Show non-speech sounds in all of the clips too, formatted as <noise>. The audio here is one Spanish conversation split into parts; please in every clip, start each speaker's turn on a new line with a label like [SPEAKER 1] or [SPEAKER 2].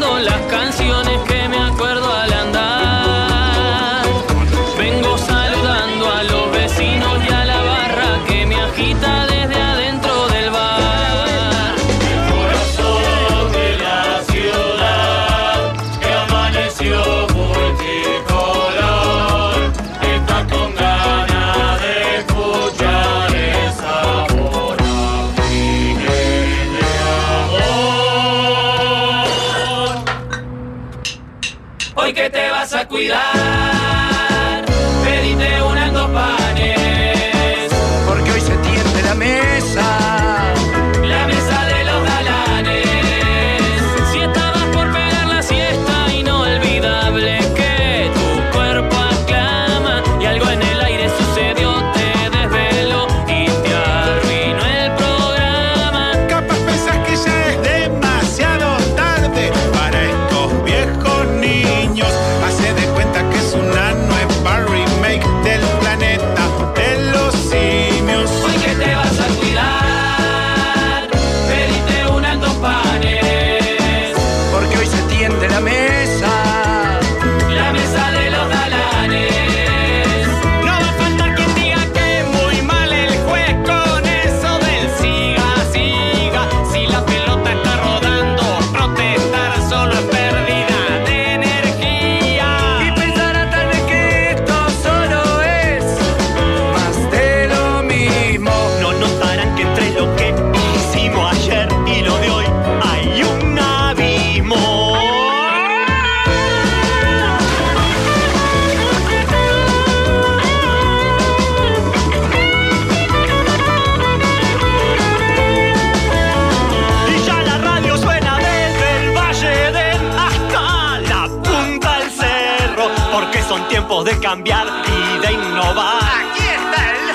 [SPEAKER 1] son las canciones que me acuerdo al andar. Vengo saludando a los vecinos y a la barra que me agita desde adentro del bar.
[SPEAKER 2] Corazón de la ciudad que amaneció multicolor, está con ganas de escuchar el sabor a mi de amor.
[SPEAKER 1] Hoy que te vas a cuidar, pedite unas dos panes,
[SPEAKER 3] Porque hoy se tiende la mesa.
[SPEAKER 1] la mesa de los galanes. Si estabas por pegar la siesta, inolvidable que tu cuerpo aclama y algo en el aire sucedió, te desveló y te arruinó el programa.
[SPEAKER 4] Capaz pensás que ya es demasiado tarde para estos viejos niños. Hace de cuenta que es una nueva remake del planeta de los simios.
[SPEAKER 1] Hoy que te vas a cuidar, pedite unas dos panes,
[SPEAKER 3] Porque hoy se tiende la mesa.
[SPEAKER 1] la mesa de los galanes.
[SPEAKER 4] No va a faltar quien diga que muy mal el juez con eso del siga, siga. Si la pelota está rodando, protestar solo es pérdida de energía.
[SPEAKER 3] Y pensará tal vez que esto solo es más de lo mismo.
[SPEAKER 4] No notarán que entre lo que hicimos ayer y lo de hoy hay un abismo. Y ya la radio suena desde el Valle del hasta la punta del cerro, porque son tiempos de cambiar y de innovar.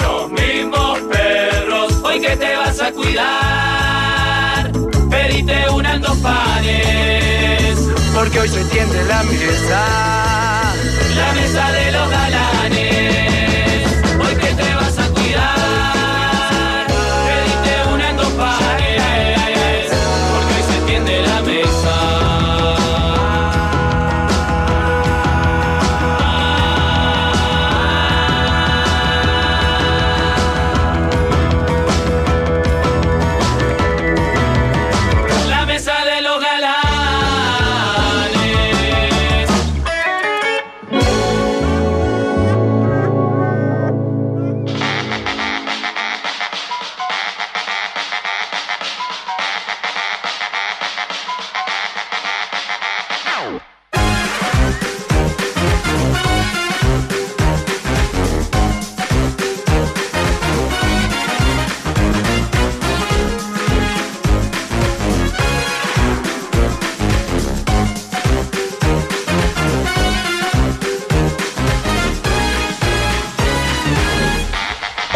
[SPEAKER 2] Los mismos perros
[SPEAKER 1] Hoy que te vas a cuidar, pedite unas dos panes,
[SPEAKER 3] Porque hoy se tiende la mesa.
[SPEAKER 1] la mesa de los galanes. Hoy que te vas a cuidar, pedite unas dos panes, porque hoy se tiende la mesa. La mesa de los galanes.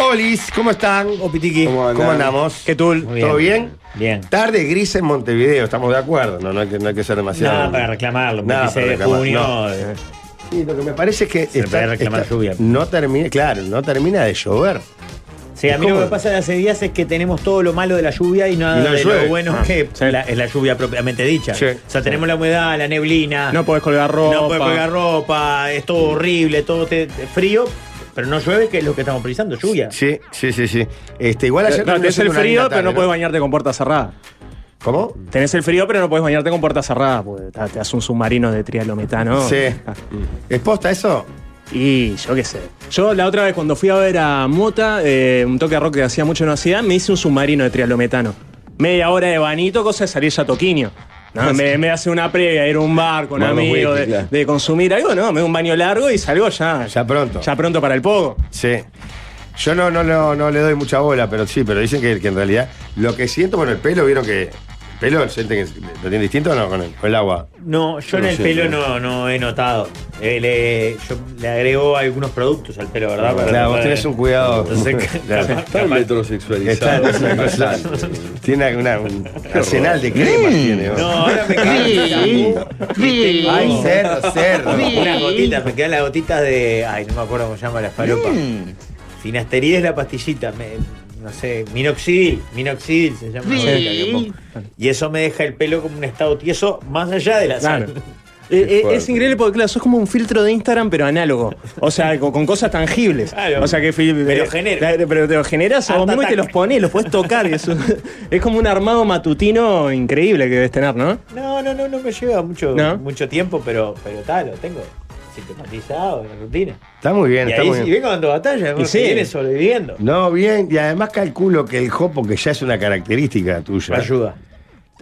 [SPEAKER 5] Olis, ¿cómo están?
[SPEAKER 6] O Pitiqui.
[SPEAKER 5] ¿Cómo, andan? andamos?
[SPEAKER 6] ¿Qué tul?
[SPEAKER 5] Muy ¿Todo bien?
[SPEAKER 6] Bien.
[SPEAKER 5] Tarde gris en Montevideo, estamos de acuerdo, no, no, hay, que, no hay que ser demasiado.
[SPEAKER 6] Nada para reclamarlo,
[SPEAKER 5] Nada
[SPEAKER 6] 26 de
[SPEAKER 5] para reclamar,
[SPEAKER 6] junio.
[SPEAKER 5] no.
[SPEAKER 6] eh,
[SPEAKER 5] Sí, lo que me parece es que
[SPEAKER 6] Se puede reclamar lluvia.
[SPEAKER 5] no termina, claro, no termina de llover.
[SPEAKER 6] Sí, a mí
[SPEAKER 5] ¿Cómo?
[SPEAKER 6] lo que me pasa de hace días es que tenemos todo lo malo de la lluvia y nada
[SPEAKER 5] Y no
[SPEAKER 6] de
[SPEAKER 5] llueve.
[SPEAKER 6] lo bueno
[SPEAKER 5] Ah,
[SPEAKER 6] que
[SPEAKER 5] sí.
[SPEAKER 6] la- es la lluvia propiamente dicha.
[SPEAKER 5] Sí.
[SPEAKER 6] O sea, tenemos la humedad, la neblina,
[SPEAKER 7] No podés colgar ropa.
[SPEAKER 6] no puedes colgar ropa, es todo horrible, todo te- te- frío, pero no llueve, que es lo que estamos precisando, lluvia.
[SPEAKER 5] Sí, sí, sí, sí. Este, igual ayer
[SPEAKER 7] No,
[SPEAKER 5] terminó
[SPEAKER 7] tenés el
[SPEAKER 5] siendo una linda
[SPEAKER 7] frío,
[SPEAKER 5] tarde,
[SPEAKER 7] pero no podés bañarte con puerta cerrada.
[SPEAKER 5] ¿Cómo?
[SPEAKER 7] Tenés el frío, pero no podés bañarte con puerta cerrada, pues. porque ta- te hace un submarino de trialometano.
[SPEAKER 5] Sí.
[SPEAKER 7] Ah,
[SPEAKER 5] ¿Es posta eso?
[SPEAKER 7] Y yo qué sé. Yo la otra vez cuando fui a ver a Mota, eh, un toque de rock que hacía mucho en la ciudad, me hice un submarino de trialometano. Media hora de banito, cosa de salir ya toquinio.
[SPEAKER 5] Ah,
[SPEAKER 7] No, me, me hace una previa, ir a un bar con
[SPEAKER 5] Más los
[SPEAKER 7] amigos,
[SPEAKER 5] whisky,
[SPEAKER 7] de,
[SPEAKER 5] claro.
[SPEAKER 7] de consumir algo, no, me doy un baño largo y salgo ya.
[SPEAKER 5] Ya pronto.
[SPEAKER 7] Ya pronto para el pogo.
[SPEAKER 5] Sí. Yo no, no, no, no le doy mucha bola, pero sí, pero dicen que, que en realidad lo que siento, bueno, el pelo, vieron que. ¿El pelo sienten que lo tiene distinto o no con el, con el agua?
[SPEAKER 6] No, yo en
[SPEAKER 5] No
[SPEAKER 6] el
[SPEAKER 5] sé,
[SPEAKER 6] pelo
[SPEAKER 5] sí.
[SPEAKER 6] no, no he notado. Eh, le, yo le agrego algunos productos al pelo, ¿verdad? Para
[SPEAKER 5] Claro, vos
[SPEAKER 6] tratar de-
[SPEAKER 5] tenés un cuidado.
[SPEAKER 6] <laughs>
[SPEAKER 5] <laughs>
[SPEAKER 6] Entonces,
[SPEAKER 5] Claro.
[SPEAKER 6] capaz-
[SPEAKER 5] Está-
[SPEAKER 6] capaz-
[SPEAKER 2] Tan metrosexualizado.
[SPEAKER 5] es una cosa- tiene una- un arsenal de cremas. tiene, vos.
[SPEAKER 6] No, ahora me quedan
[SPEAKER 8] Sí. Sí.
[SPEAKER 5] Ay,
[SPEAKER 6] Ay,
[SPEAKER 5] cerdo, cerdo.
[SPEAKER 8] Sí.
[SPEAKER 6] Unas gotitas, me quedan las
[SPEAKER 8] Mm.
[SPEAKER 6] gotitas de. Ay, no me acuerdo cómo se llama la falopa. Finastería es la pastillita. Me, no sé, minoxidil, minoxidil se llama.
[SPEAKER 9] Sí.
[SPEAKER 6] la marca que pongo. Y eso me deja el pelo como un estado tieso más allá de la sal.
[SPEAKER 7] Claro. Eh, eh, es
[SPEAKER 5] fuerte.
[SPEAKER 7] increíble porque, claro, sos como un filtro de Instagram, pero análogo. O sea, con, con cosas tangibles.
[SPEAKER 6] Claro.
[SPEAKER 7] O sea, que. fil-
[SPEAKER 6] Pero
[SPEAKER 7] eh,
[SPEAKER 6] genera.
[SPEAKER 7] claro, Pero te lo generas a vos
[SPEAKER 6] Art
[SPEAKER 7] mismo y te
[SPEAKER 6] attack.
[SPEAKER 7] los pones, los puedes tocar.
[SPEAKER 6] <laughs>
[SPEAKER 7] y eso- es como un armado matutino increíble que debes tener, ¿no?
[SPEAKER 6] <laughs> No, no, no, no me lleva mucho,
[SPEAKER 7] ¿No?
[SPEAKER 6] mucho tiempo, pero, pero tal, lo tengo sistematizado en la rutina.
[SPEAKER 5] Está muy bien,
[SPEAKER 6] Y
[SPEAKER 5] está
[SPEAKER 6] ahí
[SPEAKER 5] muy
[SPEAKER 6] sí,
[SPEAKER 5] bien.
[SPEAKER 6] vengo dando batalla, ¿no?
[SPEAKER 7] Y sí.
[SPEAKER 6] Se viene sobreviviendo.
[SPEAKER 5] No, bien, y además calculo que el jopo, que ya es una característica tuya,
[SPEAKER 6] Ayuda.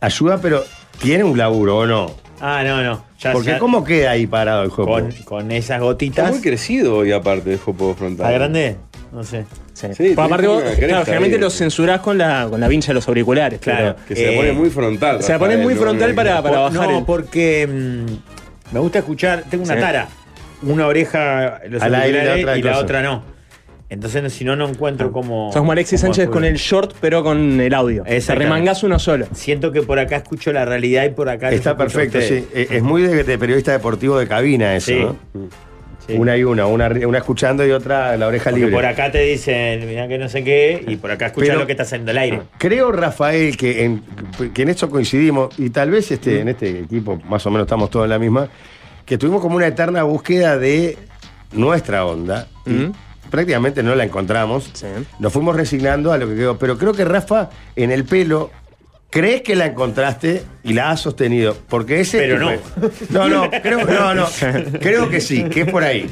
[SPEAKER 5] ayuda, pero tiene un laburo o no.
[SPEAKER 6] Ah, no, no. Ya,
[SPEAKER 5] Porque,
[SPEAKER 6] ya-
[SPEAKER 5] ¿cómo queda ahí parado el jopo?
[SPEAKER 6] con, con esas
[SPEAKER 2] Está
[SPEAKER 6] gotitas.
[SPEAKER 2] muy crecido hoy, aparte, el Jopo frontal.
[SPEAKER 6] ¿Está grande? No sé.
[SPEAKER 2] Sí,
[SPEAKER 7] Pero Pues, aparte,
[SPEAKER 2] tenés
[SPEAKER 7] vos,
[SPEAKER 2] una cresta
[SPEAKER 7] claro, generalmente
[SPEAKER 2] ahí.
[SPEAKER 7] lo censurás con la, con la vincha de los auriculares.
[SPEAKER 6] Claro.
[SPEAKER 2] Que se
[SPEAKER 6] Eh,
[SPEAKER 2] pone muy frontal.
[SPEAKER 7] se la pone
[SPEAKER 2] Rafael,
[SPEAKER 7] muy
[SPEAKER 2] ¿no?
[SPEAKER 7] frontal para-
[SPEAKER 6] Por-
[SPEAKER 7] bajar
[SPEAKER 6] Eh, No,
[SPEAKER 7] el-
[SPEAKER 6] porque mm, me gusta escuchar. Tengo una
[SPEAKER 7] Sí.
[SPEAKER 6] tara. Una oreja los
[SPEAKER 5] Al aire y la
[SPEAKER 6] auriculares,
[SPEAKER 5] otra de
[SPEAKER 6] y la
[SPEAKER 5] coso.
[SPEAKER 6] otra no. Entonces, no, si no, no encuentro como.
[SPEAKER 7] Sos como Alexis
[SPEAKER 6] cómo
[SPEAKER 7] Sánchez con el
[SPEAKER 6] escuchar.
[SPEAKER 7] short, pero con el audio. Te
[SPEAKER 6] Exactamente.
[SPEAKER 7] remangás uno solo.
[SPEAKER 6] Siento que por acá escucho la realidad y por acá.
[SPEAKER 5] Está
[SPEAKER 6] los escucho a
[SPEAKER 5] perfecto,
[SPEAKER 6] ustedes.
[SPEAKER 5] sí. Eh, Es muy de, de periodista deportivo de cabina eso,
[SPEAKER 6] Sí.
[SPEAKER 5] ¿no?
[SPEAKER 6] Sí.
[SPEAKER 5] Una y una, una, ri- una escuchando y otra la oreja
[SPEAKER 6] Porque
[SPEAKER 5] libre.
[SPEAKER 6] por acá te dicen, mirá que no sé qué, y por acá escuchás
[SPEAKER 5] Pero-
[SPEAKER 6] lo que está saliendo al aire.
[SPEAKER 5] Creo, Rafael, que en, que en esto coincidimos, y tal vez
[SPEAKER 6] Mm.
[SPEAKER 5] este, en este equipo más o menos estamos todos en la misma, que tuvimos como una eterna búsqueda de nuestra onda. y
[SPEAKER 6] Mm.
[SPEAKER 5] prácticamente no la encontramos.
[SPEAKER 7] Sí.
[SPEAKER 5] Nos fuimos resignando a lo que quedó. Pero creo que Rafa, en el pelo, crees que la encontraste y la has sostenido. Porque ese.
[SPEAKER 6] Pero no.
[SPEAKER 5] No, no, creo,
[SPEAKER 6] <laughs>
[SPEAKER 5] no,
[SPEAKER 7] <laughs>
[SPEAKER 5] no. Creo que sí, que es por ahí.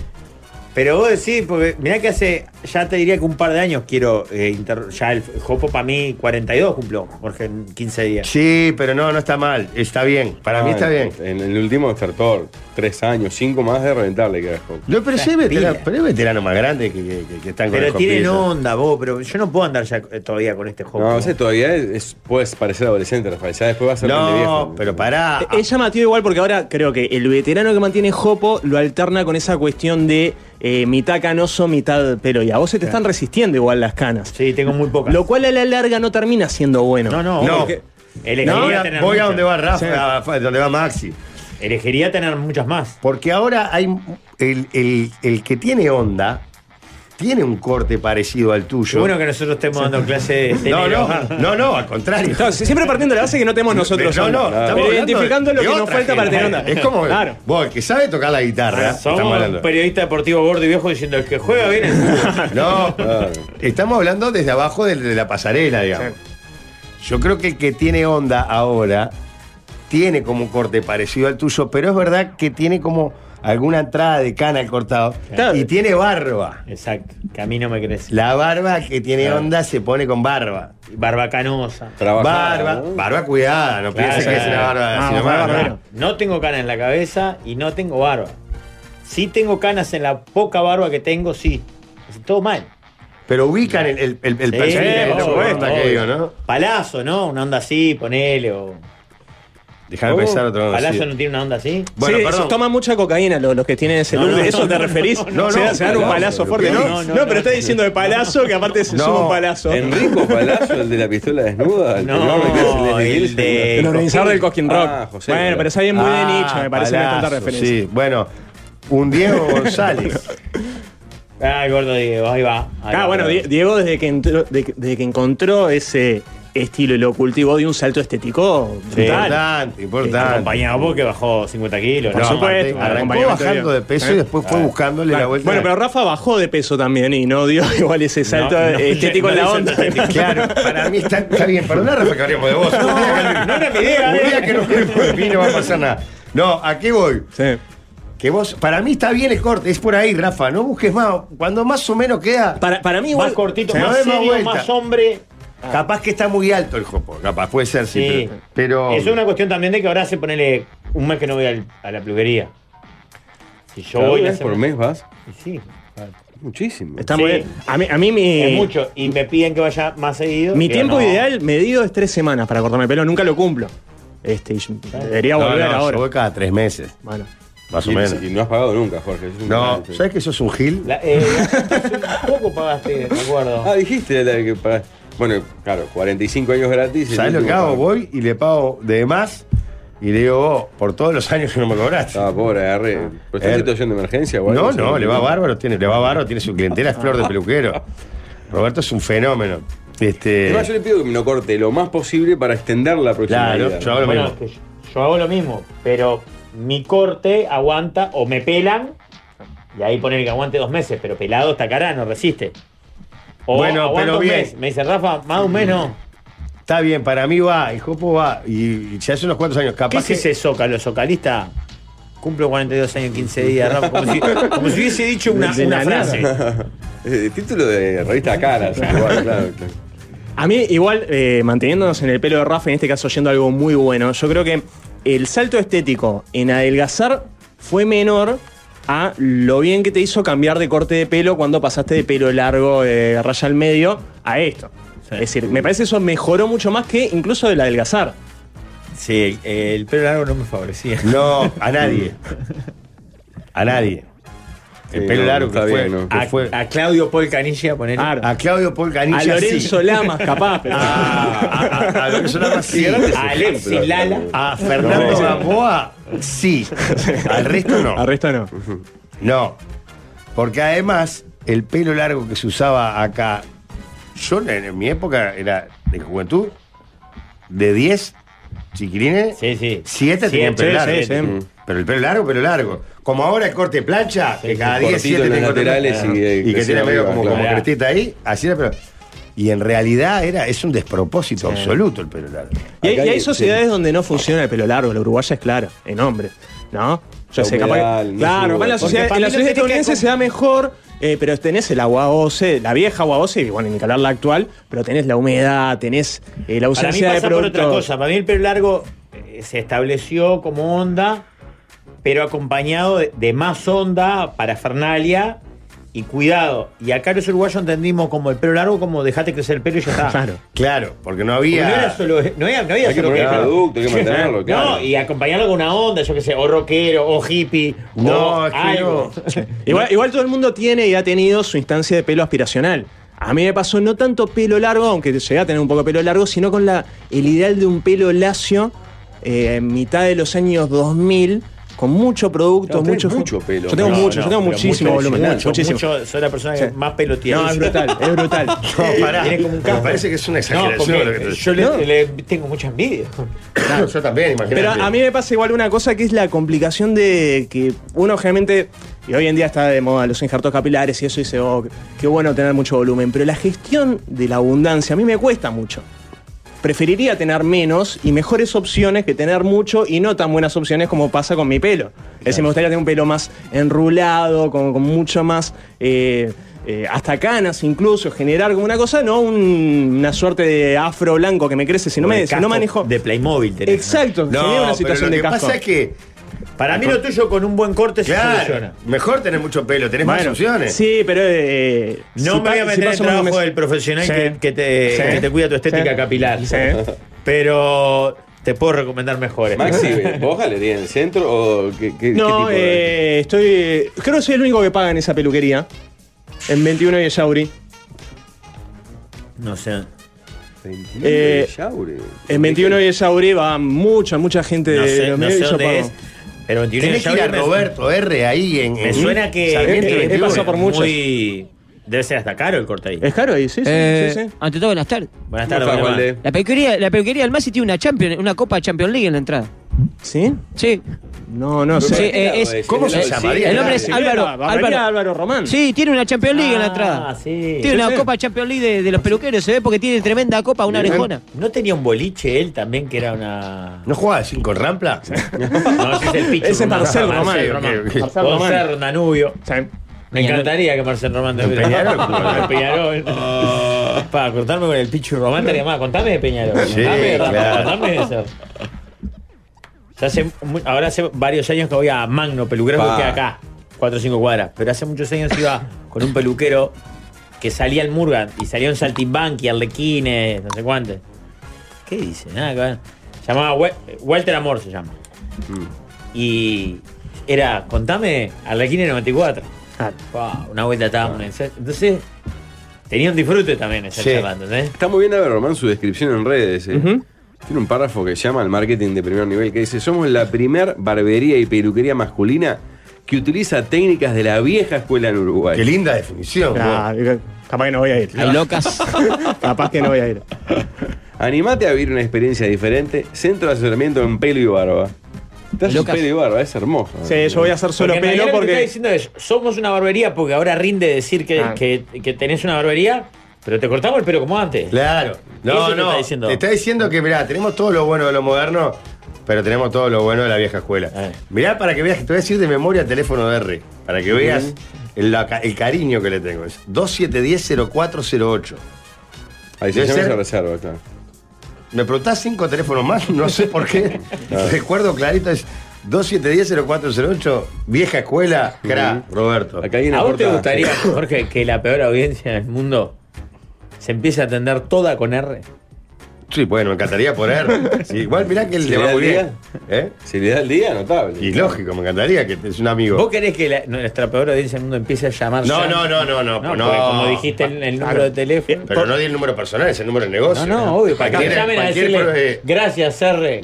[SPEAKER 6] Pero vos decís, porque mirá que hace, ya te diría que un par de años quiero, eh, inter- ya el Jopo para mí 42 cumplió, Jorge, en 15 días.
[SPEAKER 5] Sí, pero no, no está mal. Está bien. Para mí
[SPEAKER 2] Ah,
[SPEAKER 5] está bien.
[SPEAKER 2] En, en el último despertó tres años, cinco más de reventarle que Jopo.
[SPEAKER 5] No, pero sí, es
[SPEAKER 6] pila.
[SPEAKER 5] veterano, pero es veterano más grande que, que, que- que están con
[SPEAKER 6] Pero
[SPEAKER 5] el
[SPEAKER 6] tienen
[SPEAKER 5] compito.
[SPEAKER 6] onda vos, pero yo no puedo andar ya eh, todavía con este Jopo.
[SPEAKER 2] No, o sea, todavía es, es- puedes parecer adolescente, Rafael. Ya después va a ser
[SPEAKER 5] No,
[SPEAKER 2] de viejo.
[SPEAKER 5] pero
[SPEAKER 6] Ah,
[SPEAKER 5] pará.
[SPEAKER 7] Eh, Es llamativo igual porque ahora creo que el veterano que mantiene Jopo lo alterna con esa cuestión de eh, mitad canoso, mitad pelo. Y a vos se te están resistiendo igual las canas.
[SPEAKER 6] sí, tengo muy pocas.
[SPEAKER 7] Lo cual a la larga no termina siendo bueno.
[SPEAKER 6] no, no,
[SPEAKER 5] No.
[SPEAKER 6] porque elegiría,
[SPEAKER 5] No, voy a-
[SPEAKER 6] tener
[SPEAKER 5] voy a
[SPEAKER 6] muchas.
[SPEAKER 5] donde va Rafa, a donde va Maxi.
[SPEAKER 6] elegiría tener muchas más.
[SPEAKER 5] Porque ahora hay el, el- el que tiene onda tiene un corte parecido al
[SPEAKER 6] Qué
[SPEAKER 5] tuyo.
[SPEAKER 6] bueno que nosotros estemos dando clases de
[SPEAKER 5] no, no,
[SPEAKER 6] negro.
[SPEAKER 5] no, no, al contrario.
[SPEAKER 7] Claro, si- siempre partiendo de la base que no tenemos nosotros.
[SPEAKER 5] no,
[SPEAKER 7] onda.
[SPEAKER 5] no, estamos
[SPEAKER 7] Pero
[SPEAKER 5] hablando
[SPEAKER 7] identificando
[SPEAKER 5] de-
[SPEAKER 7] lo
[SPEAKER 5] de
[SPEAKER 7] que nos
[SPEAKER 5] otra
[SPEAKER 7] falta para tener
[SPEAKER 5] gente.
[SPEAKER 7] onda.
[SPEAKER 5] Es como
[SPEAKER 7] Claro.
[SPEAKER 5] vos, el que sabe tocar la guitarra. estamos
[SPEAKER 6] Ah, Somos un
[SPEAKER 5] hablando.
[SPEAKER 6] periodista deportivo gordo y viejo diciendo el que juega
[SPEAKER 5] <laughs>
[SPEAKER 6] bien el fútbol.
[SPEAKER 5] No, ah,
[SPEAKER 2] Claro.
[SPEAKER 5] estamos hablando desde abajo de, de la pasarela, digamos. Yo creo que el que tiene onda ahora tiene como un corte parecido al tuyo, pero es verdad que tiene como alguna entrada de cana al cortado
[SPEAKER 7] Claro.
[SPEAKER 5] y tiene barba.
[SPEAKER 6] Exacto, que a mí no me crece.
[SPEAKER 5] La barba que tiene onda se pone con barba.
[SPEAKER 6] Barbacanosa.
[SPEAKER 2] Trabajada,
[SPEAKER 5] barba,
[SPEAKER 2] ¿no?
[SPEAKER 5] barba cuidada, no
[SPEAKER 6] Claro,
[SPEAKER 5] pienses que es
[SPEAKER 6] claro.
[SPEAKER 5] una barba
[SPEAKER 7] Vamos,
[SPEAKER 5] sino
[SPEAKER 7] barba,
[SPEAKER 5] barba.
[SPEAKER 7] barbero.
[SPEAKER 6] No tengo canas en la cabeza y no tengo barba. Sí tengo canas en la poca barba que tengo, sí. Es todo mal.
[SPEAKER 5] Pero ubican el, el, el, el
[SPEAKER 6] Sí,
[SPEAKER 5] personaje,
[SPEAKER 6] obvio,
[SPEAKER 5] la onda que
[SPEAKER 6] obvio.
[SPEAKER 5] digo, ¿no?
[SPEAKER 6] Palazo, ¿no? Una onda así, ponele. O... Oh,
[SPEAKER 5] Déjame pensar otro
[SPEAKER 6] Palazo
[SPEAKER 5] sí.
[SPEAKER 6] no tiene una onda así.
[SPEAKER 5] Bueno,
[SPEAKER 7] sí,
[SPEAKER 5] perdón.
[SPEAKER 7] toman mucha cocaína lo- los, que tienen ese
[SPEAKER 6] No,
[SPEAKER 7] look.
[SPEAKER 6] no,
[SPEAKER 7] ¿De eso
[SPEAKER 6] no,
[SPEAKER 7] te referís?
[SPEAKER 6] no,
[SPEAKER 7] se,
[SPEAKER 2] no,
[SPEAKER 7] se dan un
[SPEAKER 2] palazo,
[SPEAKER 7] palazo
[SPEAKER 2] lo
[SPEAKER 7] fuerte.
[SPEAKER 2] que
[SPEAKER 7] No,
[SPEAKER 6] no,
[SPEAKER 7] no,
[SPEAKER 6] no,
[SPEAKER 7] pero
[SPEAKER 6] no.
[SPEAKER 7] está diciendo de palazo que aparte se
[SPEAKER 5] No.
[SPEAKER 7] suma Este un palazo.
[SPEAKER 2] Enrico Palacio, el de la pistola desnuda. el que
[SPEAKER 6] No,
[SPEAKER 2] me crece, Leslie
[SPEAKER 6] el
[SPEAKER 2] Nielsen.
[SPEAKER 6] de-
[SPEAKER 7] El organizador del Cosquín Rock.
[SPEAKER 2] Ah, José,
[SPEAKER 7] bueno,
[SPEAKER 2] claro.
[SPEAKER 7] pero está bien muy de
[SPEAKER 5] Ah,
[SPEAKER 7] nicho, me parece que tanta
[SPEAKER 5] Palazzo,
[SPEAKER 7] referencia.
[SPEAKER 5] Sí, bueno, un Diego
[SPEAKER 6] <laughs>
[SPEAKER 5] González.
[SPEAKER 6] Ah, gordo Diego, ahí va. ahí
[SPEAKER 7] Ah,
[SPEAKER 6] va,
[SPEAKER 7] bueno,
[SPEAKER 6] ahí va.
[SPEAKER 7] Die- Diego desde que, entró- de- desde que encontró ese estilo y lo cultivó de un salto estético brutal.
[SPEAKER 5] importante, importante.
[SPEAKER 6] Acompañado vos que bajó 50 kilos.
[SPEAKER 5] Por
[SPEAKER 6] ¿no?
[SPEAKER 5] supuesto,
[SPEAKER 7] Aparte,
[SPEAKER 5] arrancó
[SPEAKER 7] acompañamiento
[SPEAKER 5] bajando de
[SPEAKER 7] bien. Ah.
[SPEAKER 5] peso y
[SPEAKER 6] Eh.
[SPEAKER 5] después fue buscándole la vuelta.
[SPEAKER 7] bueno, pero Rafa bajó de peso también y no dio <laughs> igual ese salto
[SPEAKER 6] No,
[SPEAKER 7] eh,
[SPEAKER 6] no,
[SPEAKER 7] estético
[SPEAKER 6] no
[SPEAKER 7] en la
[SPEAKER 6] dio
[SPEAKER 7] onda.
[SPEAKER 6] salto estético.
[SPEAKER 5] Claro, para mí está, está bien. Perdón, Rafa, que hablemos de vos. No,
[SPEAKER 6] no era mi idea,
[SPEAKER 5] Un día
[SPEAKER 6] eh.
[SPEAKER 5] que no hablemos de mí no va a pasar nada. No, ¿a qué voy?
[SPEAKER 7] Sí.
[SPEAKER 5] Que vos, para mí está bien el corte, es por ahí, Rafa. No busques más. Cuando más o menos queda,
[SPEAKER 7] Para, para mí igual...
[SPEAKER 6] Más cortito,
[SPEAKER 5] Se
[SPEAKER 6] más
[SPEAKER 5] da más
[SPEAKER 6] serio,
[SPEAKER 5] vuelta.
[SPEAKER 6] más hombre.
[SPEAKER 5] capaz que está muy alto el jopo. Capaz, puede ser, sí.
[SPEAKER 6] Sí.
[SPEAKER 5] Pero, pero-
[SPEAKER 6] Es una cuestión también de que ahora se ponele un mes que no voy al- a la peluquería. Si yo
[SPEAKER 2] Claro,
[SPEAKER 6] voy
[SPEAKER 2] una
[SPEAKER 6] la
[SPEAKER 2] vez por
[SPEAKER 6] semana-
[SPEAKER 2] mes vas.
[SPEAKER 6] Y Sí,
[SPEAKER 2] Muchísimo.
[SPEAKER 7] Está muy
[SPEAKER 6] Sí.
[SPEAKER 7] bien. A mí, a mí mi...
[SPEAKER 6] es mucho. Y me piden que vaya más seguido.
[SPEAKER 7] Mi
[SPEAKER 6] Digo,
[SPEAKER 7] tiempo
[SPEAKER 6] no.
[SPEAKER 7] ideal medido es tres semanas para cortarme el pelo, nunca lo cumplo. Este, y yo- debería
[SPEAKER 5] No,
[SPEAKER 7] volver
[SPEAKER 5] no,
[SPEAKER 7] ahora.
[SPEAKER 5] yo voy cada tres meses,
[SPEAKER 7] Bueno.
[SPEAKER 5] más o
[SPEAKER 2] Y-
[SPEAKER 5] menos.
[SPEAKER 2] Y no has pagado nunca, Jorge. es un
[SPEAKER 5] No,
[SPEAKER 2] mal, sí.
[SPEAKER 5] ¿sabes que sos un gil?
[SPEAKER 6] La- eh, un poco pagaste, me acuerdo.
[SPEAKER 2] Ah, dijiste la que pagaste. Bueno, claro, 45 años gratis. el
[SPEAKER 5] ¿Sabes lo que
[SPEAKER 2] último
[SPEAKER 5] hago?
[SPEAKER 2] pago.
[SPEAKER 5] Voy y le pago de más y le digo, vos, por todos los años que no me cobraste.
[SPEAKER 2] Ah, pobre, agarré. ¿Pero está en
[SPEAKER 5] Er-
[SPEAKER 2] situación de emergencia o algo?
[SPEAKER 5] No,
[SPEAKER 2] Sí,
[SPEAKER 5] no, le va bárbaro, tiene, le va bárbaro, tiene su clientela, es flor de peluquero. Roberto es un fenómeno. Este,
[SPEAKER 2] Además, yo le pido que me lo corte lo más posible para extender la
[SPEAKER 5] claro,
[SPEAKER 2] proximidad.
[SPEAKER 5] yo hago lo
[SPEAKER 6] Bueno,
[SPEAKER 5] mismo.
[SPEAKER 6] es que yo- yo hago lo mismo, pero mi corte aguanta o me pelan, y ahí poner que aguante dos meses, pero pelado esta cara no resiste. O
[SPEAKER 5] Bueno,
[SPEAKER 6] aguanta
[SPEAKER 5] pero
[SPEAKER 6] un
[SPEAKER 5] bien.
[SPEAKER 6] mes. Me dice Rafa, más de un mes no.
[SPEAKER 5] Está bien, para mí va, el Jopo va. Y, y se hace unos cuantos años,
[SPEAKER 6] ¿Qué
[SPEAKER 5] capaz
[SPEAKER 6] es ese zócalo, zocalista? Cumplo 42 años, 15 días, Rafa. Como si, como si hubiese dicho una,
[SPEAKER 7] Desde
[SPEAKER 6] una
[SPEAKER 7] la
[SPEAKER 6] frase.
[SPEAKER 2] <laughs> Eh, título de revista Cara. sí, igual, claro, claro.
[SPEAKER 7] A mí, igual, eh, manteniéndonos en el pelo de Rafa, en este caso yendo a algo muy bueno, yo creo que el salto estético en adelgazar fue menor a lo bien que te hizo cambiar de corte de pelo cuando pasaste de pelo largo, eh, raya al medio, a esto. Es decir, me parece eso mejoró mucho más que incluso del adelgazar.
[SPEAKER 6] Sí, el, el pelo largo no me favorecía.
[SPEAKER 5] <laughs> No, a nadie. A nadie. El
[SPEAKER 2] Sí,
[SPEAKER 5] pelo
[SPEAKER 2] no,
[SPEAKER 5] largo
[SPEAKER 2] está
[SPEAKER 5] que fue,
[SPEAKER 2] bien, ¿no?
[SPEAKER 5] que
[SPEAKER 6] A,
[SPEAKER 5] fue.
[SPEAKER 6] a Claudio Paul Canilla, poner.
[SPEAKER 7] Ah,
[SPEAKER 5] A Claudio Paul Canilla.
[SPEAKER 7] A Lorenzo Lamas, capaz, pero.
[SPEAKER 5] Ah, a, a Lorenzo Lamas sí.
[SPEAKER 2] grandes
[SPEAKER 5] A-
[SPEAKER 6] Alexis
[SPEAKER 2] ejemplos,
[SPEAKER 6] Lala.
[SPEAKER 2] claro.
[SPEAKER 5] A Fernando
[SPEAKER 7] No.
[SPEAKER 5] Gamboa sí. Al resto no.
[SPEAKER 7] Al resto no.
[SPEAKER 5] No. Porque además, el pelo largo que se usaba acá, yo en, en mi época era de juventud, de 10 chiquilines,
[SPEAKER 6] Sí, sí.
[SPEAKER 5] 7 tenían
[SPEAKER 6] Siete,
[SPEAKER 5] pelo largo.
[SPEAKER 6] sí, sí.
[SPEAKER 5] Mm. Pero el pelo largo, pelo largo. Como ahora el corte plancha, que cada 10, 7
[SPEAKER 2] Cortito en los
[SPEAKER 5] tiene corte
[SPEAKER 2] laterales
[SPEAKER 5] plancha.
[SPEAKER 2] y, eh,
[SPEAKER 5] que
[SPEAKER 2] crecido
[SPEAKER 5] tiene medio
[SPEAKER 2] arriba,
[SPEAKER 5] como, como
[SPEAKER 2] claro.
[SPEAKER 5] crestita ahí, así era, pero. Y en realidad era, es un despropósito absoluto el pelo largo.
[SPEAKER 7] Y hay,
[SPEAKER 2] Acá
[SPEAKER 7] y hay
[SPEAKER 2] hay-
[SPEAKER 7] sociedades donde no funciona el pelo largo, la uruguaya es clara, en hombres, ¿no? Yo
[SPEAKER 2] La
[SPEAKER 7] sé, capaz que-
[SPEAKER 2] humedad,
[SPEAKER 7] claro,
[SPEAKER 2] el mismo-
[SPEAKER 7] capaz en la
[SPEAKER 2] porque
[SPEAKER 7] sociedad,
[SPEAKER 6] para
[SPEAKER 7] en
[SPEAKER 6] mí lo que tiene
[SPEAKER 7] la sociedad
[SPEAKER 6] que
[SPEAKER 7] estadounidense
[SPEAKER 6] ver
[SPEAKER 7] se da mejor, eh, pero tenés el agua OCE, la vieja agua OCE, y bueno, ni que hablar la actual, pero tenés la humedad, tenés
[SPEAKER 6] Para
[SPEAKER 7] eh, la
[SPEAKER 6] mí
[SPEAKER 7] ausencia de
[SPEAKER 6] pasa por
[SPEAKER 7] producto.
[SPEAKER 6] otra cosa. Para mí el pelo largo eh, se estableció como onda, pero acompañado de, de más onda para Fernalia y cuidado. Y acá los uruguayos entendimos como el pelo largo, como dejate crecer el pelo y ya está.
[SPEAKER 7] Claro.
[SPEAKER 5] Claro, porque no
[SPEAKER 6] Porque No era
[SPEAKER 5] había.
[SPEAKER 6] solo, no había, no había
[SPEAKER 2] Ah, Hay que
[SPEAKER 6] solo
[SPEAKER 2] poner
[SPEAKER 6] que-
[SPEAKER 2] producto, hay que
[SPEAKER 6] <laughs>
[SPEAKER 2] mantenerlo, claro.
[SPEAKER 6] No, y acompañarlo con una onda, yo qué sé, o rockero, o hippie,
[SPEAKER 5] No,
[SPEAKER 6] o
[SPEAKER 5] es que
[SPEAKER 6] algo.
[SPEAKER 5] no.
[SPEAKER 7] Igual, igual todo el mundo tiene y ha tenido su instancia de pelo aspiracional. A mí me pasó no tanto pelo largo, aunque llegué a tener un poco de pelo largo, sino con la, el ideal de un pelo lacio eh, en mitad de los años 2000, con mucho producto,
[SPEAKER 2] Claro, tenés
[SPEAKER 7] mucho,
[SPEAKER 2] mucho pelo,
[SPEAKER 7] Yo tengo
[SPEAKER 2] ¿no?
[SPEAKER 7] mucho,
[SPEAKER 6] No,
[SPEAKER 7] yo tengo
[SPEAKER 6] pero
[SPEAKER 7] muchísimo
[SPEAKER 6] mucho,
[SPEAKER 7] volumen.
[SPEAKER 6] mucho,
[SPEAKER 7] muchísimo.
[SPEAKER 6] mucho. soy la persona que
[SPEAKER 7] Sí.
[SPEAKER 6] más pelo tiene.
[SPEAKER 7] No, es brutal, es
[SPEAKER 6] <laughs>
[SPEAKER 7] brutal.
[SPEAKER 5] No, pará.
[SPEAKER 6] Tiene como un
[SPEAKER 5] Me
[SPEAKER 6] campo.
[SPEAKER 5] parece que es una
[SPEAKER 6] No,
[SPEAKER 5] exageración. lo que
[SPEAKER 6] porque
[SPEAKER 5] te-
[SPEAKER 6] yo le,
[SPEAKER 7] No.
[SPEAKER 6] le tengo mucha envidia.
[SPEAKER 5] yo también, imagínate.
[SPEAKER 7] Pero a mí me pasa igual una cosa que es la complicación de que uno generalmente, y hoy en día está de moda los injertos capilares y eso, y dice, oh, qué bueno tener mucho volumen. Pero la gestión de la abundancia a mí me cuesta mucho. Preferiría tener menos y mejores opciones que tener mucho y no tan buenas opciones como pasa con mi pelo. Es decir, me gustaría tener un pelo más enrulado, con, con mucho más. eh, eh, hasta canas incluso, generar como una cosa, no un- una suerte de afro blanco que me crece, si no, me, si no
[SPEAKER 6] Casco
[SPEAKER 7] manejo...
[SPEAKER 6] De Playmobil. tenés, ¿no?
[SPEAKER 7] Exacto, genera una situación
[SPEAKER 5] pero lo
[SPEAKER 7] de
[SPEAKER 5] que
[SPEAKER 7] casco.
[SPEAKER 5] pasa es que,
[SPEAKER 6] Para mí lo tuyo con un buen corte se
[SPEAKER 5] claro,
[SPEAKER 6] soluciona.
[SPEAKER 5] mejor tener mucho pelo, tenés más
[SPEAKER 7] Bueno,
[SPEAKER 5] opciones.
[SPEAKER 7] Sí, pero. eh,
[SPEAKER 6] No
[SPEAKER 7] si
[SPEAKER 6] me voy
[SPEAKER 7] pa-
[SPEAKER 6] a
[SPEAKER 7] si
[SPEAKER 6] meter en el
[SPEAKER 7] paso más de un
[SPEAKER 6] trabajo
[SPEAKER 7] mes-
[SPEAKER 6] del profesional
[SPEAKER 7] Sí.
[SPEAKER 6] que, que te,
[SPEAKER 7] Sí.
[SPEAKER 6] que te cuida tu estética
[SPEAKER 7] Sí.
[SPEAKER 6] capilar.
[SPEAKER 7] Sí.
[SPEAKER 6] Pero te puedo recomendar mejores. <laughs>
[SPEAKER 2] Maxi, ¿vos galería en el centro o qué, qué- qué
[SPEAKER 7] No,
[SPEAKER 2] tipo de-
[SPEAKER 7] eh, estoy. eh, Creo que soy el único que paga en esa peluquería. En 21 y Echauri.
[SPEAKER 6] No sé.
[SPEAKER 2] 29
[SPEAKER 7] eh,
[SPEAKER 2] de Yaure.
[SPEAKER 7] En 21 y Echauri va mucha, mucha gente
[SPEAKER 6] No sé,
[SPEAKER 7] de los
[SPEAKER 6] no
[SPEAKER 7] medios
[SPEAKER 6] sé
[SPEAKER 7] y yo
[SPEAKER 6] dónde
[SPEAKER 7] pago.
[SPEAKER 6] es. Pero 21
[SPEAKER 5] Tenés que ir a
[SPEAKER 6] me-
[SPEAKER 5] Roberto R ahí en.
[SPEAKER 6] Me
[SPEAKER 5] en
[SPEAKER 6] suena que
[SPEAKER 5] Sarmiento
[SPEAKER 7] eh, eh,
[SPEAKER 5] 21.
[SPEAKER 7] pasó por muchos.
[SPEAKER 6] muy- Debe ser hasta caro el corte ahí.
[SPEAKER 7] Es caro ahí, sí, sí.
[SPEAKER 9] Eh,
[SPEAKER 7] sí, sí.
[SPEAKER 9] Ante todo, buenas tardes.
[SPEAKER 6] Buenas
[SPEAKER 2] ¿Cómo
[SPEAKER 6] tardes,
[SPEAKER 2] estás,
[SPEAKER 6] Valdemar.
[SPEAKER 2] Valde?
[SPEAKER 9] La peluquería, la peluquería del Masi tiene una Champions, una Copa Champions League en la entrada.
[SPEAKER 7] ¿Sí?
[SPEAKER 9] Sí.
[SPEAKER 7] No, no sé.
[SPEAKER 9] Sí,
[SPEAKER 2] ¿Qué
[SPEAKER 9] eh,
[SPEAKER 2] lado
[SPEAKER 9] es-
[SPEAKER 2] es?
[SPEAKER 5] ¿Cómo
[SPEAKER 2] ¿Es
[SPEAKER 5] se
[SPEAKER 2] del lado
[SPEAKER 5] llamaría?
[SPEAKER 2] del
[SPEAKER 9] El
[SPEAKER 2] cine?
[SPEAKER 9] nombre es
[SPEAKER 7] Sí,
[SPEAKER 9] Álvaro,
[SPEAKER 7] va- va a venir
[SPEAKER 9] Álvaro.
[SPEAKER 7] Álvaro Román.
[SPEAKER 9] Sí, tiene una Champions League en la
[SPEAKER 6] Ah,
[SPEAKER 9] entrada.
[SPEAKER 6] sí.
[SPEAKER 9] Tiene
[SPEAKER 7] Sí,
[SPEAKER 9] una
[SPEAKER 7] sí.
[SPEAKER 9] Copa Champions League de, de los peluqueros, se ve porque tiene tremenda copa, una orejona.
[SPEAKER 6] ¿No tenía un boliche él también que era una.
[SPEAKER 5] ¿No jugaba así con Rampla?
[SPEAKER 6] <laughs> No, ese es el Pichu.
[SPEAKER 7] Ese es Marcel
[SPEAKER 6] Román.
[SPEAKER 7] Román.
[SPEAKER 5] Marcel Román.
[SPEAKER 7] Marcel
[SPEAKER 6] Puede
[SPEAKER 7] Román.
[SPEAKER 6] ser Danubio.
[SPEAKER 7] Sí.
[SPEAKER 6] Me encantaría que Marcel Román te <laughs>
[SPEAKER 5] Peñarol, claro.
[SPEAKER 6] De Peñarol.
[SPEAKER 7] Ah.
[SPEAKER 6] Para cortarme con el Pichu Román estaría más. Contame de Peñarol.
[SPEAKER 5] Sí,
[SPEAKER 6] contame, de Rafa,
[SPEAKER 5] claro.
[SPEAKER 6] contame de eso. Ya hace mu- ahora hace varios años que voy a Magno, peluquero
[SPEAKER 2] Pa.
[SPEAKER 6] que queda acá, 4 o 5 cuadras. Pero hace muchos años iba con un peluquero que salía al Murgan y salía un saltimbanqui, arlequines, no sé cuánto. ¿Qué dice? Nada que ver. Llamaba We- Walter Amor, se llama. Mm. Y era, contame, arlequines 94. Pa, una vuelta estábamos en ese- Entonces, tenía un disfrute también esa
[SPEAKER 5] Sí.
[SPEAKER 6] charla, ¿entendés?
[SPEAKER 2] Está muy bien a ver, Román, su descripción en redes. eh.
[SPEAKER 7] Ujú.
[SPEAKER 2] Tiene un párrafo que se llama el marketing de primer nivel que dice: Somos la primer barbería y peluquería masculina que utiliza técnicas de la vieja escuela en Uruguay.
[SPEAKER 5] Qué linda definición.
[SPEAKER 7] Ah,
[SPEAKER 5] vos.
[SPEAKER 7] Capaz que no voy a ir.
[SPEAKER 9] Hay locas.
[SPEAKER 7] <laughs> Capaz que no voy a ir.
[SPEAKER 2] <laughs> Animate a vivir una experiencia diferente. Centro de asesoramiento en pelo y barba. Te haces
[SPEAKER 9] Lucas.
[SPEAKER 2] pelo y barba, es hermoso.
[SPEAKER 7] Sí, yo voy a hacer solo
[SPEAKER 6] porque en realidad
[SPEAKER 7] pelo
[SPEAKER 6] Lo que está
[SPEAKER 7] porque.
[SPEAKER 6] diciendo es, somos una barbería porque ahora rinde decir que,
[SPEAKER 7] Ah.
[SPEAKER 6] que- que tenés una barbería, pero te cortamos el pelo como antes.
[SPEAKER 5] Claro. No,
[SPEAKER 6] Eso te
[SPEAKER 5] no.
[SPEAKER 6] está diciendo.
[SPEAKER 5] Te está diciendo que, mirá, tenemos todo lo bueno de lo moderno, pero tenemos todo lo bueno de la vieja escuela.
[SPEAKER 6] Eh.
[SPEAKER 5] Mirá, para que veas, te voy a decir de memoria el teléfono de R, para que veas el, la ca- el cariño que le tengo. Es 2710-0408.
[SPEAKER 2] Ahí se
[SPEAKER 5] Debe
[SPEAKER 2] llama
[SPEAKER 5] ser-
[SPEAKER 2] esa reserva, claro.
[SPEAKER 5] Me preguntás cinco teléfonos más, no sé por
[SPEAKER 2] <laughs>
[SPEAKER 5] qué. Recuerdo clarito, es 2710-0408, vieja escuela, cra, Roberto.
[SPEAKER 2] Acá hay una
[SPEAKER 6] ¿A vos te
[SPEAKER 2] puerta-
[SPEAKER 6] gustaría,
[SPEAKER 2] <laughs>
[SPEAKER 6] Jorge, que la peor audiencia del mundo se empiece a atender toda con R?
[SPEAKER 5] Sí, bueno, me encantaría
[SPEAKER 2] <laughs>
[SPEAKER 5] poner. Sí, igual mirá que
[SPEAKER 2] ¿Se
[SPEAKER 5] le
[SPEAKER 2] le
[SPEAKER 5] va
[SPEAKER 2] da
[SPEAKER 5] muy
[SPEAKER 2] el
[SPEAKER 5] bien. ¿eh?
[SPEAKER 2] Si le da el día, notable.
[SPEAKER 5] Y lógico, me encantaría que es un amigo.
[SPEAKER 6] ¿Vos querés que la- nuestra peor audiencia del mundo empiece a llamar
[SPEAKER 5] No,
[SPEAKER 6] ya?
[SPEAKER 5] no, no, no, no, no.
[SPEAKER 6] porque como
[SPEAKER 5] <laughs>
[SPEAKER 6] dijiste el, el número de teléfono.
[SPEAKER 5] Pero no di el número personal, es el número de negocio.
[SPEAKER 6] No, no, obvio, para que
[SPEAKER 5] Cualquiera-
[SPEAKER 6] llamen a
[SPEAKER 5] cualquier
[SPEAKER 6] decirle
[SPEAKER 5] pro- eh,
[SPEAKER 6] gracias,
[SPEAKER 5] <laughs>
[SPEAKER 6] R.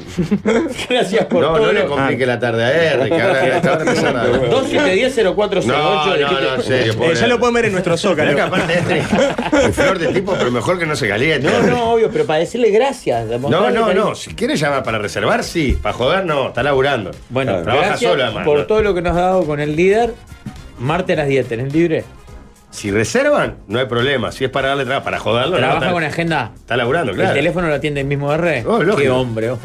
[SPEAKER 6] gracias por
[SPEAKER 5] No,
[SPEAKER 6] todo.
[SPEAKER 5] no le complique la tarde a R, que ahora que está empezando. No,
[SPEAKER 6] 2710-0408.
[SPEAKER 5] no, no,
[SPEAKER 6] <laughs>
[SPEAKER 5] en serio.
[SPEAKER 7] Eh,
[SPEAKER 5] pobre
[SPEAKER 7] ya
[SPEAKER 5] R.
[SPEAKER 7] lo pueden ver en nuestro
[SPEAKER 5] Mirá que
[SPEAKER 7] zócalo.
[SPEAKER 5] aparte este es flor de tipo, pero mejor que no se caliente.
[SPEAKER 6] No, no, obvio, pero para decirle gracias.
[SPEAKER 5] No,
[SPEAKER 6] demostrarle
[SPEAKER 5] no,
[SPEAKER 6] cariño.
[SPEAKER 5] no. Si quiere llamar para reservar, sí. Para joder, no. Está laburando.
[SPEAKER 6] Bueno,
[SPEAKER 5] trabaja
[SPEAKER 6] gracias
[SPEAKER 5] sola, además.
[SPEAKER 6] por
[SPEAKER 5] ¿no?
[SPEAKER 6] todo lo que nos ha dado con el líder. Martes a las 10, ¿tenés libre?
[SPEAKER 5] Si reservan, no hay problema. Si es para darle trabajo, para joderlo, no,
[SPEAKER 6] Trabaja
[SPEAKER 5] está,
[SPEAKER 6] con agenda.
[SPEAKER 5] está laburando, claro.
[SPEAKER 6] El teléfono lo atiende el mismo R.
[SPEAKER 5] Oh, lógico.
[SPEAKER 6] Qué hombre. oh.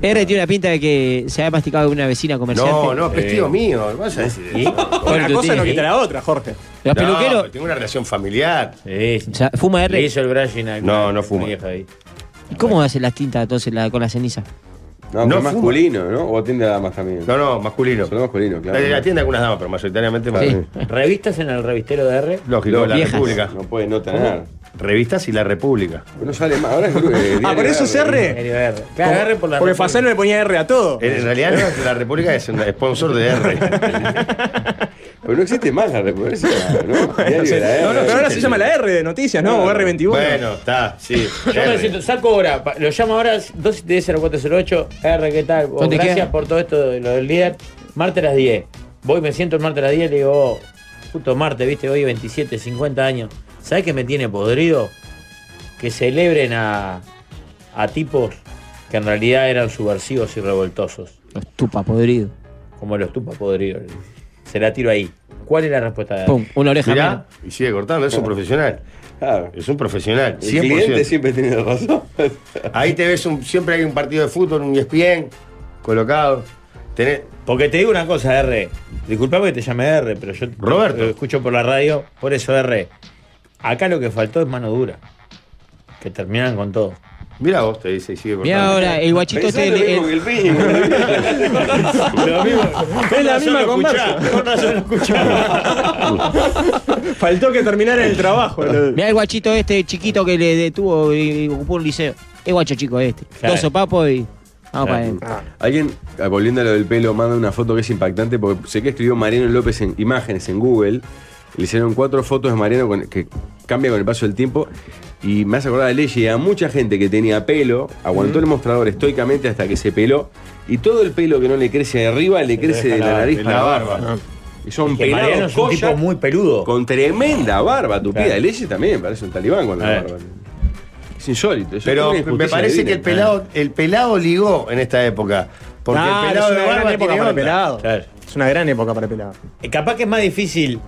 [SPEAKER 9] R tiene una pinta de que se había masticado con una vecina comerciante.
[SPEAKER 5] No,
[SPEAKER 6] Eh,
[SPEAKER 5] no, vestido mío. ¿qué vas a decir
[SPEAKER 6] ¿Y?
[SPEAKER 5] eso?
[SPEAKER 7] Una
[SPEAKER 9] Bueno,
[SPEAKER 7] cosa no
[SPEAKER 9] tiene-
[SPEAKER 7] quita la otra, Jorge.
[SPEAKER 5] No,
[SPEAKER 9] Los peluqueros.
[SPEAKER 5] Tengo una relación familiar.
[SPEAKER 6] Sí, sí.
[SPEAKER 9] o sea, fuma
[SPEAKER 6] Le
[SPEAKER 9] R.
[SPEAKER 6] hizo el brushing al-
[SPEAKER 5] No, no
[SPEAKER 6] al-
[SPEAKER 5] fuma.
[SPEAKER 6] mi vieja ahí.
[SPEAKER 9] ¿Cómo hacen las tintas entonces la- con la ceniza?
[SPEAKER 2] No,
[SPEAKER 5] No
[SPEAKER 2] no
[SPEAKER 5] fuma.
[SPEAKER 2] masculino, ¿no? O atiende a damas también.
[SPEAKER 5] No, no, masculino.
[SPEAKER 2] Solo masculino, claro.
[SPEAKER 5] Eh, Atiende algunas damas, pero mayoritariamente masculino.
[SPEAKER 6] ¿Revistas en el revistero de R?
[SPEAKER 5] Lógico,
[SPEAKER 2] Los
[SPEAKER 5] la
[SPEAKER 9] viejas.
[SPEAKER 5] República.
[SPEAKER 2] No puede no tener.
[SPEAKER 5] Revistas y la República.
[SPEAKER 2] No sale más.
[SPEAKER 7] <laughs>
[SPEAKER 2] Ahora es eh,
[SPEAKER 7] Ah, por
[SPEAKER 2] diario
[SPEAKER 7] eso es
[SPEAKER 2] verde.
[SPEAKER 7] R.
[SPEAKER 6] Diario R. Claro, R por la
[SPEAKER 7] Porque
[SPEAKER 6] República.
[SPEAKER 7] Fasano le ponía R a todo.
[SPEAKER 5] En en realidad,
[SPEAKER 7] <laughs>
[SPEAKER 5] no, la República es un sponsor de R.
[SPEAKER 2] <laughs> Pero no existe más
[SPEAKER 6] <laughs>
[SPEAKER 2] la reproducción, ¿no?
[SPEAKER 7] No,
[SPEAKER 2] Diario
[SPEAKER 7] sé.
[SPEAKER 2] de la R.
[SPEAKER 7] No, no, pero ahora se llama la R de noticias, ¿no? O R21.
[SPEAKER 5] Bueno, está, sí.
[SPEAKER 6] <laughs> Yo me
[SPEAKER 5] R.
[SPEAKER 6] siento, saco ahora, pa- lo llamo ahora 2710-0408, R, ¿qué tal? O,
[SPEAKER 9] ¿Dónde
[SPEAKER 6] gracias
[SPEAKER 9] queda?
[SPEAKER 6] por todo esto, de lo del líder. Martes a las 10. Voy, me siento el martes a las 10 y le digo, oh, justo martes, viste, hoy 27, 50 años. ¿Sabés qué me tiene podrido? Que celebren a, a tipos que en realidad eran subversivos y revoltosos,
[SPEAKER 9] Los tupa, podrido.
[SPEAKER 6] como los tupas podridos. Se la tiro ahí. ¿Cuál es la respuesta de
[SPEAKER 9] Pum, una oreja
[SPEAKER 5] Mirá,
[SPEAKER 9] menos.
[SPEAKER 5] y sigue cortando, es un profesional.
[SPEAKER 2] Claro.
[SPEAKER 5] Es un profesional,
[SPEAKER 2] El cliente
[SPEAKER 5] 100%.
[SPEAKER 2] siempre tiene razón.
[SPEAKER 5] <laughs> Ahí te ves, un, siempre hay un partido de fútbol, un E ESPN colocado. Tenés,
[SPEAKER 6] Porque te digo una cosa, R. Disculpame que te llame R, pero yo
[SPEAKER 5] Roberto.
[SPEAKER 6] lo escucho por la radio, por eso R. Acá lo que faltó es mano dura. Que terminan con todo.
[SPEAKER 5] mira vos, te dice, y sigue cortando.
[SPEAKER 9] Mirá ahora, el guachito
[SPEAKER 2] Pensá
[SPEAKER 9] este.
[SPEAKER 2] lo mismo
[SPEAKER 9] el-
[SPEAKER 2] que el
[SPEAKER 9] <laughs>
[SPEAKER 2] piño.
[SPEAKER 7] es la misma conversa. <laughs> Faltó que terminara
[SPEAKER 5] <laughs>
[SPEAKER 7] el trabajo.
[SPEAKER 9] Mirá el guachito este chiquito que le detuvo y ocupó un liceo. Es guacho chico este.
[SPEAKER 6] Claro.
[SPEAKER 9] Dos sopapos y. Vamos para
[SPEAKER 6] Claro.
[SPEAKER 9] adentro.
[SPEAKER 2] Alguien, ah, volviendo a lo del pelo, manda una foto que es impactante porque sé que escribió Mariano López en imágenes en Google. Le hicieron cuatro fotos de Mariano con- que cambia con el paso del tiempo. Y me hace acordar de Ley a mucha gente que tenía pelo, aguantó el mostrador estoicamente hasta que se peló. Y todo el pelo que no le crece de arriba le crece de
[SPEAKER 6] deja
[SPEAKER 2] la,
[SPEAKER 6] la-
[SPEAKER 2] nariz
[SPEAKER 5] de
[SPEAKER 2] para
[SPEAKER 5] la
[SPEAKER 2] la
[SPEAKER 5] barba.
[SPEAKER 2] barba. Y son
[SPEAKER 6] Que Mariano
[SPEAKER 2] pelados
[SPEAKER 6] es un
[SPEAKER 2] collar,
[SPEAKER 6] tipo muy peludo.
[SPEAKER 2] con tremenda barba tupida.
[SPEAKER 6] Claro.
[SPEAKER 2] El Ley también parece un talibán con la
[SPEAKER 6] A ver.
[SPEAKER 2] barba. Es insólito. es
[SPEAKER 5] Pero
[SPEAKER 2] una
[SPEAKER 5] me
[SPEAKER 2] injusticia
[SPEAKER 5] parece
[SPEAKER 2] divina.
[SPEAKER 5] que el pelado, el pelado ligó en esta época. Porque
[SPEAKER 7] Claro,
[SPEAKER 5] el pelado de
[SPEAKER 7] es una
[SPEAKER 5] barba
[SPEAKER 7] gran época
[SPEAKER 5] tiene
[SPEAKER 7] para el
[SPEAKER 5] onda.
[SPEAKER 7] pelado.
[SPEAKER 6] Claro.
[SPEAKER 7] Es una gran época para el pelado.
[SPEAKER 6] Eh, Capaz que es más difícil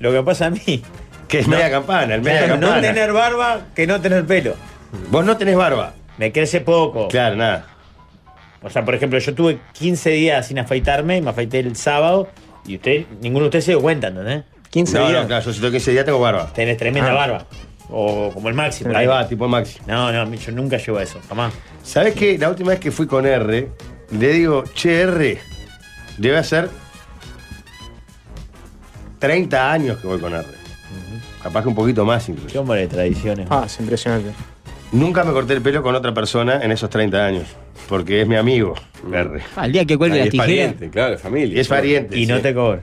[SPEAKER 6] lo que pasa a mí.
[SPEAKER 5] Que es media campana, el media
[SPEAKER 6] no
[SPEAKER 5] campana.
[SPEAKER 6] tener barba que no tener pelo.
[SPEAKER 5] Vos no tenés barba.
[SPEAKER 6] Me crece poco.
[SPEAKER 5] Claro, nada.
[SPEAKER 6] O sea, por ejemplo, yo tuve 15 días sin afeitarme y me afeité el sábado y usted, ninguno de ustedes se dio cuenta, ¿entendés?
[SPEAKER 7] 15
[SPEAKER 5] No,
[SPEAKER 7] días.
[SPEAKER 5] no, claro, yo si tengo 15 días tengo barba.
[SPEAKER 6] Tenés
[SPEAKER 9] Ah.
[SPEAKER 6] tremenda barba. O como el máximo.
[SPEAKER 5] Ah. Ahí va, tipo Maxi.
[SPEAKER 6] No, no, yo nunca llevo a eso, jamás.
[SPEAKER 5] ¿Sabés qué? La última vez que fui con R, le digo, che, R, debe hacer 30 años que voy con R. Capaz que un poquito más
[SPEAKER 6] Qué
[SPEAKER 5] incluso.
[SPEAKER 6] hombre de tradiciones.
[SPEAKER 7] Ah, es impresionante.
[SPEAKER 5] Nunca me corté el pelo con otra persona en esos 30 años, porque es mi amigo, R.
[SPEAKER 9] Ah, el día que cuelgue las
[SPEAKER 2] Ah, y es
[SPEAKER 9] tijeras.
[SPEAKER 2] pariente, claro, es
[SPEAKER 5] Y
[SPEAKER 2] familia.
[SPEAKER 5] es pariente.
[SPEAKER 6] Mm. y no
[SPEAKER 5] sí.
[SPEAKER 6] te cobro.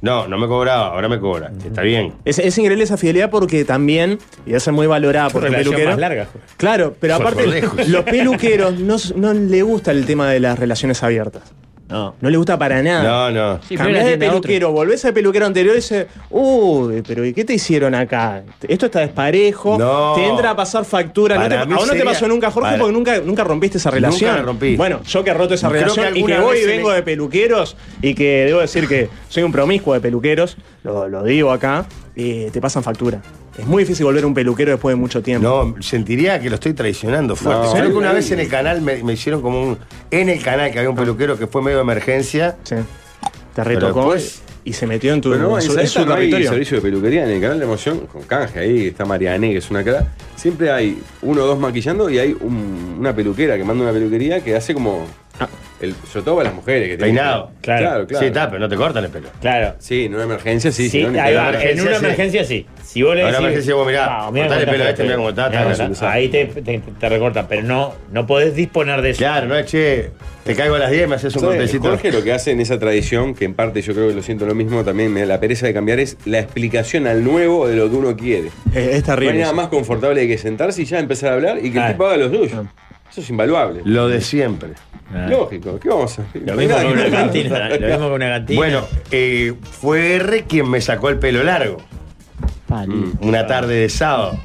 [SPEAKER 5] No, no me cobraba, ahora me cobra. Está bien.
[SPEAKER 7] Es, es increíble esa fidelidad porque también, y eso es muy valorada por el
[SPEAKER 6] relación
[SPEAKER 7] peluquero.
[SPEAKER 6] más larga, Jorge.
[SPEAKER 7] Claro, pero
[SPEAKER 5] Por
[SPEAKER 7] <laughs> aparte,
[SPEAKER 5] lejos.
[SPEAKER 7] los peluqueros no, no le gusta el tema de las relaciones abiertas.
[SPEAKER 6] No.
[SPEAKER 7] No le gusta para nada.
[SPEAKER 5] No, no.
[SPEAKER 9] Sí, pero
[SPEAKER 7] Cambiás
[SPEAKER 9] le
[SPEAKER 7] de
[SPEAKER 9] atiende a otro.
[SPEAKER 7] peluquero, volvés al peluquero anterior y dices, uy, pero ¿y qué te hicieron acá? Esto está desparejo,
[SPEAKER 5] No.
[SPEAKER 7] te entra a pasar factura. No
[SPEAKER 5] Para
[SPEAKER 7] te-
[SPEAKER 5] mí
[SPEAKER 7] a vos no te
[SPEAKER 5] sería-
[SPEAKER 7] pasó nunca, Jorge,
[SPEAKER 5] para-
[SPEAKER 7] porque nunca, nunca rompiste esa
[SPEAKER 5] Nunca
[SPEAKER 7] relación.
[SPEAKER 5] la rompí.
[SPEAKER 7] Bueno, yo que he roto esa
[SPEAKER 5] Creo que
[SPEAKER 7] relación y que
[SPEAKER 5] alguna
[SPEAKER 7] voy y
[SPEAKER 5] vez se
[SPEAKER 7] vengo
[SPEAKER 5] me-
[SPEAKER 7] de peluqueros y que debo decir que soy un promiscuo de peluqueros, lo, lo digo acá, eh, te pasan factura. Es muy difícil volver a un peluquero después de mucho tiempo.
[SPEAKER 5] No, sentiría que lo estoy traicionando fuerte.
[SPEAKER 2] No.
[SPEAKER 5] Creo que una
[SPEAKER 2] Sí.
[SPEAKER 5] vez en el canal me, me hicieron como un. En el canal que había un peluquero que fue medio de emergencia.
[SPEAKER 7] Sí. Te retocó
[SPEAKER 2] después-
[SPEAKER 7] y se metió en tu
[SPEAKER 2] Pero no,
[SPEAKER 7] en
[SPEAKER 2] en
[SPEAKER 7] su- en
[SPEAKER 2] Salta
[SPEAKER 7] su
[SPEAKER 2] no hay
[SPEAKER 7] territorio.
[SPEAKER 2] servicio de peluquería en el canal de emoción, con canje ahí, está Mariané, que es una cara. Siempre hay uno o dos maquillando y hay un- una peluquera que manda una peluquería que hace como. El, sobre todo para las mujeres que tienen-
[SPEAKER 5] Peinado.
[SPEAKER 6] Claro.
[SPEAKER 2] claro.
[SPEAKER 5] Sí, está, pero no te cortan el pelo.
[SPEAKER 6] Claro.
[SPEAKER 2] Sí, en una emergencia sí.
[SPEAKER 6] Sí,
[SPEAKER 2] si no, ni
[SPEAKER 6] ahí va.
[SPEAKER 2] cagar.
[SPEAKER 5] emergencia,
[SPEAKER 6] En una
[SPEAKER 5] sí.
[SPEAKER 6] emergencia sí. Si vos le
[SPEAKER 5] En una
[SPEAKER 6] decís.
[SPEAKER 5] emergencia vos mirá,
[SPEAKER 6] Ah, mirá
[SPEAKER 5] cortale
[SPEAKER 6] cómo
[SPEAKER 5] el pelo a este,
[SPEAKER 6] está,
[SPEAKER 5] mirá cómo está,
[SPEAKER 6] mirá
[SPEAKER 5] está,
[SPEAKER 6] cómo
[SPEAKER 2] está.
[SPEAKER 6] Ahí te, te, te recorta, pero no, no podés disponer de eso.
[SPEAKER 5] Claro, no es che, te caigo a las 10 me haces un
[SPEAKER 2] ¿Sabe?
[SPEAKER 5] cortecito.
[SPEAKER 2] Jorge lo que hace en esa tradición, que en parte yo creo que lo siento lo mismo, también me da la pereza de cambiar, es la explicación al nuevo de lo que uno quiere.
[SPEAKER 7] Eh, es
[SPEAKER 2] No hay
[SPEAKER 7] terrible.
[SPEAKER 2] nada más confortable que sentarse y ya empezar a hablar y que
[SPEAKER 6] Claro.
[SPEAKER 2] el tipo haga los suyos. Eso es invaluable.
[SPEAKER 5] Lo de siempre.
[SPEAKER 6] Ah.
[SPEAKER 2] Lógico, ¿qué vamos a hacer?
[SPEAKER 6] Lo
[SPEAKER 2] No hay
[SPEAKER 6] mismo
[SPEAKER 2] nada
[SPEAKER 6] con
[SPEAKER 2] que
[SPEAKER 6] una
[SPEAKER 2] inventar. <laughs>
[SPEAKER 6] cantina. Lo mismo con una cantina.
[SPEAKER 5] Bueno, eh, fue R quien me sacó el pelo largo.
[SPEAKER 9] Pali.
[SPEAKER 5] Una tarde de sábado.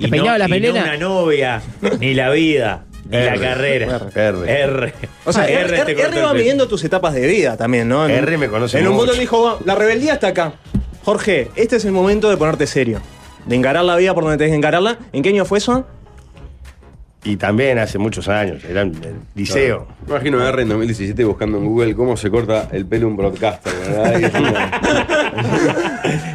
[SPEAKER 9] ¿Te peinaba la
[SPEAKER 6] y
[SPEAKER 9] melena?
[SPEAKER 6] una novia, ni la vida, ni
[SPEAKER 5] R.
[SPEAKER 6] la carrera.
[SPEAKER 5] R.
[SPEAKER 6] <laughs> R.
[SPEAKER 7] O sea, Ah, R,
[SPEAKER 6] te
[SPEAKER 7] R-
[SPEAKER 6] corta
[SPEAKER 7] R
[SPEAKER 6] el
[SPEAKER 7] va
[SPEAKER 6] pelo.
[SPEAKER 7] midiendo tus etapas de vida también, ¿no? En-
[SPEAKER 5] R me conoce
[SPEAKER 7] En un
[SPEAKER 5] mucho.
[SPEAKER 7] punto él dijo, la rebeldía está acá. Jorge, este es el momento de ponerte serio. De encarar la vida por donde tenés que encararla. ¿En qué año fue eso?
[SPEAKER 5] Y también hace muchos años, era en el liceo.
[SPEAKER 2] Me imagino a R en 2017 buscando en Google cómo se corta el pelo un broadcaster, ¿verdad? Y es una-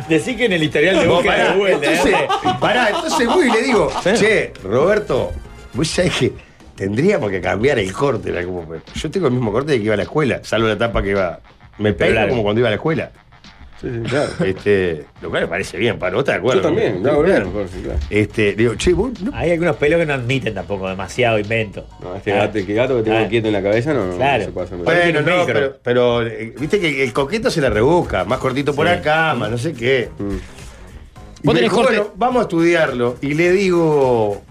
[SPEAKER 6] Decí que en el historial de
[SPEAKER 5] Vos,
[SPEAKER 6] búsqueda
[SPEAKER 5] pará,
[SPEAKER 6] de Google.
[SPEAKER 5] entonces,
[SPEAKER 6] ¿eh?
[SPEAKER 5] pará, entonces voy y le
[SPEAKER 6] <laughs>
[SPEAKER 5] digo, che, Roberto, vos sabés que tendríamos que cambiar el corte. Era como, yo tengo el mismo corte de que iba a la escuela, salvo la etapa que iba. Me peino
[SPEAKER 6] largo.
[SPEAKER 5] como cuando iba a la escuela.
[SPEAKER 2] Sí, sí, claro.
[SPEAKER 5] Este, lo cual me parece bien, para ¿estás de acuerdo?
[SPEAKER 2] Yo también, claro, claro, Jorge, claro.
[SPEAKER 5] Este, digo, che, vos no
[SPEAKER 6] Hay algunos pelos que no admiten tampoco demasiado invento.
[SPEAKER 2] No, este
[SPEAKER 6] Ah,
[SPEAKER 2] gato, que gato que tengo
[SPEAKER 6] Ah.
[SPEAKER 2] quieto en la cabeza no, no
[SPEAKER 6] Claro.
[SPEAKER 2] se puede hacer nada.
[SPEAKER 6] Bueno,
[SPEAKER 5] Bueno, no,
[SPEAKER 6] micro.
[SPEAKER 5] pero, pero, eh, viste que el coqueto se la rebusca, más cortito por
[SPEAKER 6] Sí.
[SPEAKER 5] acá, más no sé qué.
[SPEAKER 2] Mm.
[SPEAKER 5] Y me
[SPEAKER 9] Vos tenés
[SPEAKER 5] dijo,
[SPEAKER 9] corte.
[SPEAKER 5] bueno, vamos a estudiarlo. Y le digo,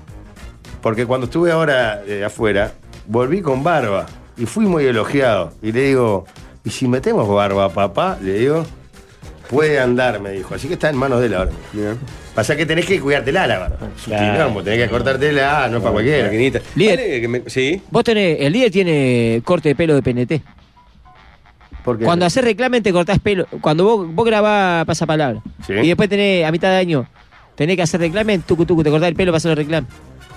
[SPEAKER 5] porque cuando estuve ahora eh, afuera, volví con barba y fui muy elogiado. Y le digo, ¿y si metemos barba, papá? Le digo, puede andar, me dijo. Así que está en manos de la barba.
[SPEAKER 2] Mirá.
[SPEAKER 5] Pasa que tenés que cuidártela la barba. Es un
[SPEAKER 6] Claro.
[SPEAKER 5] quilombo, tenés que cortártela, no es para cualquiera.
[SPEAKER 2] Maquinita.
[SPEAKER 9] Líder.
[SPEAKER 2] Vale, que me- sí.
[SPEAKER 9] Vos tenés, el líder tiene corte de pelo de PNT.
[SPEAKER 5] Porque-
[SPEAKER 9] Cuando haces reclamen te cortás pelo. Cuando vos, vos grabás pasapalabra.
[SPEAKER 5] Sí.
[SPEAKER 9] Y después tenés, a mitad de año, tenés que hacer reclamen, tucu tucu, te cortás el pelo para hacer el reclame.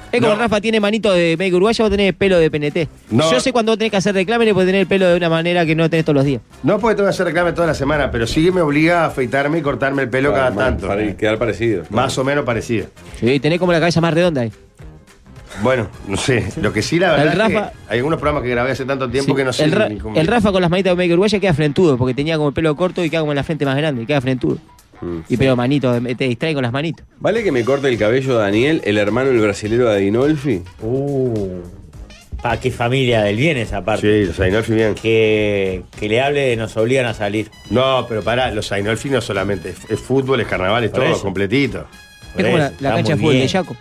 [SPEAKER 9] Es como
[SPEAKER 5] No.
[SPEAKER 9] Rafa tiene manito de médico uruguayo, vos tenés pelo de PNT.
[SPEAKER 5] No.
[SPEAKER 9] Yo sé cuando vos tenés que hacer reclamen y podés tener el pelo de una manera que no tenés todos los días.
[SPEAKER 5] No porque tengo que hacer reclame toda la semana, pero sí que me obliga a afeitarme y cortarme el pelo cada
[SPEAKER 2] Para-
[SPEAKER 5] tanto.
[SPEAKER 2] Para quedar parecido.
[SPEAKER 5] Más o menos parecido.
[SPEAKER 9] Sí, tenés como la cabeza más redonda eh. ahí.
[SPEAKER 5] Bueno, no sé. Lo que sí, la
[SPEAKER 9] El
[SPEAKER 5] verdad es que
[SPEAKER 9] Rafa-
[SPEAKER 5] hay algunos programas que grabé hace tanto tiempo
[SPEAKER 9] Sí.
[SPEAKER 5] que no sé
[SPEAKER 9] el, Ra-
[SPEAKER 5] ni cómo-
[SPEAKER 9] el Rafa con las manitas de médico uruguayo queda frentudo, porque tenía como el pelo corto y queda como en la frente más grande, y queda frentudo.
[SPEAKER 2] Mm.
[SPEAKER 9] Y pero manito, de- te distrae con las manitos.
[SPEAKER 2] ¿Vale que me corte el cabello Daniel, el hermano del brasilero Adinolfi?
[SPEAKER 6] Uh, pa' qué familia del bien esa parte.
[SPEAKER 5] Sí, los Ainolfi bien.
[SPEAKER 6] Que, que le hable de nos obligan a salir.
[SPEAKER 5] No, pero pará, los Ainolfi no solamente. Es, es fútbol, es carnaval, es
[SPEAKER 6] Por
[SPEAKER 5] todo,
[SPEAKER 6] eso.
[SPEAKER 5] completito.
[SPEAKER 9] Es como la, la
[SPEAKER 6] Está
[SPEAKER 9] cancha de
[SPEAKER 6] muy
[SPEAKER 9] fútbol de
[SPEAKER 6] bien.
[SPEAKER 9] Yaco.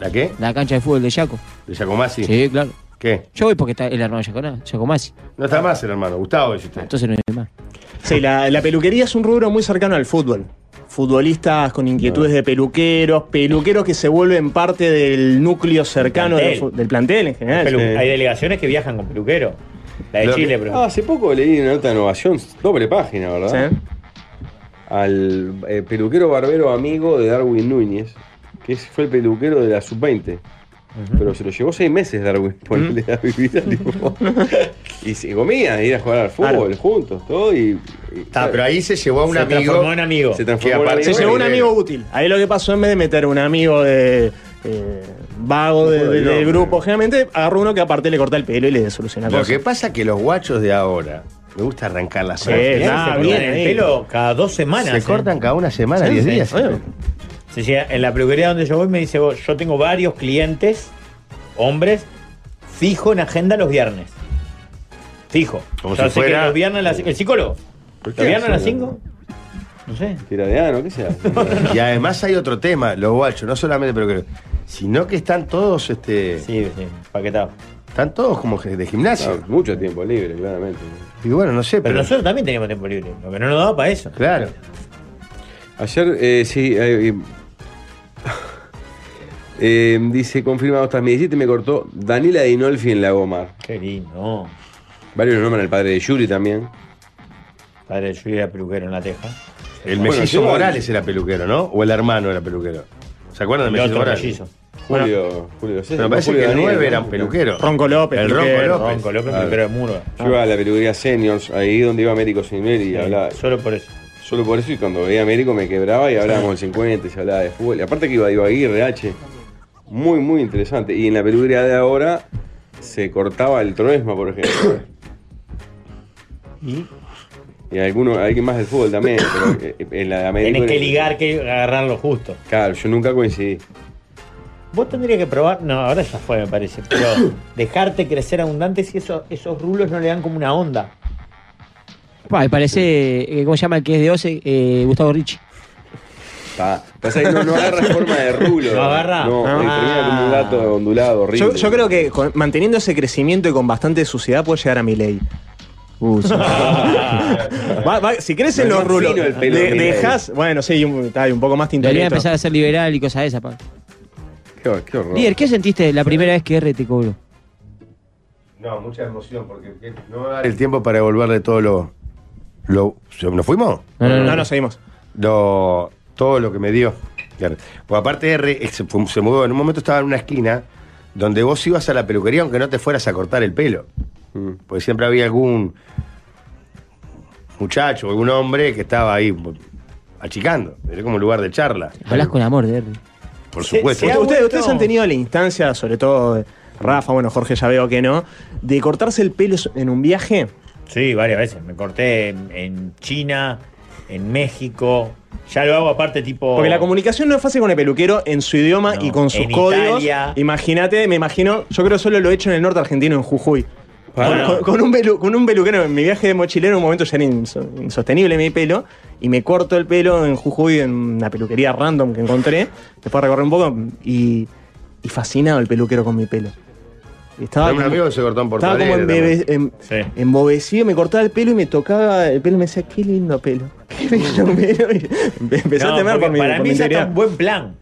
[SPEAKER 5] ¿La qué?
[SPEAKER 9] La cancha de fútbol de Yaco.
[SPEAKER 5] ¿De Giacomazzi?
[SPEAKER 9] Sí, claro.
[SPEAKER 5] ¿Qué?
[SPEAKER 9] Yo voy porque está el hermano de Giacona- Giacomazzi.
[SPEAKER 5] No está más el hermano, Gustavo es usted.
[SPEAKER 9] Entonces no hay más.
[SPEAKER 7] Sí, la, la peluquería es un rubro muy cercano al fútbol. Futbolistas con inquietudes de peluqueros, peluqueros que se vuelven parte del núcleo cercano
[SPEAKER 6] Plantel.
[SPEAKER 7] del, fu- del plantel en general.
[SPEAKER 6] Pelu-
[SPEAKER 7] Sí.
[SPEAKER 6] Hay delegaciones que viajan con peluquero. La de
[SPEAKER 5] Lo-
[SPEAKER 6] Chile, pero.
[SPEAKER 2] Ah, hace poco leí una nota de innovación, doble página, ¿verdad?
[SPEAKER 7] Sí.
[SPEAKER 2] Al eh, peluquero barbero amigo de Darwin Núñez, que es- fue el peluquero de la sub-20. Pero se lo llevó seis meses Darwin ponerle a vivir al <laughs> tipo. Y se comían, ir a jugar al fútbol
[SPEAKER 7] Claro.
[SPEAKER 2] juntos, todo. Y, y-
[SPEAKER 5] Está, pero ahí se llevó a un
[SPEAKER 6] se
[SPEAKER 5] amigo.
[SPEAKER 6] transformó en amigo.
[SPEAKER 2] se transformó
[SPEAKER 5] que
[SPEAKER 2] en
[SPEAKER 5] aparte-
[SPEAKER 7] Se
[SPEAKER 2] amigo.
[SPEAKER 7] llegó un
[SPEAKER 5] Rivero.
[SPEAKER 7] amigo útil. Ahí lo que pasó, en vez de meter un amigo de eh, vago de-
[SPEAKER 2] No,
[SPEAKER 7] de-
[SPEAKER 2] no,
[SPEAKER 7] del
[SPEAKER 2] no.
[SPEAKER 7] grupo, generalmente agarró uno que aparte le corta el pelo y le soluciona
[SPEAKER 5] Lo
[SPEAKER 7] cosas.
[SPEAKER 5] que pasa que los guachos de ahora, me gusta arrancar las
[SPEAKER 7] Sí,
[SPEAKER 5] cosas.
[SPEAKER 6] Mirá que
[SPEAKER 7] nah,
[SPEAKER 6] se
[SPEAKER 7] bien
[SPEAKER 6] cortan el
[SPEAKER 7] ahí.
[SPEAKER 6] pelo cada dos semanas.
[SPEAKER 5] Se
[SPEAKER 6] ¿eh?
[SPEAKER 5] cortan cada una semana,
[SPEAKER 6] Sí,
[SPEAKER 5] 10
[SPEAKER 6] sí.
[SPEAKER 5] días.
[SPEAKER 6] Bueno. Sí, sí, en la peluquería donde yo voy me dice, "Vos, yo tengo varios clientes, hombres, fijo en agenda los viernes. Fijo.
[SPEAKER 5] Como
[SPEAKER 6] Yo
[SPEAKER 5] si
[SPEAKER 6] sé que
[SPEAKER 5] fuera-
[SPEAKER 6] los viernes a las cinco- ¿El psicólogo? ¿Los
[SPEAKER 2] qué
[SPEAKER 6] viernes a las
[SPEAKER 2] hace?
[SPEAKER 6] 5? No sé.
[SPEAKER 2] Tiradeano, ¿qué sea?
[SPEAKER 5] Y además hay otro tema, los guachos, no solamente pero que, sino que están todos este
[SPEAKER 6] Sí, sí, paquetado.
[SPEAKER 5] Están todos como de gimnasio.
[SPEAKER 2] Ah, mucho tiempo libre, claramente.
[SPEAKER 5] Y bueno, no sé,
[SPEAKER 6] Pero
[SPEAKER 5] pero.
[SPEAKER 6] nosotros también teníamos tiempo libre, lo que no nos daba para eso.
[SPEAKER 5] Claro.
[SPEAKER 2] Ayer, eh, sí, eh, <laughs> eh, eh, dice, confirmado hasta 17 me cortó Daniela Dinolfi en Lagomar.
[SPEAKER 6] Qué lindo.
[SPEAKER 2] Varios nombran al padre de Yuri también.
[SPEAKER 6] Padre, yo era peluquero en la teja.
[SPEAKER 5] El
[SPEAKER 2] Bueno,
[SPEAKER 5] mellizo
[SPEAKER 2] yo-
[SPEAKER 5] Morales era peluquero, ¿no? O el hermano era peluquero. ¿Se acuerdan del
[SPEAKER 6] El
[SPEAKER 5] mellizo
[SPEAKER 6] otro
[SPEAKER 5] Morales?
[SPEAKER 6] mellizo.
[SPEAKER 2] Julio, Julio
[SPEAKER 5] Pero
[SPEAKER 2] César.
[SPEAKER 5] me
[SPEAKER 2] no,
[SPEAKER 5] parece
[SPEAKER 2] Julio
[SPEAKER 5] que el
[SPEAKER 2] Daniel,
[SPEAKER 5] 9
[SPEAKER 2] ¿no?
[SPEAKER 5] eran peluqueros.
[SPEAKER 7] Ronco López,
[SPEAKER 5] El Ronco
[SPEAKER 7] peluquero.
[SPEAKER 5] López.
[SPEAKER 6] Ronco López,
[SPEAKER 2] Claro.
[SPEAKER 6] peluquero de Muro.
[SPEAKER 2] Yo iba a la peluquería Seniors, ahí donde iba Américo Sinner y hablaba.
[SPEAKER 6] Solo por eso.
[SPEAKER 2] Solo por eso, y cuando veía a Américo me quebraba y hablábamos del 50, y se hablaba de fútbol. Y aparte que iba a Aguirre, H. Muy, muy interesante. Y en la peluquería de ahora se cortaba el troesma, por ejemplo. ¿Y? alguno, alguien más del fútbol también, pero eh, en la de Américo.
[SPEAKER 6] Tenés que ligar, que agarrar lo justo.
[SPEAKER 2] Claro, yo nunca coincidí.
[SPEAKER 6] Vos tendrías que probar, no, ahora ya fue, me parece, pero <coughs> dejarte crecer abundante si eso- esos rulos no le dan como una onda.
[SPEAKER 9] Pa, me parece, eh, ¿cómo se llama el que es de Oce? Eh, Gustavo Ricci.
[SPEAKER 2] Pa. Pasa que no, no agarra forma de rulo.
[SPEAKER 6] No agarra.
[SPEAKER 2] No,
[SPEAKER 7] Ah.
[SPEAKER 2] eh, termina como un gato ondulado, horrible.
[SPEAKER 7] Yo, yo creo que con- manteniendo ese crecimiento y con bastante suciedad puede llegar a mi ley. Uh,
[SPEAKER 2] <laughs>
[SPEAKER 7] Va- va- si crecen
[SPEAKER 2] No es
[SPEAKER 7] los
[SPEAKER 2] más
[SPEAKER 7] rulos,
[SPEAKER 2] fino el pelo
[SPEAKER 7] de-
[SPEAKER 2] de Milei.
[SPEAKER 7] dejas. Bueno, sí, y un, está, y un poco más
[SPEAKER 9] Debería
[SPEAKER 7] tintorito.
[SPEAKER 9] empezar a ser liberal y cosas de esas, pa.
[SPEAKER 2] Qué, hor- qué horror.
[SPEAKER 9] Líder, ¿qué sentiste la primera vez que R te cobró?
[SPEAKER 5] No, mucha emoción, porque no va a dar el tiempo para devolverle todo lo. lo ¿Nos fuimos?
[SPEAKER 7] No, no, seguimos.
[SPEAKER 5] Lo, todo lo que me dio. Claro. Porque aparte R eh, se, fu- se mudó, en un momento estaba en una esquina donde vos ibas a la peluquería aunque no te fueras a cortar el pelo.
[SPEAKER 2] Mm.
[SPEAKER 5] Porque siempre había algún muchacho, algún hombre que estaba ahí bo- achicando. Era como un lugar de charla.
[SPEAKER 9] Hablas con amor de R.
[SPEAKER 5] Por
[SPEAKER 6] Se-
[SPEAKER 5] supuesto.
[SPEAKER 6] se ha-
[SPEAKER 7] Ustedes,
[SPEAKER 6] vuelto-
[SPEAKER 7] ustedes han tenido la instancia, sobre todo eh, Rafa, bueno, Jorge ya veo que no, de cortarse el pelo en un viaje.
[SPEAKER 6] Sí, varias veces. Me corté en, en China, en México. Ya lo hago aparte tipo.
[SPEAKER 7] Porque la comunicación no es fácil con el peluquero en su idioma
[SPEAKER 6] Oh. No,
[SPEAKER 7] y con sus
[SPEAKER 6] en
[SPEAKER 7] códigos.
[SPEAKER 6] Italia.
[SPEAKER 7] Imagínate, me imagino, yo creo solo lo he hecho en el norte argentino, en Jujuy.
[SPEAKER 6] Bueno.
[SPEAKER 7] Con, con un pelu- con un peluquero, en mi viaje de mochilero en un momento ya era inso- insostenible mi pelo, y me corto el pelo en Jujuy en una peluquería random que encontré, después recorrer un poco y, y fascinado el peluquero con mi pelo. Y Estaba
[SPEAKER 5] Tengo un amigo que se cortó en Porto
[SPEAKER 7] estaba como
[SPEAKER 5] Alegre
[SPEAKER 7] embebe- em-
[SPEAKER 6] Sí.
[SPEAKER 7] embobecido, me cortaba el pelo y me tocaba el pelo y me decía, qué lindo pelo. <laughs> Qué bello pelo. Y empe- Empecé a
[SPEAKER 6] No,
[SPEAKER 7] temer
[SPEAKER 6] porque
[SPEAKER 7] por mi,
[SPEAKER 6] para
[SPEAKER 7] por mi
[SPEAKER 6] mí ya
[SPEAKER 7] integridad.
[SPEAKER 6] está un buen plan.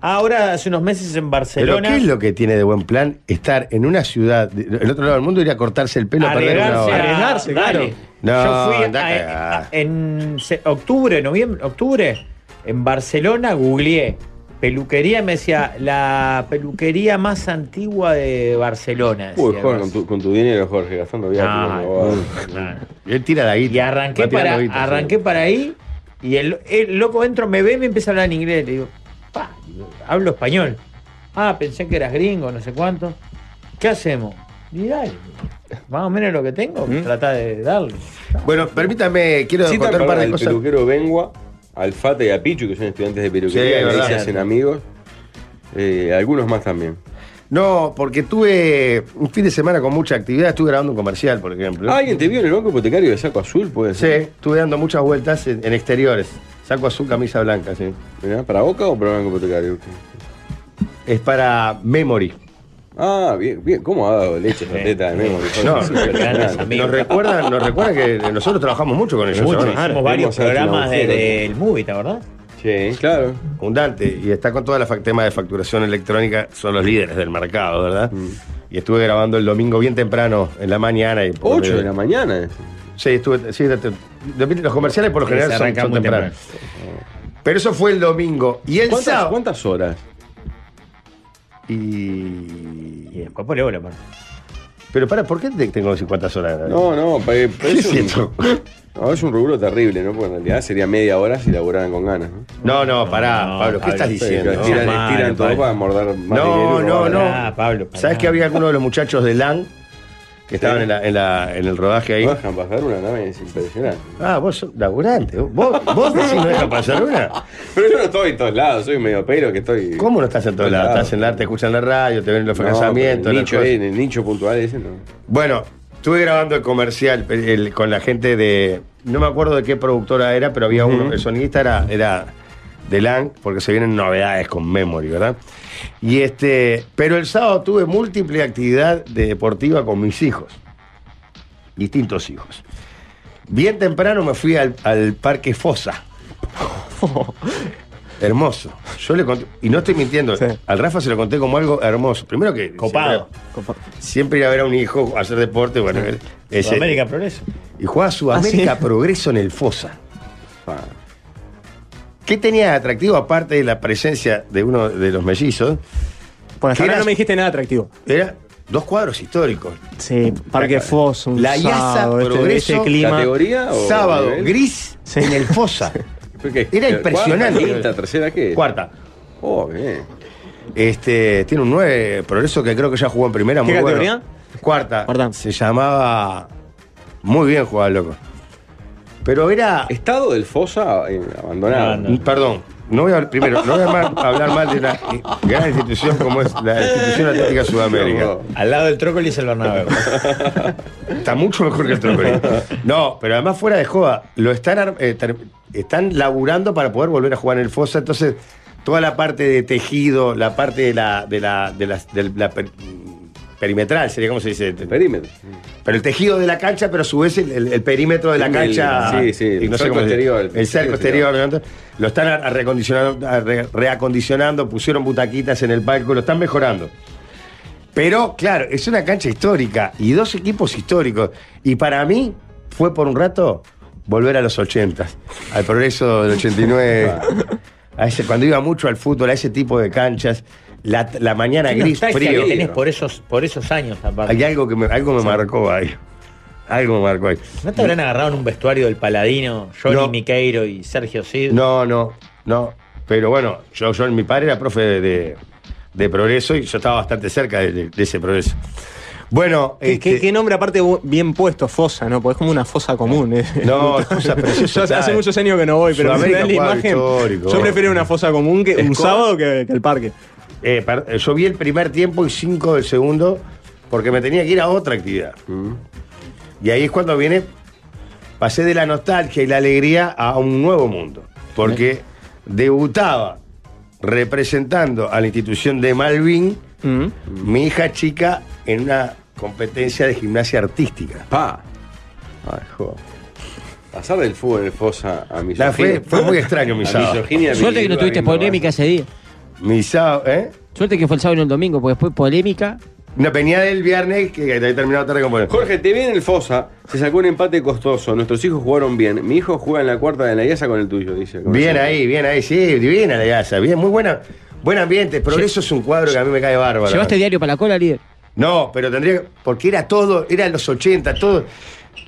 [SPEAKER 6] Ahora, hace unos meses en
[SPEAKER 5] Pero
[SPEAKER 6] Barcelona.
[SPEAKER 5] ¿qué es lo que tiene de buen plan estar en una ciudad, de- del otro lado del mundo, ir a cortarse el pelo a perder una
[SPEAKER 6] arriesgarse,
[SPEAKER 5] hora?
[SPEAKER 6] a-
[SPEAKER 7] Arriesgarse,
[SPEAKER 6] dale.
[SPEAKER 7] claro.
[SPEAKER 5] No,
[SPEAKER 6] Yo fui
[SPEAKER 5] anda
[SPEAKER 6] a-
[SPEAKER 5] a
[SPEAKER 6] a-
[SPEAKER 5] cagar.
[SPEAKER 6] a- en se- octubre, noviembre, octubre, en Barcelona googleé peluquería y me decía la peluquería más antigua de Barcelona.
[SPEAKER 2] Uy,
[SPEAKER 6] decía, Ah,
[SPEAKER 2] Jorge,
[SPEAKER 6] algo
[SPEAKER 2] con
[SPEAKER 6] así.
[SPEAKER 2] tu, con tu dinero, Jorge, gastando viajes.
[SPEAKER 6] No,
[SPEAKER 2] como vos.
[SPEAKER 6] no, no.
[SPEAKER 5] Y él tira la guita.
[SPEAKER 6] Y arranqué
[SPEAKER 5] va tirando
[SPEAKER 6] para,
[SPEAKER 5] guita,
[SPEAKER 6] arranqué
[SPEAKER 5] sí.
[SPEAKER 6] para ahí y el, el loco dentro me ve y me empieza a hablar en inglés. Le digo, pa, digo, hablo español. Ah, pensé que eras gringo, no sé cuánto. ¿Qué hacemos? Y dale, más o menos lo que tengo, trata de darle.
[SPEAKER 5] ¿Mm? Bueno, permítame, quiero
[SPEAKER 2] Sí,
[SPEAKER 5] contar un par de
[SPEAKER 2] al
[SPEAKER 5] cosas.
[SPEAKER 2] peluquero Bengua, al Fata y a Pichu, que son estudiantes de
[SPEAKER 5] Sí,
[SPEAKER 2] peluquería, que
[SPEAKER 5] verdad.
[SPEAKER 2] se hacen amigos. Eh, algunos más también.
[SPEAKER 5] No, porque tuve un fin de semana con mucha actividad, estuve grabando un comercial, por ejemplo.
[SPEAKER 2] Ah, ¿Alguien te vio en el banco hipotecario de saco azul? Puede
[SPEAKER 5] Sí,
[SPEAKER 2] ser.
[SPEAKER 5] estuve dando muchas vueltas en, en exteriores. Saco azul, camisa blanca, sí.
[SPEAKER 2] Mirá, ¿Para Boca o para el banco hipotecario?
[SPEAKER 5] Es para Memory.
[SPEAKER 2] Ah, bien, bien. ¿Cómo ha dado leche esa
[SPEAKER 6] Sí.
[SPEAKER 2] teta de memory?
[SPEAKER 5] No,
[SPEAKER 6] grandes
[SPEAKER 2] Es impresionante.
[SPEAKER 6] amigos.
[SPEAKER 5] nos recuerdan, nos recuerdan que nosotros trabajamos mucho con ellos.
[SPEAKER 6] Mucho,
[SPEAKER 5] ¿no?
[SPEAKER 6] hicimos varios
[SPEAKER 2] Vimos a
[SPEAKER 6] programas
[SPEAKER 2] Lautaro.
[SPEAKER 6] del movie, ¿te acordás?
[SPEAKER 2] Sí, claro.
[SPEAKER 5] abundante y está con todo el tema de facturación electrónica, son los líderes del mercado, ¿verdad? Y estuve grabando el domingo bien temprano, en la mañana. Y por-
[SPEAKER 2] 8 de la mañana. es.
[SPEAKER 5] Sí, estuve. sí, te- te- los comerciales por lo
[SPEAKER 6] Sí, se
[SPEAKER 5] general son,
[SPEAKER 6] arranca
[SPEAKER 5] son
[SPEAKER 6] muy
[SPEAKER 5] tempranos. Pero eso fue el domingo. Y el
[SPEAKER 2] ¿Cuántas,
[SPEAKER 5] sábado.
[SPEAKER 2] cuántas horas?
[SPEAKER 6] Y
[SPEAKER 5] Y...
[SPEAKER 6] después por bola, mano.
[SPEAKER 5] Pero para, ¿por qué te- tengo 50 horas?
[SPEAKER 2] No, no, pa- pa-
[SPEAKER 5] ¿Qué
[SPEAKER 2] es
[SPEAKER 5] es esto?
[SPEAKER 2] un, <laughs> no, es un rubro terrible, ¿no? Porque en realidad sería media hora si laboraran con ganas, ¿no?
[SPEAKER 5] No, no, pará,
[SPEAKER 6] No,
[SPEAKER 5] Pablo, ¿qué
[SPEAKER 6] Pablo,
[SPEAKER 5] estás
[SPEAKER 6] sí,
[SPEAKER 5] diciendo?
[SPEAKER 2] Que Estiran,
[SPEAKER 6] Mal,
[SPEAKER 2] estiran todo
[SPEAKER 6] mal.
[SPEAKER 2] para morder más
[SPEAKER 5] No,
[SPEAKER 2] dinero y
[SPEAKER 5] no,
[SPEAKER 2] robar.
[SPEAKER 5] no.
[SPEAKER 6] Ah, Pablo. pará.
[SPEAKER 5] ¿Sabes que había alguno de los muchachos de LAN que estaban en, la- en la- en el rodaje ahí?
[SPEAKER 2] No dejan pasar una nave, es impresionante.
[SPEAKER 5] Ah, vos sos laburante. Vos, vos decís no deja pasar una.
[SPEAKER 2] <laughs> Pero yo no estoy en todos lados, soy medio pero que estoy.
[SPEAKER 5] ¿Cómo no estás en todos lados? Estás en la, te escuchan la radio, te ven los
[SPEAKER 2] No,
[SPEAKER 5] fracasamientos.
[SPEAKER 2] pero en el
[SPEAKER 5] las
[SPEAKER 2] nicho,
[SPEAKER 5] cosas.
[SPEAKER 2] eh, en el nicho puntual ese no.
[SPEAKER 5] Bueno, estuve grabando el comercial el- el- con la gente de. No me acuerdo de qué productora era, pero había uno. El sonidista era, era de LAN, porque se vienen novedades con Memory, ¿verdad? Y este, pero el sábado tuve múltiple actividad de deportiva con mis hijos. Distintos hijos. Bien temprano me fui al, al Parque Fosa. hermoso. Yo le conté, y no estoy mintiendo, al Rafa se lo conté como algo hermoso. Primero que.
[SPEAKER 6] Copado.
[SPEAKER 5] Siempre, siempre ir a ver a un hijo hacer deporte, bueno. ese-
[SPEAKER 6] Sudamérica Progreso.
[SPEAKER 5] y jugaba Sudamérica Progreso en el Fosa. ¿Qué tenía de atractivo aparte de la presencia de uno de los mellizos?
[SPEAKER 7] Por hasta
[SPEAKER 5] ¿Qué
[SPEAKER 7] ahora
[SPEAKER 5] era-
[SPEAKER 7] no me dijiste nada atractivo.
[SPEAKER 5] Era dos cuadros históricos.
[SPEAKER 7] Sí,
[SPEAKER 2] Eh,
[SPEAKER 7] Parque Foz, un
[SPEAKER 5] La IASA
[SPEAKER 7] sábado, este-
[SPEAKER 5] Progreso,
[SPEAKER 7] este clima.
[SPEAKER 2] ¿Categoría o
[SPEAKER 5] sábado,
[SPEAKER 2] nivel?
[SPEAKER 5] gris
[SPEAKER 7] Sí.
[SPEAKER 5] en el
[SPEAKER 7] <laughs>
[SPEAKER 5] Fosa.
[SPEAKER 2] ¿Qué?
[SPEAKER 5] Era
[SPEAKER 2] ¿Cuarta,
[SPEAKER 5] impresionante.
[SPEAKER 2] quinta, tercera, ¿qué? es?
[SPEAKER 5] Cuarta.
[SPEAKER 2] Oh, bien.
[SPEAKER 5] Este, tiene un 9 Progreso que creo que ya jugó en primera.
[SPEAKER 7] ¿Qué
[SPEAKER 5] muy bueno.
[SPEAKER 7] categoría?
[SPEAKER 5] Cuarta.
[SPEAKER 7] Cuarta.
[SPEAKER 5] Se llamaba. Muy bien jugaba, loco. Pero era.
[SPEAKER 2] Estado del Fosa eh, abandonado.
[SPEAKER 6] No, no.
[SPEAKER 5] Perdón, no voy a, primero, no voy a mal- hablar mal de una gran institución como es la Institución Atlética Sudamérica.
[SPEAKER 6] Al lado del Trócoli es el Bernabéu.
[SPEAKER 5] Está mucho mejor que el Trócoli. No, pero además fuera de joda, lo están, ar- eh, ter- están laburando para poder volver a jugar en el Fosa, entonces toda la parte de tejido, la parte de la, de la, de las- de la per- perimetral, sería como se dice.
[SPEAKER 2] Perímetro.
[SPEAKER 5] Pero el tejido de la cancha, pero a su vez el, el- el perímetro de la
[SPEAKER 2] El-
[SPEAKER 5] cancha.
[SPEAKER 2] sí, sí, el
[SPEAKER 5] y
[SPEAKER 2] cerco
[SPEAKER 5] cómo se-
[SPEAKER 2] exterior.
[SPEAKER 5] El cerco exterior. ¿no? Lo están a- recondicionando, a re- reacondicionando, pusieron butaquitas en el palco, lo están mejorando. Pero, claro, es una cancha histórica y dos equipos históricos. Y para mí fue por un rato volver a los 80, al progreso del
[SPEAKER 6] <laughs>
[SPEAKER 5] 89. a ese, cuando iba mucho al fútbol, a ese tipo de canchas. La, la mañana
[SPEAKER 6] Qué
[SPEAKER 5] gris,
[SPEAKER 6] nostalgia
[SPEAKER 5] frío.
[SPEAKER 6] que tenés por esos, por esos años, aparte.
[SPEAKER 5] Hay algo que me, algo me marcó ahí. Algo me marcó ahí.
[SPEAKER 6] ¿No te habrán agarrado en un vestuario del Paladino, Johnny
[SPEAKER 5] No.
[SPEAKER 6] Miqueiro y Sergio Cid?
[SPEAKER 5] No, no, no. Pero bueno, yo, yo- mi padre era profe de, de, de progreso y yo estaba bastante cerca de, de- de ese progreso. Bueno,
[SPEAKER 7] ¿Qué,
[SPEAKER 5] este,
[SPEAKER 7] qué- qué nombre aparte bu- bien puesto, fosa, ¿no? Porque es como una fosa común. eh.
[SPEAKER 5] <laughs> No, fosa
[SPEAKER 7] <laughs>
[SPEAKER 5] preciosa,
[SPEAKER 7] Yo hace- hace
[SPEAKER 5] claro.
[SPEAKER 7] muchos años que no voy, pero
[SPEAKER 5] Sudamérica,
[SPEAKER 7] me da la
[SPEAKER 5] cuadro
[SPEAKER 7] imagen.
[SPEAKER 5] histórico.
[SPEAKER 7] Yo prefiero una fosa común que un
[SPEAKER 2] Escocia.
[SPEAKER 7] sábado que, que el parque.
[SPEAKER 5] eh, par- yo vi el primer tiempo y cinco del segundo porque me tenía que ir a otra actividad.
[SPEAKER 7] Mm.
[SPEAKER 5] Y ahí es cuando viene, pasé de la nostalgia y la alegría a un nuevo mundo. Porque debutaba representando a la institución de Malvin.
[SPEAKER 7] Mm.
[SPEAKER 5] Mi hija chica en una competencia de gimnasia artística.
[SPEAKER 2] Pa. Ay, joder. Pasar del fútbol en el Fosa a misoginia.
[SPEAKER 5] La fue, fue muy extraño mi
[SPEAKER 2] a
[SPEAKER 5] sábado.
[SPEAKER 2] misoginia,
[SPEAKER 9] Suerte que no
[SPEAKER 2] bilingüe,
[SPEAKER 9] tuviste
[SPEAKER 2] habiendo-
[SPEAKER 9] polémica ese día.
[SPEAKER 5] Mi sábado, ¿eh?
[SPEAKER 9] Suerte que fue el sábado y no el domingo, porque después polémica.
[SPEAKER 5] Una venía del viernes que había terminado tarde con poner.
[SPEAKER 2] Jorge, te viene el Fosa. Se sacó un empate costoso. Nuestros hijos jugaron bien. Mi hijo juega en la cuarta de la IASA con el tuyo, dice.
[SPEAKER 5] Bien eh. ahí, bien ahí, sí, divina la gasa, bien, muy buena. Buen ambiente, Progreso es un cuadro que a mí me cae bárbaro.
[SPEAKER 9] ¿Llevaste diario para la cola, líder?
[SPEAKER 5] No, pero tendría. Porque era todo, eran los 80, todo.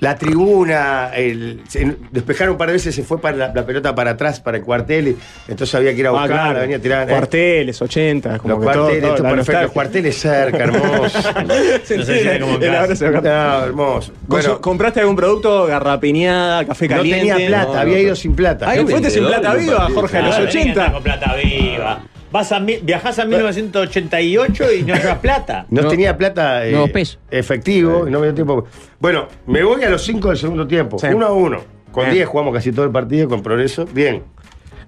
[SPEAKER 5] La tribuna, el, se- despejar un par de veces se fue para la, la pelota para atrás, para el cuartel, y entonces había que ir a
[SPEAKER 7] Ah,
[SPEAKER 5] buscarla,
[SPEAKER 7] claro.
[SPEAKER 5] venía a tirar. ¿eh?
[SPEAKER 7] Cuarteles, 80, como
[SPEAKER 5] Los
[SPEAKER 7] que todo,
[SPEAKER 5] cuarteles,
[SPEAKER 7] todo,
[SPEAKER 5] esto
[SPEAKER 7] la
[SPEAKER 5] perfecto, los
[SPEAKER 7] nostalgia.
[SPEAKER 5] cuarteles cerca,
[SPEAKER 7] <laughs>
[SPEAKER 5] hermoso.
[SPEAKER 6] No se siente como en
[SPEAKER 7] El
[SPEAKER 6] casa.
[SPEAKER 7] abrazo de Garrapiñada.
[SPEAKER 5] No, hermoso.
[SPEAKER 7] Cons-
[SPEAKER 5] Bueno,
[SPEAKER 7] ¿Compraste algún producto? Garrapiñada, café
[SPEAKER 5] no
[SPEAKER 7] caliente.
[SPEAKER 5] tenía plata,
[SPEAKER 2] no,
[SPEAKER 5] había
[SPEAKER 2] no,
[SPEAKER 5] ido
[SPEAKER 2] no.
[SPEAKER 5] sin plata.
[SPEAKER 7] Ay,
[SPEAKER 2] Hay un
[SPEAKER 7] fuiste sin
[SPEAKER 2] vendedor
[SPEAKER 7] plata
[SPEAKER 2] de un
[SPEAKER 7] viva,
[SPEAKER 2] partido,
[SPEAKER 7] Jorge, a los
[SPEAKER 6] Claro, tenés que
[SPEAKER 7] 80.
[SPEAKER 6] andar Ah, con plata viva. Vas a, mi- viajás a 1988 y no llevas plata.
[SPEAKER 5] No,
[SPEAKER 9] No.
[SPEAKER 5] tenía plata eh,
[SPEAKER 9] Nuevos pesos.
[SPEAKER 5] efectivo, y no me dio tiempo. Bueno, me voy a los 5 del segundo tiempo.
[SPEAKER 7] Sí.
[SPEAKER 5] 1 a 1. Con
[SPEAKER 7] Bien.
[SPEAKER 5] 10 jugamos casi todo el partido, con progreso. Bien.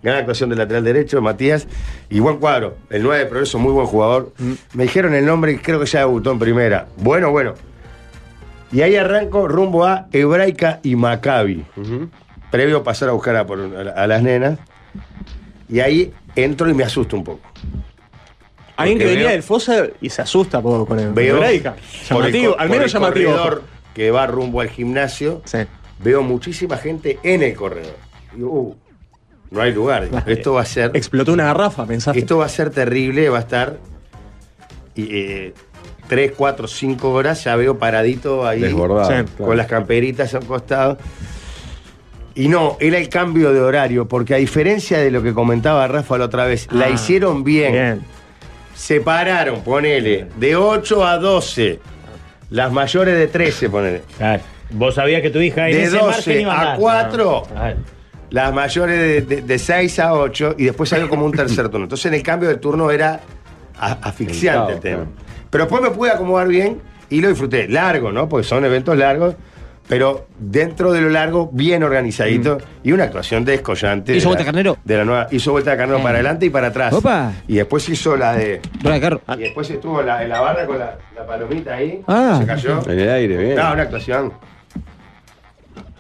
[SPEAKER 5] Gran actuación del lateral derecho, Matías. Y buen cuadro. El 9 de progreso, muy buen jugador. Me dijeron el nombre y creo que ya debutó en primera. Bueno, bueno. Y ahí arranco rumbo a Hebraica y Maccabi. Previo a pasar a buscar a, por- a las nenas. Y ahí entro y me asusto un poco.
[SPEAKER 7] Alguien que
[SPEAKER 5] Porque
[SPEAKER 7] venía
[SPEAKER 5] veo-
[SPEAKER 7] del fosa y se asusta poco con el
[SPEAKER 5] Veo
[SPEAKER 7] Hebraica.
[SPEAKER 5] por el
[SPEAKER 7] Llamativo,
[SPEAKER 5] co-
[SPEAKER 7] al
[SPEAKER 5] por
[SPEAKER 7] menos
[SPEAKER 5] el
[SPEAKER 7] llamativo.
[SPEAKER 5] corredor que va rumbo al gimnasio,
[SPEAKER 7] Sí.
[SPEAKER 5] veo muchísima gente en el corredor. Digo, "Uh, no hay lugar. Digo, esto va a ser
[SPEAKER 7] Explotó una garrafa, pensaste.
[SPEAKER 5] esto va a ser terrible, va a estar y, eh, tres, cuatro, cinco horas, ya veo paradito ahí
[SPEAKER 2] Desbordado.
[SPEAKER 7] Sí,
[SPEAKER 2] claro.
[SPEAKER 5] con las camperitas a un costado. Y no, era el cambio de horario, porque a diferencia de lo que comentaba Rafa la otra vez, la
[SPEAKER 7] Ah,
[SPEAKER 5] hicieron
[SPEAKER 7] Bien.
[SPEAKER 5] separaron, ponele, de 8 a 12. Las mayores de 13, ponele.
[SPEAKER 6] Claro. Vos sabías que tu hija en
[SPEAKER 5] De
[SPEAKER 6] ese
[SPEAKER 5] 12
[SPEAKER 6] margen iba a
[SPEAKER 5] a
[SPEAKER 6] andar. Ah,
[SPEAKER 5] 4.
[SPEAKER 6] Claro.
[SPEAKER 5] Las mayores de, de- de 6 a 8 y después salió como un tercer turno. Entonces en el cambio de turno era a- asfixiante el
[SPEAKER 2] Complicado,
[SPEAKER 5] tema. Pero después me pude acomodar bien y lo disfruté. Largo, ¿no? Porque son eventos largos. pero dentro de lo largo, bien organizadito
[SPEAKER 6] Mm.
[SPEAKER 5] y una actuación descollante.
[SPEAKER 9] ¿Hizo
[SPEAKER 5] de
[SPEAKER 9] vuelta
[SPEAKER 5] la-
[SPEAKER 9] Carnero? Eh.
[SPEAKER 5] De la nueva, hizo vuelta de carnero para adelante y para atrás.
[SPEAKER 9] Opa.
[SPEAKER 5] Y después hizo la de.
[SPEAKER 9] Rueda de carro.
[SPEAKER 5] Y después estuvo en la, en la barra con la, la palomita ahí.
[SPEAKER 9] Ah.
[SPEAKER 5] Se cayó.
[SPEAKER 2] En el aire, bien.
[SPEAKER 5] No, una actuación.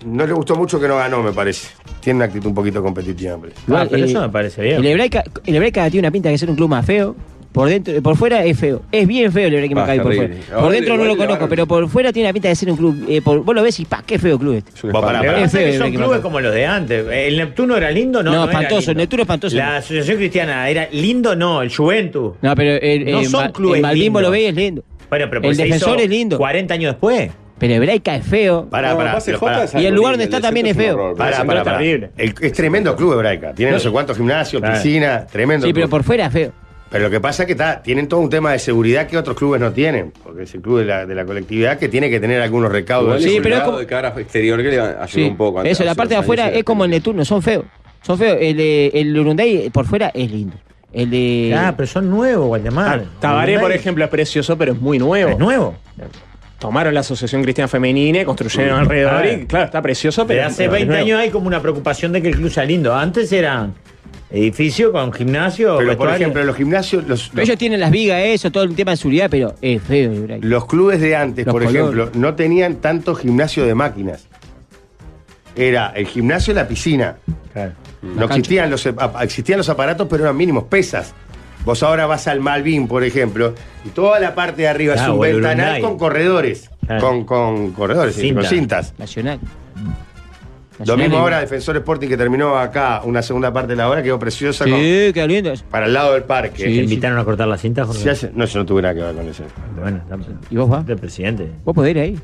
[SPEAKER 5] No le gustó mucho que no ganó, me parece. Tiene una actitud un poquito competitiva, hombre.
[SPEAKER 6] Ah,
[SPEAKER 9] Igual,
[SPEAKER 6] pero
[SPEAKER 9] eh,
[SPEAKER 6] eso me parece bien.
[SPEAKER 9] El Hebraica, el Hebraica tiene una pinta de ser un club más feo. Por dentro, por fuera es feo. Es bien feo el Hebraica
[SPEAKER 2] Ah,
[SPEAKER 9] Maccabi por fuera.
[SPEAKER 2] terrible.
[SPEAKER 9] Por
[SPEAKER 2] Ahora
[SPEAKER 9] dentro no
[SPEAKER 2] igual
[SPEAKER 9] lo
[SPEAKER 2] le
[SPEAKER 9] conozco,
[SPEAKER 2] ganaron.
[SPEAKER 9] pero por fuera tiene la pinta de ser un club. eh, por- vos lo ves y pa, qué feo club este.
[SPEAKER 2] Es un
[SPEAKER 5] Vos pará,
[SPEAKER 2] espanto.
[SPEAKER 6] Lo que
[SPEAKER 5] pará.
[SPEAKER 6] pasa es que
[SPEAKER 9] Feo,
[SPEAKER 6] son
[SPEAKER 9] que
[SPEAKER 6] clubes
[SPEAKER 9] no-
[SPEAKER 6] como los de antes. El Neptuno era lindo, no.
[SPEAKER 9] No,
[SPEAKER 6] era
[SPEAKER 9] espantoso,
[SPEAKER 6] lindo.
[SPEAKER 9] el Neptuno espantoso.
[SPEAKER 6] La Asociación Cristiana era lindo, no. El Juventud.
[SPEAKER 9] No, pero el, eh,
[SPEAKER 6] No
[SPEAKER 9] el
[SPEAKER 6] son
[SPEAKER 9] Ma-
[SPEAKER 6] clubes
[SPEAKER 9] el Malvin vos lo
[SPEAKER 6] lindos.
[SPEAKER 9] veis es lindo.
[SPEAKER 6] Bueno, pero porque
[SPEAKER 9] El
[SPEAKER 6] se
[SPEAKER 9] defensor
[SPEAKER 6] hizo
[SPEAKER 9] es lindo.
[SPEAKER 6] 40 años después.
[SPEAKER 9] Pero Hebraica es feo.
[SPEAKER 5] Pará,
[SPEAKER 2] No,
[SPEAKER 5] pará.
[SPEAKER 2] pase
[SPEAKER 5] pero
[SPEAKER 2] Jota
[SPEAKER 5] pará.
[SPEAKER 2] es algo
[SPEAKER 9] Y el lugar donde está
[SPEAKER 2] horrible, el
[SPEAKER 9] también
[SPEAKER 2] centro
[SPEAKER 9] es
[SPEAKER 2] un
[SPEAKER 9] feo.
[SPEAKER 2] horror,
[SPEAKER 5] Pará,
[SPEAKER 2] parece.
[SPEAKER 5] pará, pará.
[SPEAKER 7] terrible.
[SPEAKER 5] El- es tremendo club hebraica. Tiene no sé cuántos gimnasios,
[SPEAKER 2] Ah.
[SPEAKER 6] Claro.
[SPEAKER 5] piscina, tremendo.
[SPEAKER 9] Sí, pero
[SPEAKER 5] club.
[SPEAKER 9] por fuera es feo.
[SPEAKER 5] Pero lo que pasa es que está, tienen todo un tema de seguridad que otros clubes no tienen, porque es el club de la, de la colectividad que tiene que tener algunos recaudos.
[SPEAKER 2] Igual
[SPEAKER 9] Sí,
[SPEAKER 2] es
[SPEAKER 9] pero es
[SPEAKER 2] colgado
[SPEAKER 9] como-
[SPEAKER 2] de cara exterior que le ayudó
[SPEAKER 9] Sí.
[SPEAKER 2] un poco.
[SPEAKER 9] Eso, la parte de afuera es como el Neptuno, son feos. Son feos. El, eh, el Urunday eh, por fuera es lindo. El de.
[SPEAKER 6] Ah, pero son nuevos, Guatemala.
[SPEAKER 7] Tabaré, por ejemplo, es precioso, pero es muy nuevo.
[SPEAKER 6] Es nuevo.
[SPEAKER 7] Tomaron la Asociación Cristiana Femenina y construyeron alrededor.
[SPEAKER 6] Claro.
[SPEAKER 7] Y claro, está precioso, pero.
[SPEAKER 6] Pero Ah. hace
[SPEAKER 7] pero es
[SPEAKER 6] 20
[SPEAKER 7] nuevo.
[SPEAKER 6] años hay como una preocupación de que el club sea lindo. Antes eran edificio con gimnasio.
[SPEAKER 5] Pero por
[SPEAKER 6] vestuario.
[SPEAKER 5] ejemplo, los gimnasios, los,
[SPEAKER 9] Pero ellos tienen las vigas, eso, todo el tema de seguridad, pero es feo el Hebraica.
[SPEAKER 5] los clubes de antes, Eh,
[SPEAKER 9] Los
[SPEAKER 5] por
[SPEAKER 9] colores.
[SPEAKER 5] ejemplo, no tenían tanto gimnasio de máquinas. Era el gimnasio y la piscina. Mm.
[SPEAKER 6] Claro.
[SPEAKER 5] No existían los, ap- existían los aparatos, pero eran mínimos, pesas. Vos ahora vas al Malvin, por ejemplo, y toda la parte de arriba es
[SPEAKER 6] Ah,
[SPEAKER 5] un
[SPEAKER 6] o el
[SPEAKER 5] ventanal
[SPEAKER 6] Urunday.
[SPEAKER 5] con corredores.
[SPEAKER 6] Ah.
[SPEAKER 5] Con, con corredores, sí, con
[SPEAKER 6] Cintas.
[SPEAKER 5] cintas.
[SPEAKER 9] Nacional.
[SPEAKER 5] Lo mismo
[SPEAKER 9] es-
[SPEAKER 5] ahora, Defensor Sporting, que terminó acá una segunda parte de la hora, quedó preciosa con-
[SPEAKER 9] Sí, qué lindo. eso.
[SPEAKER 5] para el lado del parque.
[SPEAKER 6] ¿Te invitaron a cortar la cinta, Jorge?
[SPEAKER 5] Si hace- no, yo no tuve nada que ver con eso.
[SPEAKER 6] Bueno, está-
[SPEAKER 9] ¿Y vos vas?
[SPEAKER 6] de presidente.
[SPEAKER 9] Vos podés ir ahí.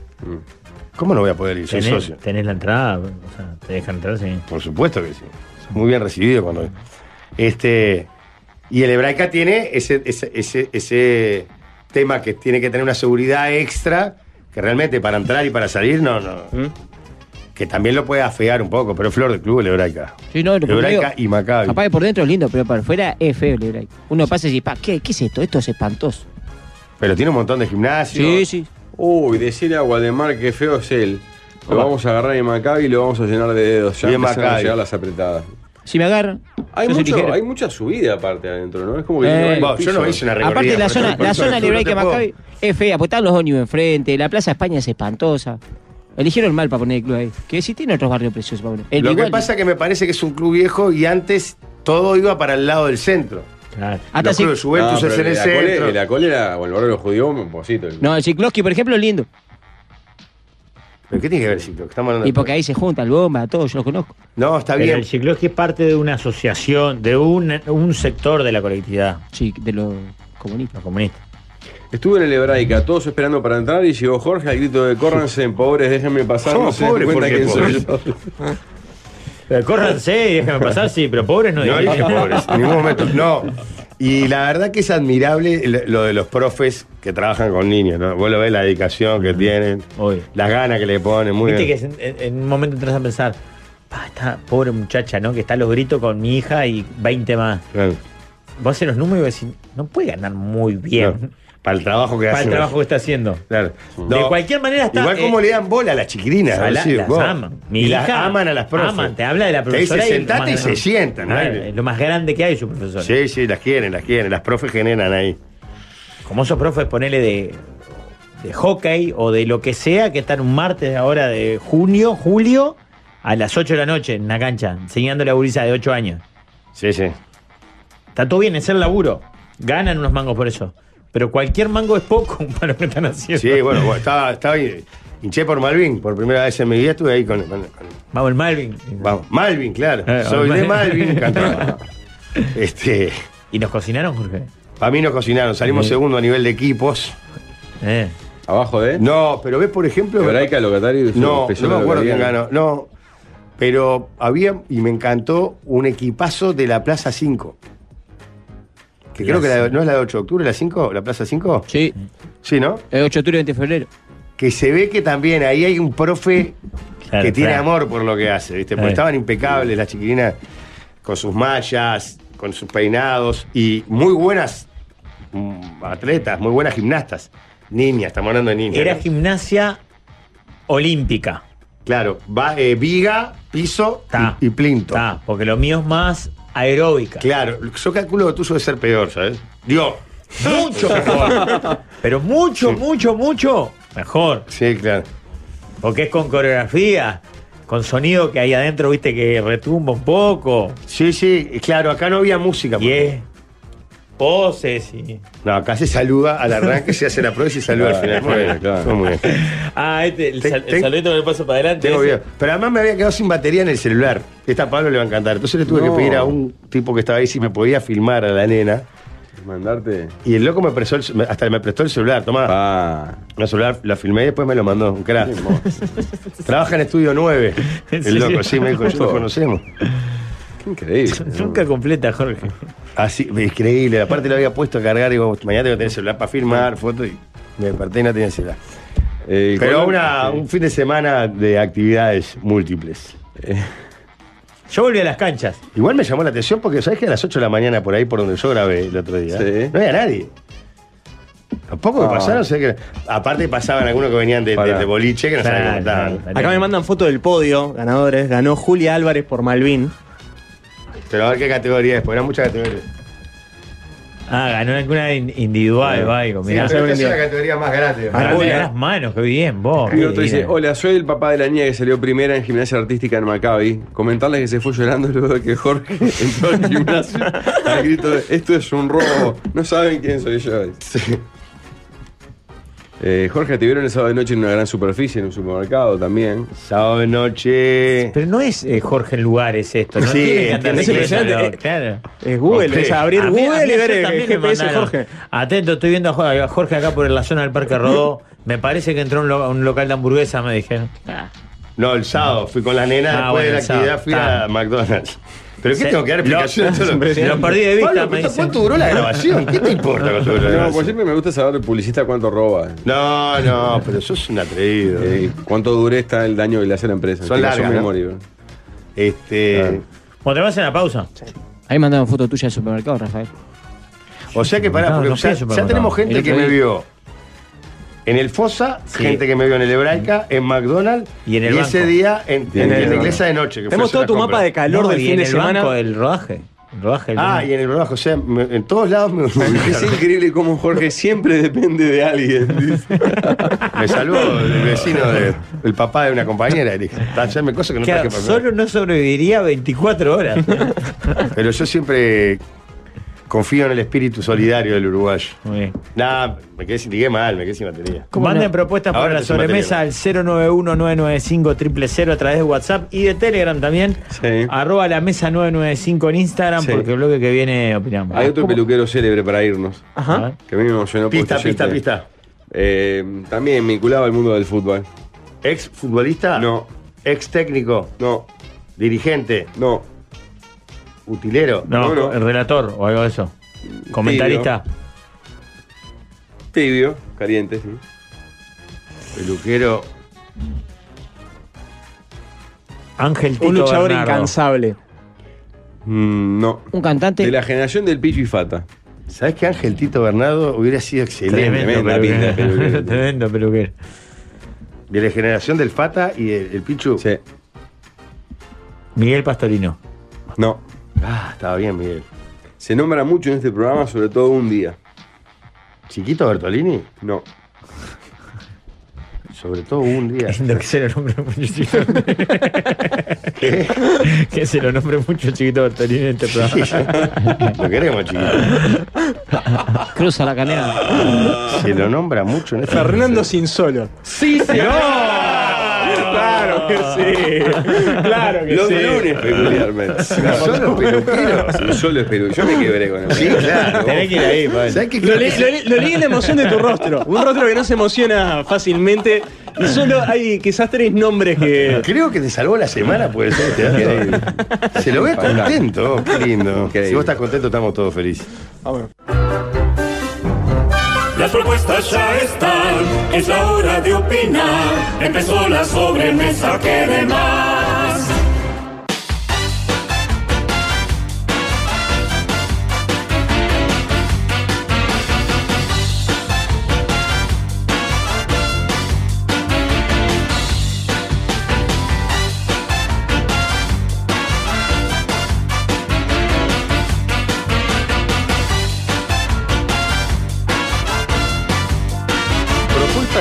[SPEAKER 5] ¿Cómo no voy a poder ir? Soy
[SPEAKER 6] Tenés,
[SPEAKER 5] socio.
[SPEAKER 6] tenés la entrada, o sea, te dejan entrar, sí.
[SPEAKER 5] Por supuesto que sí. Soy Muy bien recibido cuando. Este. Y el hebraica tiene ese, ese, ese, ese tema que tiene que tener una seguridad extra, que realmente para entrar y para salir, no, no.
[SPEAKER 9] ¿Mm?
[SPEAKER 5] Que también lo puede afear un poco, pero es flor del club el hebraica.
[SPEAKER 9] Sí, no, lo que
[SPEAKER 5] hebraica
[SPEAKER 9] digo,
[SPEAKER 5] y Maccabi.
[SPEAKER 9] Capaz que por dentro es lindo, pero por fuera es feo el Hebraica. Uno pasa y dice, pa, ¿qué, ¿qué es esto? Esto es espantoso.
[SPEAKER 5] Pero tiene un montón de gimnasio.
[SPEAKER 9] Sí, sí.
[SPEAKER 2] Uy, decirle a Guademar que feo es él. Lo
[SPEAKER 5] Opa.
[SPEAKER 2] vamos a agarrar en Maccabi y lo vamos a llenar de dedos. Ya
[SPEAKER 5] Bien
[SPEAKER 2] empezaron a
[SPEAKER 5] Maccabi.
[SPEAKER 2] llegar las apretadas.
[SPEAKER 9] Si me agarran.
[SPEAKER 2] Hay,
[SPEAKER 9] yo soy
[SPEAKER 2] mucho-
[SPEAKER 9] ligero.
[SPEAKER 2] hay mucha subida aparte adentro, ¿no? Es como que...
[SPEAKER 9] Eh,
[SPEAKER 2] no hay
[SPEAKER 5] Bueno, yo
[SPEAKER 2] piso.
[SPEAKER 5] no hice una recorrida.
[SPEAKER 9] Aparte, la
[SPEAKER 5] por
[SPEAKER 9] zona,
[SPEAKER 5] ejemplo,
[SPEAKER 9] la
[SPEAKER 5] por
[SPEAKER 9] zona
[SPEAKER 5] eso
[SPEAKER 9] libre
[SPEAKER 5] no te
[SPEAKER 9] que
[SPEAKER 5] puedo-
[SPEAKER 9] Maccabi es fea, porque están los ónibus enfrente, la Plaza España es espantosa. Eligieron mal para poner el club ahí. Que si tiene otros barrios preciosos para poner. El
[SPEAKER 5] Lo que
[SPEAKER 9] Biguali.
[SPEAKER 5] pasa es que me parece que es un club viejo y antes todo iba para el lado del centro.
[SPEAKER 6] Claro.
[SPEAKER 9] Hasta
[SPEAKER 5] los
[SPEAKER 9] si-
[SPEAKER 5] clubes Juventus
[SPEAKER 2] No,
[SPEAKER 5] es
[SPEAKER 2] pero
[SPEAKER 5] en el
[SPEAKER 2] Acol-
[SPEAKER 5] centro.
[SPEAKER 2] El Acol era, o el barrio de los judíos, un pocito.
[SPEAKER 9] No, el Cicloski, por ejemplo, es lindo.
[SPEAKER 5] ¿Pero qué tiene que ver el ciclo? Que Estamos hablando
[SPEAKER 9] Y
[SPEAKER 5] de-
[SPEAKER 9] porque ahí se junta el bomba, todos, yo los conozco.
[SPEAKER 5] No, está
[SPEAKER 6] Pero
[SPEAKER 5] bien.
[SPEAKER 6] el cicloski es parte de una asociación, de un, un sector de la colectividad,
[SPEAKER 9] Sí, de los comunistas.
[SPEAKER 6] los comunistas.
[SPEAKER 2] Estuve en el Hebraica, todos esperando para entrar y llegó Jorge al grito de
[SPEAKER 5] <laughs>
[SPEAKER 2] córranse, pobres, déjenme pasar.
[SPEAKER 5] Somos
[SPEAKER 2] se dan
[SPEAKER 5] pobres,
[SPEAKER 2] cuenta
[SPEAKER 5] ¿por qué
[SPEAKER 2] quién soy
[SPEAKER 5] pobres?
[SPEAKER 2] yo".
[SPEAKER 6] <laughs> Pero córranse y déjame pasar, sí, pero pobres no,
[SPEAKER 5] No
[SPEAKER 6] digan.
[SPEAKER 5] dije pobres, en ningún momento. No. Y la verdad que es admirable lo- lo de los profes que trabajan con niños. ¿no? Vos lo ves la dedicación que tienen,
[SPEAKER 6] Obvio.
[SPEAKER 5] las ganas que le ponen, muy
[SPEAKER 6] Viste que
[SPEAKER 5] bien.
[SPEAKER 6] es en, en- en un momento entras a pensar, "Pa, esta pobre muchacha, ¿no? Que está a los gritos con mi hija y 20 más.
[SPEAKER 5] Claro,
[SPEAKER 6] Vos haces los números y decís, no puede ganar muy bien
[SPEAKER 5] claro. Para el trabajo que
[SPEAKER 6] para el
[SPEAKER 5] hacen.
[SPEAKER 6] trabajo que está haciendo.
[SPEAKER 5] Claro.
[SPEAKER 6] De
[SPEAKER 5] No,
[SPEAKER 6] cualquier manera está.
[SPEAKER 5] Igual
[SPEAKER 6] eh,
[SPEAKER 5] como le dan bola a las chiquilinas.
[SPEAKER 6] a la-
[SPEAKER 5] sí,
[SPEAKER 6] las
[SPEAKER 5] vos.
[SPEAKER 6] aman. Mi
[SPEAKER 5] y
[SPEAKER 6] hija
[SPEAKER 5] las aman a las profes.
[SPEAKER 6] Aman, te habla de la
[SPEAKER 5] Te dice,
[SPEAKER 6] profesora. y lo
[SPEAKER 5] "Sentate"
[SPEAKER 6] más
[SPEAKER 5] y
[SPEAKER 6] grande.
[SPEAKER 5] se sientan, ¿no?
[SPEAKER 6] Claro, es lo más grande que hay su profesor.
[SPEAKER 5] Sí, sí, las quieren, las quieren. Las profes generan ahí.
[SPEAKER 6] Como esos profes, ponele de, de hockey o de lo que sea, que están un martes ahora de junio, julio, a las 8 de la noche en la cancha, enseñándole a Burisa de 8 años.
[SPEAKER 5] Sí, sí.
[SPEAKER 6] Está todo bien, es el laburo. Ganan unos mangos por eso. Pero cualquier mango es poco <laughs> para lo que están haciendo.
[SPEAKER 5] Sí, bueno, bueno, estaba, estaba ahí. Hinché por Malvin, por primera vez en mi vida estuve ahí con- con- con
[SPEAKER 6] Vamos, el Malvin.
[SPEAKER 5] Vamos, Malvin, claro.
[SPEAKER 6] Eh,
[SPEAKER 5] Soy de
[SPEAKER 6] Malvin.
[SPEAKER 5] Malvin,
[SPEAKER 6] <laughs>
[SPEAKER 5] cantaba. <laughs> Este,
[SPEAKER 6] Y nos cocinaron, Jorge.
[SPEAKER 5] a mí nos cocinaron, salimos segundo a nivel de equipos.
[SPEAKER 6] Eh.
[SPEAKER 2] Abajo de...
[SPEAKER 5] No, pero ves, por ejemplo.
[SPEAKER 2] Hebraica, locatario...
[SPEAKER 5] no,
[SPEAKER 2] especial
[SPEAKER 5] no me acuerdo quién
[SPEAKER 2] locatario.
[SPEAKER 5] ganó. No, pero había, y me encantó, un equipazo de la Plaza 5. Que creo que la- no es la de 8 de octubre, la 5, la Plaza 5.
[SPEAKER 9] Sí,
[SPEAKER 5] Sí, ¿no?
[SPEAKER 9] el 8 de octubre, 20 de febrero.
[SPEAKER 5] Que se ve que también ahí hay un profe
[SPEAKER 6] Claro,
[SPEAKER 5] que tiene
[SPEAKER 6] claro.
[SPEAKER 5] amor por lo que hace, ¿viste? Porque
[SPEAKER 2] Eh.
[SPEAKER 6] Ahí.
[SPEAKER 5] estaban impecables las chiquilinas con sus mallas, con sus peinados y muy buenas mm, atletas, muy buenas gimnastas. Niñas, estamos hablando de niñas.
[SPEAKER 6] Era
[SPEAKER 5] ¿no?
[SPEAKER 6] gimnasia olímpica.
[SPEAKER 5] Claro, va, eh, viga, piso y-
[SPEAKER 6] Está.
[SPEAKER 5] y, plinto.
[SPEAKER 6] Está, Ah, porque lo mío es más aeróbica.
[SPEAKER 5] Claro, yo calculo que tuyo debe ser peor, ¿sabes? Digo, mucho mejor.
[SPEAKER 6] <laughs> Pero mucho, mucho, mucho mejor.
[SPEAKER 5] Sí, claro.
[SPEAKER 6] Porque es con coreografía, con sonido que hay adentro, viste, que retumba un poco.
[SPEAKER 5] Sí, sí, claro, acá no había música. por
[SPEAKER 6] Y es poses y.
[SPEAKER 5] ejemplo. No, acá se saluda al arranque, se hace la prueba y se saluda al final.
[SPEAKER 2] Claro,
[SPEAKER 5] Muy bien,
[SPEAKER 2] claro.
[SPEAKER 5] fue muy bien.
[SPEAKER 6] Ah, este, el,
[SPEAKER 5] Ten-
[SPEAKER 6] sal- el
[SPEAKER 5] ten-
[SPEAKER 6] saludito que le paso para adelante.
[SPEAKER 5] Tengo
[SPEAKER 6] ese.
[SPEAKER 5] video. Pero además me había quedado sin batería en el celular. Esta a Pablo le va a encantar. Entonces le tuve
[SPEAKER 2] No.
[SPEAKER 5] que pedir a un tipo que estaba ahí si me podía filmar a la nena.
[SPEAKER 2] Mandarte.
[SPEAKER 5] Y el loco me prestó el ce- me- hasta me prestó el celular. Tomá,
[SPEAKER 2] Pa.
[SPEAKER 5] el celular la filmé y después me lo mandó. Un crack. <laughs> Trabaja en Estudio
[SPEAKER 2] <laughs>
[SPEAKER 5] 9.
[SPEAKER 6] ¿En
[SPEAKER 5] El loco,
[SPEAKER 6] serio?
[SPEAKER 5] sí, me dijo, yo lo conocemos.
[SPEAKER 2] Qué increíble. ¿no?
[SPEAKER 6] Nunca completa, Jorge.
[SPEAKER 5] Así, Ah, increíble. Aparte lo había puesto a cargar y digo, mañana tengo que tener el celular para filmar, foto y me desperté y no tenía el celular.
[SPEAKER 2] Eh,
[SPEAKER 5] Pero
[SPEAKER 2] Colón-
[SPEAKER 5] una,
[SPEAKER 2] sí.
[SPEAKER 5] Ah, un fin de semana de actividades múltiples.
[SPEAKER 6] Yo volví a las canchas.
[SPEAKER 5] Igual me llamó la atención porque sabes que a las 8 de la mañana por ahí por donde yo grabé el otro día,
[SPEAKER 2] Sí.
[SPEAKER 5] no había nadie. Tampoco
[SPEAKER 2] Ah.
[SPEAKER 5] me pasaron, sé que. Aparte pasaban algunos que venían de, de-
[SPEAKER 2] Pará.
[SPEAKER 5] de boliche que no sabían cómo
[SPEAKER 6] Pará,
[SPEAKER 5] estaban.
[SPEAKER 7] Acá me mandan foto del podio, ganadores. Ganó Julia Álvarez por Malvin.
[SPEAKER 5] Pero a ver qué categoría es, porque eran muchas categorías.
[SPEAKER 6] Ah, ganó alguna in- individual, va, digo,
[SPEAKER 5] Ah,
[SPEAKER 6] Ah,
[SPEAKER 5] Sí,
[SPEAKER 6] mirá.
[SPEAKER 5] pero esta es
[SPEAKER 7] aprendió.
[SPEAKER 5] una categoría más grande.
[SPEAKER 6] Mirá,
[SPEAKER 7] Hola.
[SPEAKER 6] las manos, qué bien, vos.
[SPEAKER 2] Y otro
[SPEAKER 6] qué
[SPEAKER 2] dice,
[SPEAKER 6] divina.
[SPEAKER 2] hola, soy el papá de la niña que salió primera en gimnasia artística en Maccabi. Comentarles que se fue llorando <laughs> luego de que Jorge entró al
[SPEAKER 5] <laughs>
[SPEAKER 2] gimnasio al grito de, esto es un robo, no saben quién soy yo. Eh, Jorge, te vieron el sábado de noche en una gran superficie, en un supermercado también.
[SPEAKER 5] Sábado de noche.
[SPEAKER 6] Pero no es eh, Jorge en lugares esto, ¿no?
[SPEAKER 5] Sí,
[SPEAKER 6] Tiene que andar
[SPEAKER 5] entiendo,
[SPEAKER 6] de
[SPEAKER 5] es
[SPEAKER 6] lleno,
[SPEAKER 7] impresionante.
[SPEAKER 6] ¿no? Claro.
[SPEAKER 7] Es Google,
[SPEAKER 5] Ok.
[SPEAKER 7] es abrir
[SPEAKER 6] A mí- a
[SPEAKER 7] Google
[SPEAKER 6] mí
[SPEAKER 7] y
[SPEAKER 6] ayer
[SPEAKER 7] ver el
[SPEAKER 6] también me
[SPEAKER 7] GPS de
[SPEAKER 6] mandaron.
[SPEAKER 7] Jorge.
[SPEAKER 6] Atento, estoy viendo a Jorge, a Jorge acá por la zona del Parque Rodó. Me parece que entró a un, lo- a un local de hamburguesa, me dijeron.
[SPEAKER 5] No, el sábado fui con la nena,
[SPEAKER 6] Ah,
[SPEAKER 5] después
[SPEAKER 6] bueno,
[SPEAKER 5] de la
[SPEAKER 6] el sábado.
[SPEAKER 5] actividad fui
[SPEAKER 6] Está.
[SPEAKER 5] a McDonald's. ¿Pero qué
[SPEAKER 6] <laughs> Sí.
[SPEAKER 5] tengo que dar
[SPEAKER 6] Lo-
[SPEAKER 5] <laughs> explicación? Esto
[SPEAKER 6] Lo perdí de vista,
[SPEAKER 5] Pablo,
[SPEAKER 6] me
[SPEAKER 5] ¿cuánto-
[SPEAKER 6] dicen.
[SPEAKER 5] ¿Cuánto duró la grabación? ¿Qué te importa cuánto duró la
[SPEAKER 2] No, pues
[SPEAKER 5] grabación?
[SPEAKER 2] siempre me gusta saber el publicista cuánto roba.
[SPEAKER 5] No, no, pero sos un atrevido.
[SPEAKER 2] Eh, cuánto dure está el daño que le hace a la empresa.
[SPEAKER 5] Son
[SPEAKER 2] Tengo
[SPEAKER 5] largas,
[SPEAKER 2] su
[SPEAKER 5] ¿no?
[SPEAKER 2] memoria.
[SPEAKER 5] Este,
[SPEAKER 2] Claro.
[SPEAKER 6] Bueno, te vas a la pausa.
[SPEAKER 9] Ahí mandaron foto tuya del supermercado, Rafael.
[SPEAKER 5] O sea que pará,
[SPEAKER 6] No,
[SPEAKER 5] porque
[SPEAKER 6] no
[SPEAKER 5] ya,
[SPEAKER 6] fui al
[SPEAKER 5] ya tenemos
[SPEAKER 6] supermercado.
[SPEAKER 5] gente
[SPEAKER 9] El
[SPEAKER 5] que
[SPEAKER 9] otro
[SPEAKER 5] me
[SPEAKER 9] día.
[SPEAKER 5] vio en el Fosa,
[SPEAKER 6] Sí.
[SPEAKER 5] gente que me vio en el Hebraica, en McDonald's
[SPEAKER 6] Y en el
[SPEAKER 5] ese
[SPEAKER 6] banco.
[SPEAKER 5] día en,
[SPEAKER 2] Y en
[SPEAKER 5] en la
[SPEAKER 2] el banco.
[SPEAKER 5] iglesia de noche. que fue a
[SPEAKER 7] Tenemos
[SPEAKER 5] hacer
[SPEAKER 7] todo
[SPEAKER 5] la
[SPEAKER 7] tu
[SPEAKER 5] compra.
[SPEAKER 7] mapa de calor
[SPEAKER 6] No,
[SPEAKER 7] del
[SPEAKER 6] y
[SPEAKER 7] fin
[SPEAKER 6] en
[SPEAKER 7] de
[SPEAKER 6] el
[SPEAKER 7] semana.
[SPEAKER 6] banco del rodaje. El rodaje del
[SPEAKER 5] Ah,
[SPEAKER 6] banco.
[SPEAKER 5] y en el banco, o sea, me- en todos lados me
[SPEAKER 2] Es increíble cómo Jorge siempre depende de <laughs> alguien.
[SPEAKER 5] Me saludó el vecino, de- el papá de una compañera. Y dije, "Está, ya me cosa que no
[SPEAKER 6] Claro,
[SPEAKER 5] traje para
[SPEAKER 6] solo no sobreviviría 24 horas.
[SPEAKER 5] Pero yo siempre confío en el espíritu solidario del uruguayo.
[SPEAKER 6] Muy bien.
[SPEAKER 5] Nah, me quedé sin, ligué mal, me quedé sin batería.
[SPEAKER 6] Manden propuestas
[SPEAKER 5] Ahora
[SPEAKER 6] para la
[SPEAKER 5] te estoy
[SPEAKER 6] sobremesa al 091-995-000 a través de WhatsApp y de Telegram también.
[SPEAKER 2] Sí.
[SPEAKER 6] Arroba la mesa 995 en Instagram
[SPEAKER 2] Sí.
[SPEAKER 6] porque el bloque que viene opinamos.
[SPEAKER 2] Hay otro peluquero célebre para irnos.
[SPEAKER 6] A ver.
[SPEAKER 7] Ajá.
[SPEAKER 2] Que a mí me emocionó porque
[SPEAKER 5] Pista,
[SPEAKER 2] este
[SPEAKER 5] pista,
[SPEAKER 2] oyente-
[SPEAKER 5] pista.
[SPEAKER 2] Eh, también vinculado al mundo del fútbol.
[SPEAKER 5] ¿Ex futbolista?
[SPEAKER 2] No.
[SPEAKER 5] ¿Ex técnico?
[SPEAKER 2] No,
[SPEAKER 5] ¿Dirigente?
[SPEAKER 2] no.
[SPEAKER 5] ¿Utilero?
[SPEAKER 6] No,
[SPEAKER 2] No, no.
[SPEAKER 6] el relator o algo de eso. Comentarista.
[SPEAKER 2] Tibio, caliente, sí.
[SPEAKER 5] ¿Peluquero?
[SPEAKER 6] Ángel Tito
[SPEAKER 7] Un luchador
[SPEAKER 6] Bernardo.
[SPEAKER 7] incansable.
[SPEAKER 2] Mm, no.
[SPEAKER 9] Un cantante.
[SPEAKER 2] De la generación del Pichu y Fata.
[SPEAKER 5] ¿Sabes que Ángel Tito Bernardo hubiera sido excelente?
[SPEAKER 6] Tremendo peluquero.
[SPEAKER 2] Tremenda pinta,
[SPEAKER 6] <laughs>
[SPEAKER 2] peluquero.
[SPEAKER 6] Tremendo peluquero.
[SPEAKER 5] De la generación del Fata y el, el Pichu.
[SPEAKER 2] Sí.
[SPEAKER 6] Miguel Pastorino.
[SPEAKER 2] No.
[SPEAKER 5] Ah, estaba bien, Miguel.
[SPEAKER 2] Se nombra mucho en este programa, sobre todo un día.
[SPEAKER 5] ¿Chiquito Bertolini?
[SPEAKER 2] No.
[SPEAKER 5] Sobre todo un día.
[SPEAKER 6] <laughs> Lindo que se lo nombre mucho
[SPEAKER 5] <laughs>
[SPEAKER 6] chiquito. que se lo nombre mucho chiquito Bertolini en este programa.
[SPEAKER 5] Lo queremos, chiquito.
[SPEAKER 9] Cruza la canela.
[SPEAKER 5] Se lo nombra mucho en este
[SPEAKER 7] Fernando Sinsolo.
[SPEAKER 2] ¡Sí,
[SPEAKER 7] Claro que sí. Claro que
[SPEAKER 2] Los
[SPEAKER 7] sí.
[SPEAKER 2] lunes,
[SPEAKER 5] <laughs>
[SPEAKER 2] peculiarmente.
[SPEAKER 5] Solo peluquero.
[SPEAKER 2] Sí, solo es peluquero. Yo me quebré con el
[SPEAKER 5] Sí, claro.
[SPEAKER 6] Tenés que ir ahí, Pablo.
[SPEAKER 5] ¿Sabes qué?
[SPEAKER 7] Lo, le- lo le- lo leí en la emoción de tu rostro. Un rostro que no se emociona fácilmente. Y solo hay quizás tres nombres que.
[SPEAKER 5] Creo que te salvó la semana, pues. puede ser. te da todo. Se lo ve contento, qué lindo.
[SPEAKER 2] Increíble.
[SPEAKER 5] Si vos estás contento, estamos todos felices.
[SPEAKER 4] Las propuestas ya están, es la hora de opinar. Empezó la sobremesa que de más.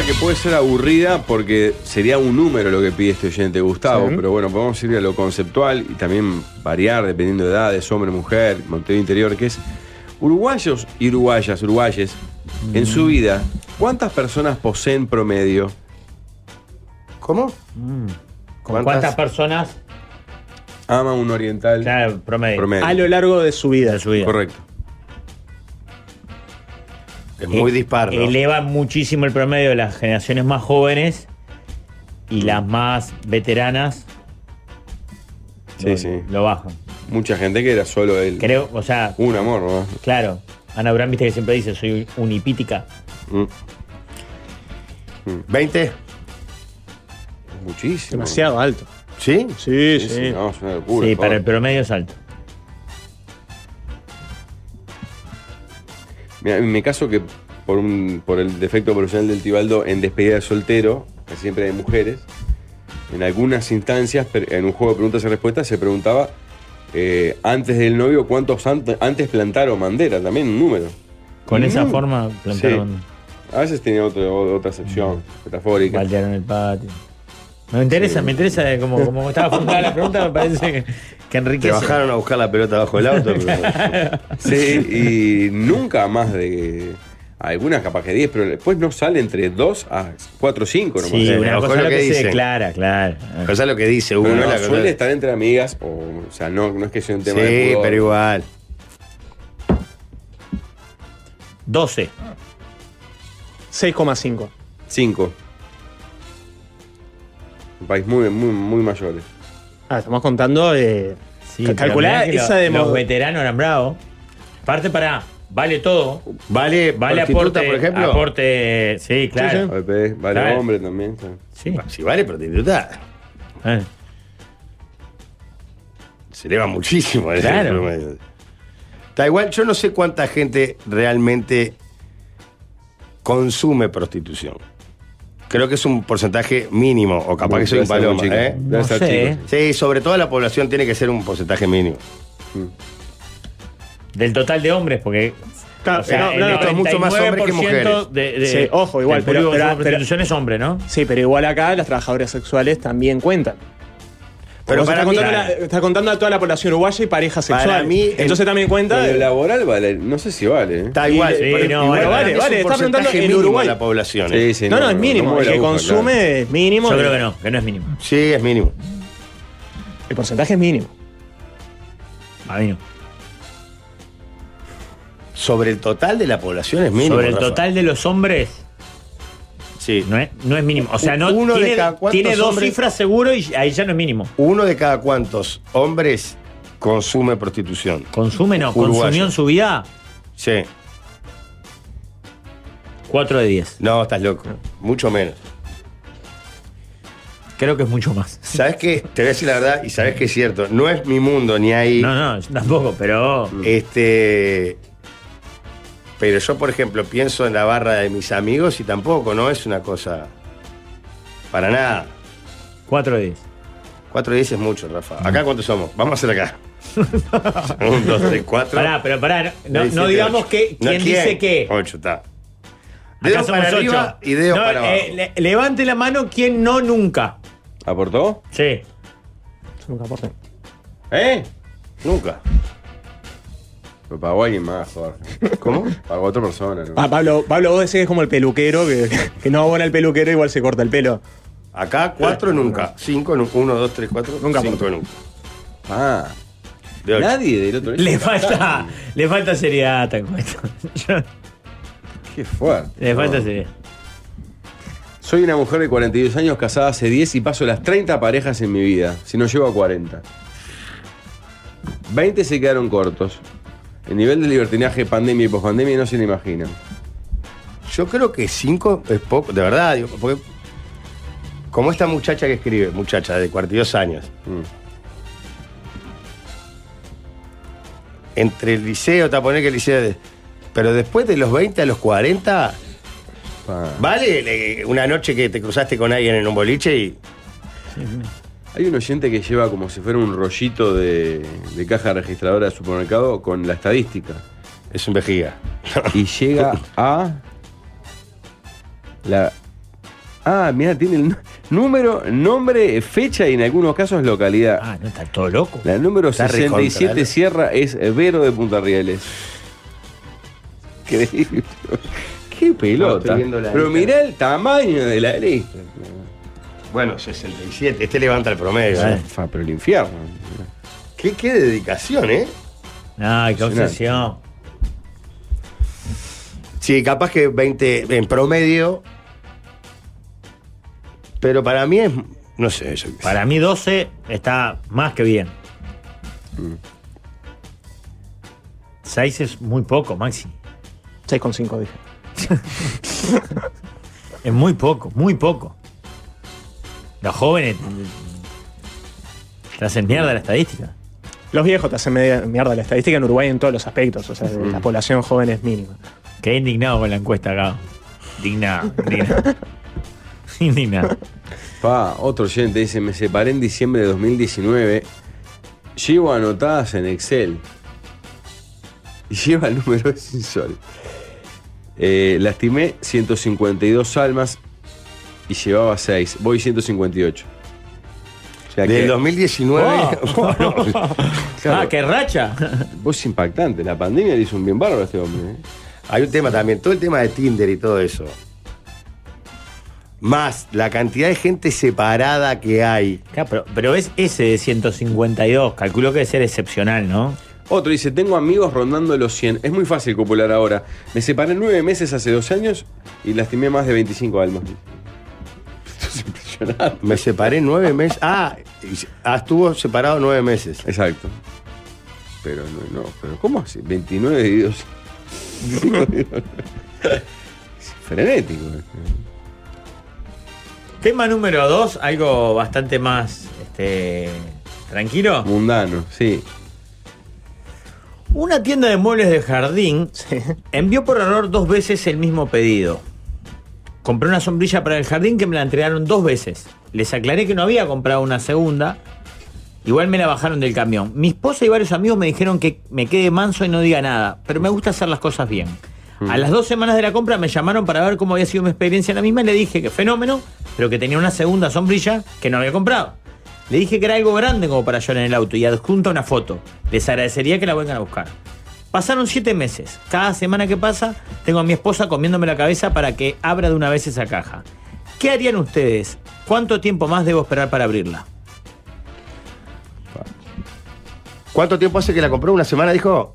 [SPEAKER 2] que puede ser aburrida porque sería un número lo que pide este oyente, Gustavo,
[SPEAKER 8] Sí.
[SPEAKER 2] pero bueno, podemos ir a lo conceptual y también variar dependiendo de edades, hombre, mujer, Montevideo Interior, que es uruguayos y uruguayas, uruguayes, en su
[SPEAKER 6] Mm.
[SPEAKER 2] vida, ¿cuántas personas poseen promedio?
[SPEAKER 5] ¿Cómo?
[SPEAKER 6] ¿Con cuántas personas?
[SPEAKER 2] Ama un oriental.
[SPEAKER 6] Claro, promedio.
[SPEAKER 2] Promedio.
[SPEAKER 7] A lo largo de su vida.
[SPEAKER 2] Correcto.
[SPEAKER 5] Es muy dispar, ¿no?
[SPEAKER 6] Eleva eh, muchísimo el promedio de las generaciones más jóvenes y las más veteranas
[SPEAKER 2] Sí, sí.
[SPEAKER 6] lo bajan.
[SPEAKER 2] Mucha gente que era solo él.
[SPEAKER 6] Creo, o sea,
[SPEAKER 2] Un amor, ¿no?
[SPEAKER 6] claro. Ana Bram, viste que siempre dice, soy unipítica.
[SPEAKER 2] Mm.
[SPEAKER 5] 20.
[SPEAKER 2] Muchísimo.
[SPEAKER 7] Demasiado alto.
[SPEAKER 5] ¿Sí?
[SPEAKER 7] Sí,
[SPEAKER 2] Sí,
[SPEAKER 7] sí.
[SPEAKER 2] sí, no, es una locura,
[SPEAKER 6] sí,
[SPEAKER 2] por
[SPEAKER 6] para el
[SPEAKER 2] favor.
[SPEAKER 6] promedio es alto.
[SPEAKER 2] Mira, me caso que por, un- por el defecto profesional del Tibaldo en despedida de soltero, que siempre de mujeres, en algunas instancias, per- en un juego de preguntas y respuestas, se preguntaba eh, antes del novio cuántos ant- antes plantaron bandera, también un número.
[SPEAKER 6] Con esa
[SPEAKER 2] Mm.
[SPEAKER 6] forma plantaron, Mm.
[SPEAKER 2] A veces tenía otro- otra sección metafórica.
[SPEAKER 6] baldearon el patio. Me interesa, me interesa de cómo, cómo estaba fundada la pregunta, me parece que, que
[SPEAKER 5] Te
[SPEAKER 6] enriquece.
[SPEAKER 5] bajaron a buscar la pelota bajo el auto. pero- <laughs>
[SPEAKER 2] Sí, y nunca más de. Algunas capaz que 10, pero después no sale entre 2 a 4 o 5 nomás.
[SPEAKER 6] Sí,
[SPEAKER 5] Sí,
[SPEAKER 6] una
[SPEAKER 5] ojo
[SPEAKER 6] cosa es
[SPEAKER 5] lo
[SPEAKER 6] lo
[SPEAKER 5] que
[SPEAKER 6] que se
[SPEAKER 5] dicen.
[SPEAKER 6] declara, claro.
[SPEAKER 5] Pero ¿sabes lo que dice uno?
[SPEAKER 2] Pero no,
[SPEAKER 5] La cosa-
[SPEAKER 2] suele estar entre amigas, o, o sea, no, no es que sea un
[SPEAKER 5] Sí,
[SPEAKER 2] tema de pudor.
[SPEAKER 5] pero igual.
[SPEAKER 6] 12.
[SPEAKER 7] 6,5.
[SPEAKER 2] 5. Un país muy, muy, muy mayores.
[SPEAKER 7] Ah, estamos contando eh,
[SPEAKER 6] Sí,
[SPEAKER 7] Ca-
[SPEAKER 6] pero
[SPEAKER 7] calculá
[SPEAKER 6] mirá que
[SPEAKER 7] esa de
[SPEAKER 6] Los
[SPEAKER 7] mo-
[SPEAKER 6] veteranos eran bravos. Aparte, para vale todo.
[SPEAKER 5] Vale,
[SPEAKER 6] Vale
[SPEAKER 5] prostituta,
[SPEAKER 6] aporte,
[SPEAKER 5] por ejemplo.
[SPEAKER 6] aporte. Sí, claro.
[SPEAKER 2] APP, vale
[SPEAKER 6] Claro.
[SPEAKER 2] hombre también. claro.
[SPEAKER 6] Sí.
[SPEAKER 5] Si Ah, vale prostituta,
[SPEAKER 6] Eh,
[SPEAKER 5] se eleva muchísimo. eh, el
[SPEAKER 6] Claro.
[SPEAKER 5] promedio. Está igual, yo no sé cuánta gente realmente consume prostitución. Creo que es un porcentaje mínimo, o capaz
[SPEAKER 2] Muy-
[SPEAKER 5] que soy un
[SPEAKER 2] debe ser muy
[SPEAKER 5] paloma,
[SPEAKER 2] chico.
[SPEAKER 5] ¿eh?
[SPEAKER 2] Debe
[SPEAKER 6] No
[SPEAKER 2] ser
[SPEAKER 6] sé,
[SPEAKER 2] chico.
[SPEAKER 6] ¿eh?
[SPEAKER 5] Sí, sobre todo la población tiene que ser un porcentaje mínimo.
[SPEAKER 6] Del total de hombres, porque.
[SPEAKER 7] Claro,
[SPEAKER 6] o sea,
[SPEAKER 7] no,
[SPEAKER 6] el
[SPEAKER 7] no, no,
[SPEAKER 5] esto es mucho más hombre que
[SPEAKER 6] 99%
[SPEAKER 5] mujeres.
[SPEAKER 6] De, de-
[SPEAKER 7] Sí, ojo,
[SPEAKER 6] del
[SPEAKER 7] igual, pero-
[SPEAKER 6] público
[SPEAKER 7] pero-
[SPEAKER 6] que consume
[SPEAKER 7] pero-
[SPEAKER 6] prostitución es hombre, ¿no?
[SPEAKER 7] Sí, pero igual acá las trabajadoras sexuales también cuentan.
[SPEAKER 5] Pero
[SPEAKER 7] Pero
[SPEAKER 5] para
[SPEAKER 7] está,
[SPEAKER 5] mí-
[SPEAKER 7] contando la- está contando a toda la población uruguaya y parejas
[SPEAKER 5] Para
[SPEAKER 7] sexuales.
[SPEAKER 5] mí, el-
[SPEAKER 7] Entonces también cuenta.
[SPEAKER 2] Pero el laboral vale, no sé si vale. ¿eh?
[SPEAKER 5] Está
[SPEAKER 6] Sí,
[SPEAKER 5] igual,
[SPEAKER 6] sí, no,
[SPEAKER 5] igual
[SPEAKER 6] vale,
[SPEAKER 5] para
[SPEAKER 7] vale,
[SPEAKER 5] mí es
[SPEAKER 7] vale,
[SPEAKER 5] un
[SPEAKER 7] está preguntando
[SPEAKER 5] porcentaje
[SPEAKER 7] en
[SPEAKER 5] mínimo
[SPEAKER 7] Uruguay.
[SPEAKER 5] la población.
[SPEAKER 2] Sí,
[SPEAKER 5] ¿eh?
[SPEAKER 2] sí,
[SPEAKER 7] no, no, es mínimo.
[SPEAKER 2] mueve
[SPEAKER 7] el
[SPEAKER 2] la
[SPEAKER 7] que
[SPEAKER 2] aguja,
[SPEAKER 7] consume
[SPEAKER 2] claro.
[SPEAKER 7] es mínimo.
[SPEAKER 6] Yo
[SPEAKER 7] el-
[SPEAKER 6] creo que no, que no es mínimo.
[SPEAKER 5] Sí, es mínimo.
[SPEAKER 7] El porcentaje es mínimo.
[SPEAKER 6] A mí no.
[SPEAKER 5] Sobre el total de la población es mínimo.
[SPEAKER 6] Sobre el
[SPEAKER 5] Rafa.
[SPEAKER 6] total de los hombres,
[SPEAKER 5] Sí.
[SPEAKER 6] no es, no es mínimo. O sea, no
[SPEAKER 5] Uno de
[SPEAKER 6] tiene,
[SPEAKER 5] cada cuántos
[SPEAKER 6] tiene dos
[SPEAKER 5] hombres-
[SPEAKER 6] cifras seguro y ahí ya no es mínimo.
[SPEAKER 5] Uno de cada cuantos hombres consume prostitución.
[SPEAKER 6] Consume, no.
[SPEAKER 5] Uruguayo.
[SPEAKER 6] Consumió en su vida
[SPEAKER 5] Sí.
[SPEAKER 6] 4 de 10.
[SPEAKER 5] No, estás loco. Mucho menos.
[SPEAKER 6] Creo que es mucho más.
[SPEAKER 5] ¿Sabes qué? Te voy a decir la verdad y sabes que es cierto. No es mi mundo ni ahí.
[SPEAKER 6] No, no, yo tampoco, pero.
[SPEAKER 5] Este. Pero yo, por ejemplo, pienso en la barra de mis amigos y tampoco, no es una cosa. Para nada.
[SPEAKER 6] 4 de 10.
[SPEAKER 5] 4 de 10 es mucho, Rafa. ¿Acá cuántos somos? Vamos a hacer
[SPEAKER 6] <laughs>
[SPEAKER 5] acá. 1, 2, 3, 4.
[SPEAKER 6] Pará, pero pará. No, no digamos que. ¿Quién dice que?
[SPEAKER 5] 8, está.
[SPEAKER 6] Acá
[SPEAKER 5] Dedo
[SPEAKER 6] somos
[SPEAKER 5] para arriba
[SPEAKER 6] ocho.
[SPEAKER 5] y dedo
[SPEAKER 6] No,
[SPEAKER 5] para abajo.
[SPEAKER 6] eh, le- levante la mano quien no nunca.
[SPEAKER 2] ¿Aportó?
[SPEAKER 6] Sí.
[SPEAKER 7] Yo nunca aporté.
[SPEAKER 2] ¿Eh?
[SPEAKER 5] Nunca.
[SPEAKER 2] Pero pagó alguien más, Jorge.
[SPEAKER 5] ¿Cómo?
[SPEAKER 2] Pagó otra persona. ¿no?
[SPEAKER 7] Ah, Pablo, Pablo, vos decís que es como el peluquero, que, que no abona el peluquero, igual se corta el pelo.
[SPEAKER 5] Acá 4 nunca. 5, 1, 2, 3, 4.
[SPEAKER 7] Nunca
[SPEAKER 5] 5
[SPEAKER 7] aportó.
[SPEAKER 5] nunca.
[SPEAKER 2] Ah,
[SPEAKER 5] De ocho.
[SPEAKER 2] nadie del otro
[SPEAKER 6] Le falta. le falta seriedad, te cuento. <laughs> Yo-
[SPEAKER 2] Qué fuerte.
[SPEAKER 6] le falta
[SPEAKER 2] No.
[SPEAKER 6] seriedad.
[SPEAKER 2] Soy una mujer de 42 años, casada hace 10 y paso las 30 parejas en mi vida, si no llego a 40. 20 se quedaron cortos. El nivel de libertinaje pandemia y pospandemia no se lo imaginan.
[SPEAKER 5] Yo creo que 5 es poco, de verdad. digo, porque- como esta muchacha que escribe, muchacha de 42 años,
[SPEAKER 2] Mm.
[SPEAKER 5] entre el liceo, te voy a poner que el liceo. de- pero después de los 20 a los 40,
[SPEAKER 2] Pa.
[SPEAKER 5] ¿vale le- una noche que te cruzaste con alguien en un boliche y.
[SPEAKER 2] Hay un oyente que lleva como si fuera un rollito de, de caja registradora de supermercado con la estadística. <laughs>
[SPEAKER 5] Es un vejiga.
[SPEAKER 2] Y llega a la Ah, mira, tiene el nu- número, nombre, fecha y en algunos casos localidad.
[SPEAKER 6] Ah, no está todo loco.
[SPEAKER 2] La número
[SPEAKER 5] Está
[SPEAKER 2] 67
[SPEAKER 5] recontra, ¿eh?
[SPEAKER 2] Sierra es Vero de Punta Rieles. Increíble. Qué pelota.
[SPEAKER 5] Ah, viendo la
[SPEAKER 2] Pero
[SPEAKER 5] lista.
[SPEAKER 2] mirá el tamaño de la lista.
[SPEAKER 5] Bueno, 67. Este levanta el promedio. ¿eh?
[SPEAKER 2] Fa, Pero el infierno.
[SPEAKER 5] ¿Qué, qué dedicación, ¿eh?
[SPEAKER 6] No, qué obsesión.
[SPEAKER 5] Sí, capaz que 20 en promedio. Pero para mí es. No sé, yo qué sé.
[SPEAKER 6] Para mí 12 está más que bien. 6 es muy poco, Maxi.
[SPEAKER 7] 6,5 dije.
[SPEAKER 6] <laughs> Es muy poco, muy poco. Los jóvenes te hacen mierda la estadística.
[SPEAKER 7] Los viejos te hacen media- mierda la estadística en Uruguay en todos los aspectos. O sea,
[SPEAKER 2] Mm.
[SPEAKER 7] la población joven es mínima.
[SPEAKER 6] Quedé indignado con la encuesta acá. Indignado, <laughs> indignado. indignado.
[SPEAKER 2] Pa, otro oyente dice, me separé en diciembre de 2019. Llevo anotadas en Excel. Y lleva el número es insólito. Eh, lastimé 152 almas y llevaba 6. Voy 158. O sea
[SPEAKER 5] Del
[SPEAKER 2] que- <laughs>
[SPEAKER 5] 2019. Bueno,
[SPEAKER 2] claro,
[SPEAKER 6] Ah, qué racha.
[SPEAKER 2] Vos impactante. La pandemia le hizo un bien bárbaro a este hombre. ¿eh?
[SPEAKER 5] Hay un tema también, todo el tema de Tinder y todo eso. Más la cantidad de gente separada que hay.
[SPEAKER 6] Claro, pero, pero es ese de 152. Calculo que debe ser excepcional, ¿no?
[SPEAKER 2] Otro dice, tengo amigos rondando los 100. Es muy fácil copular ahora. Me separé nueve meses hace dos años y lastimé más de 25 almas. <laughs> Esto es impresionante.
[SPEAKER 5] Me separé nueve meses. Ah, y- ah, estuvo separado nueve meses.
[SPEAKER 2] Exacto. Pero no, no, pero ¿cómo así? 29 divididos. Es Frenético. ¿eh?
[SPEAKER 6] Tema número 2, algo bastante más este, tranquilo.
[SPEAKER 2] Mundano, <laughs> sí.
[SPEAKER 6] Una tienda de muebles de jardín envió por error dos veces el mismo pedido. Compré una sombrilla para el jardín que me la entregaron dos veces. Les aclaré que no había comprado una segunda. Igual me la bajaron del camión. Mi esposa y varios amigos me dijeron que me quede manso y no diga nada, pero me gusta hacer las cosas bien. A las dos semanas de la compra me llamaron para ver cómo había sido mi experiencia en la misma y le dije que fenómeno, pero que tenía una segunda sombrilla que no había comprado. Le dije que era algo grande como para llorar en el auto y adjunta una foto. Les agradecería que la vengan a buscar. Pasaron siete meses. Cada semana que pasa, tengo a mi esposa comiéndome la cabeza para que abra de una vez esa caja. ¿Qué harían ustedes? ¿Cuánto tiempo más debo esperar para abrirla?
[SPEAKER 5] ¿Cuánto tiempo hace que la compró? ¿Una semana dijo? "Oh,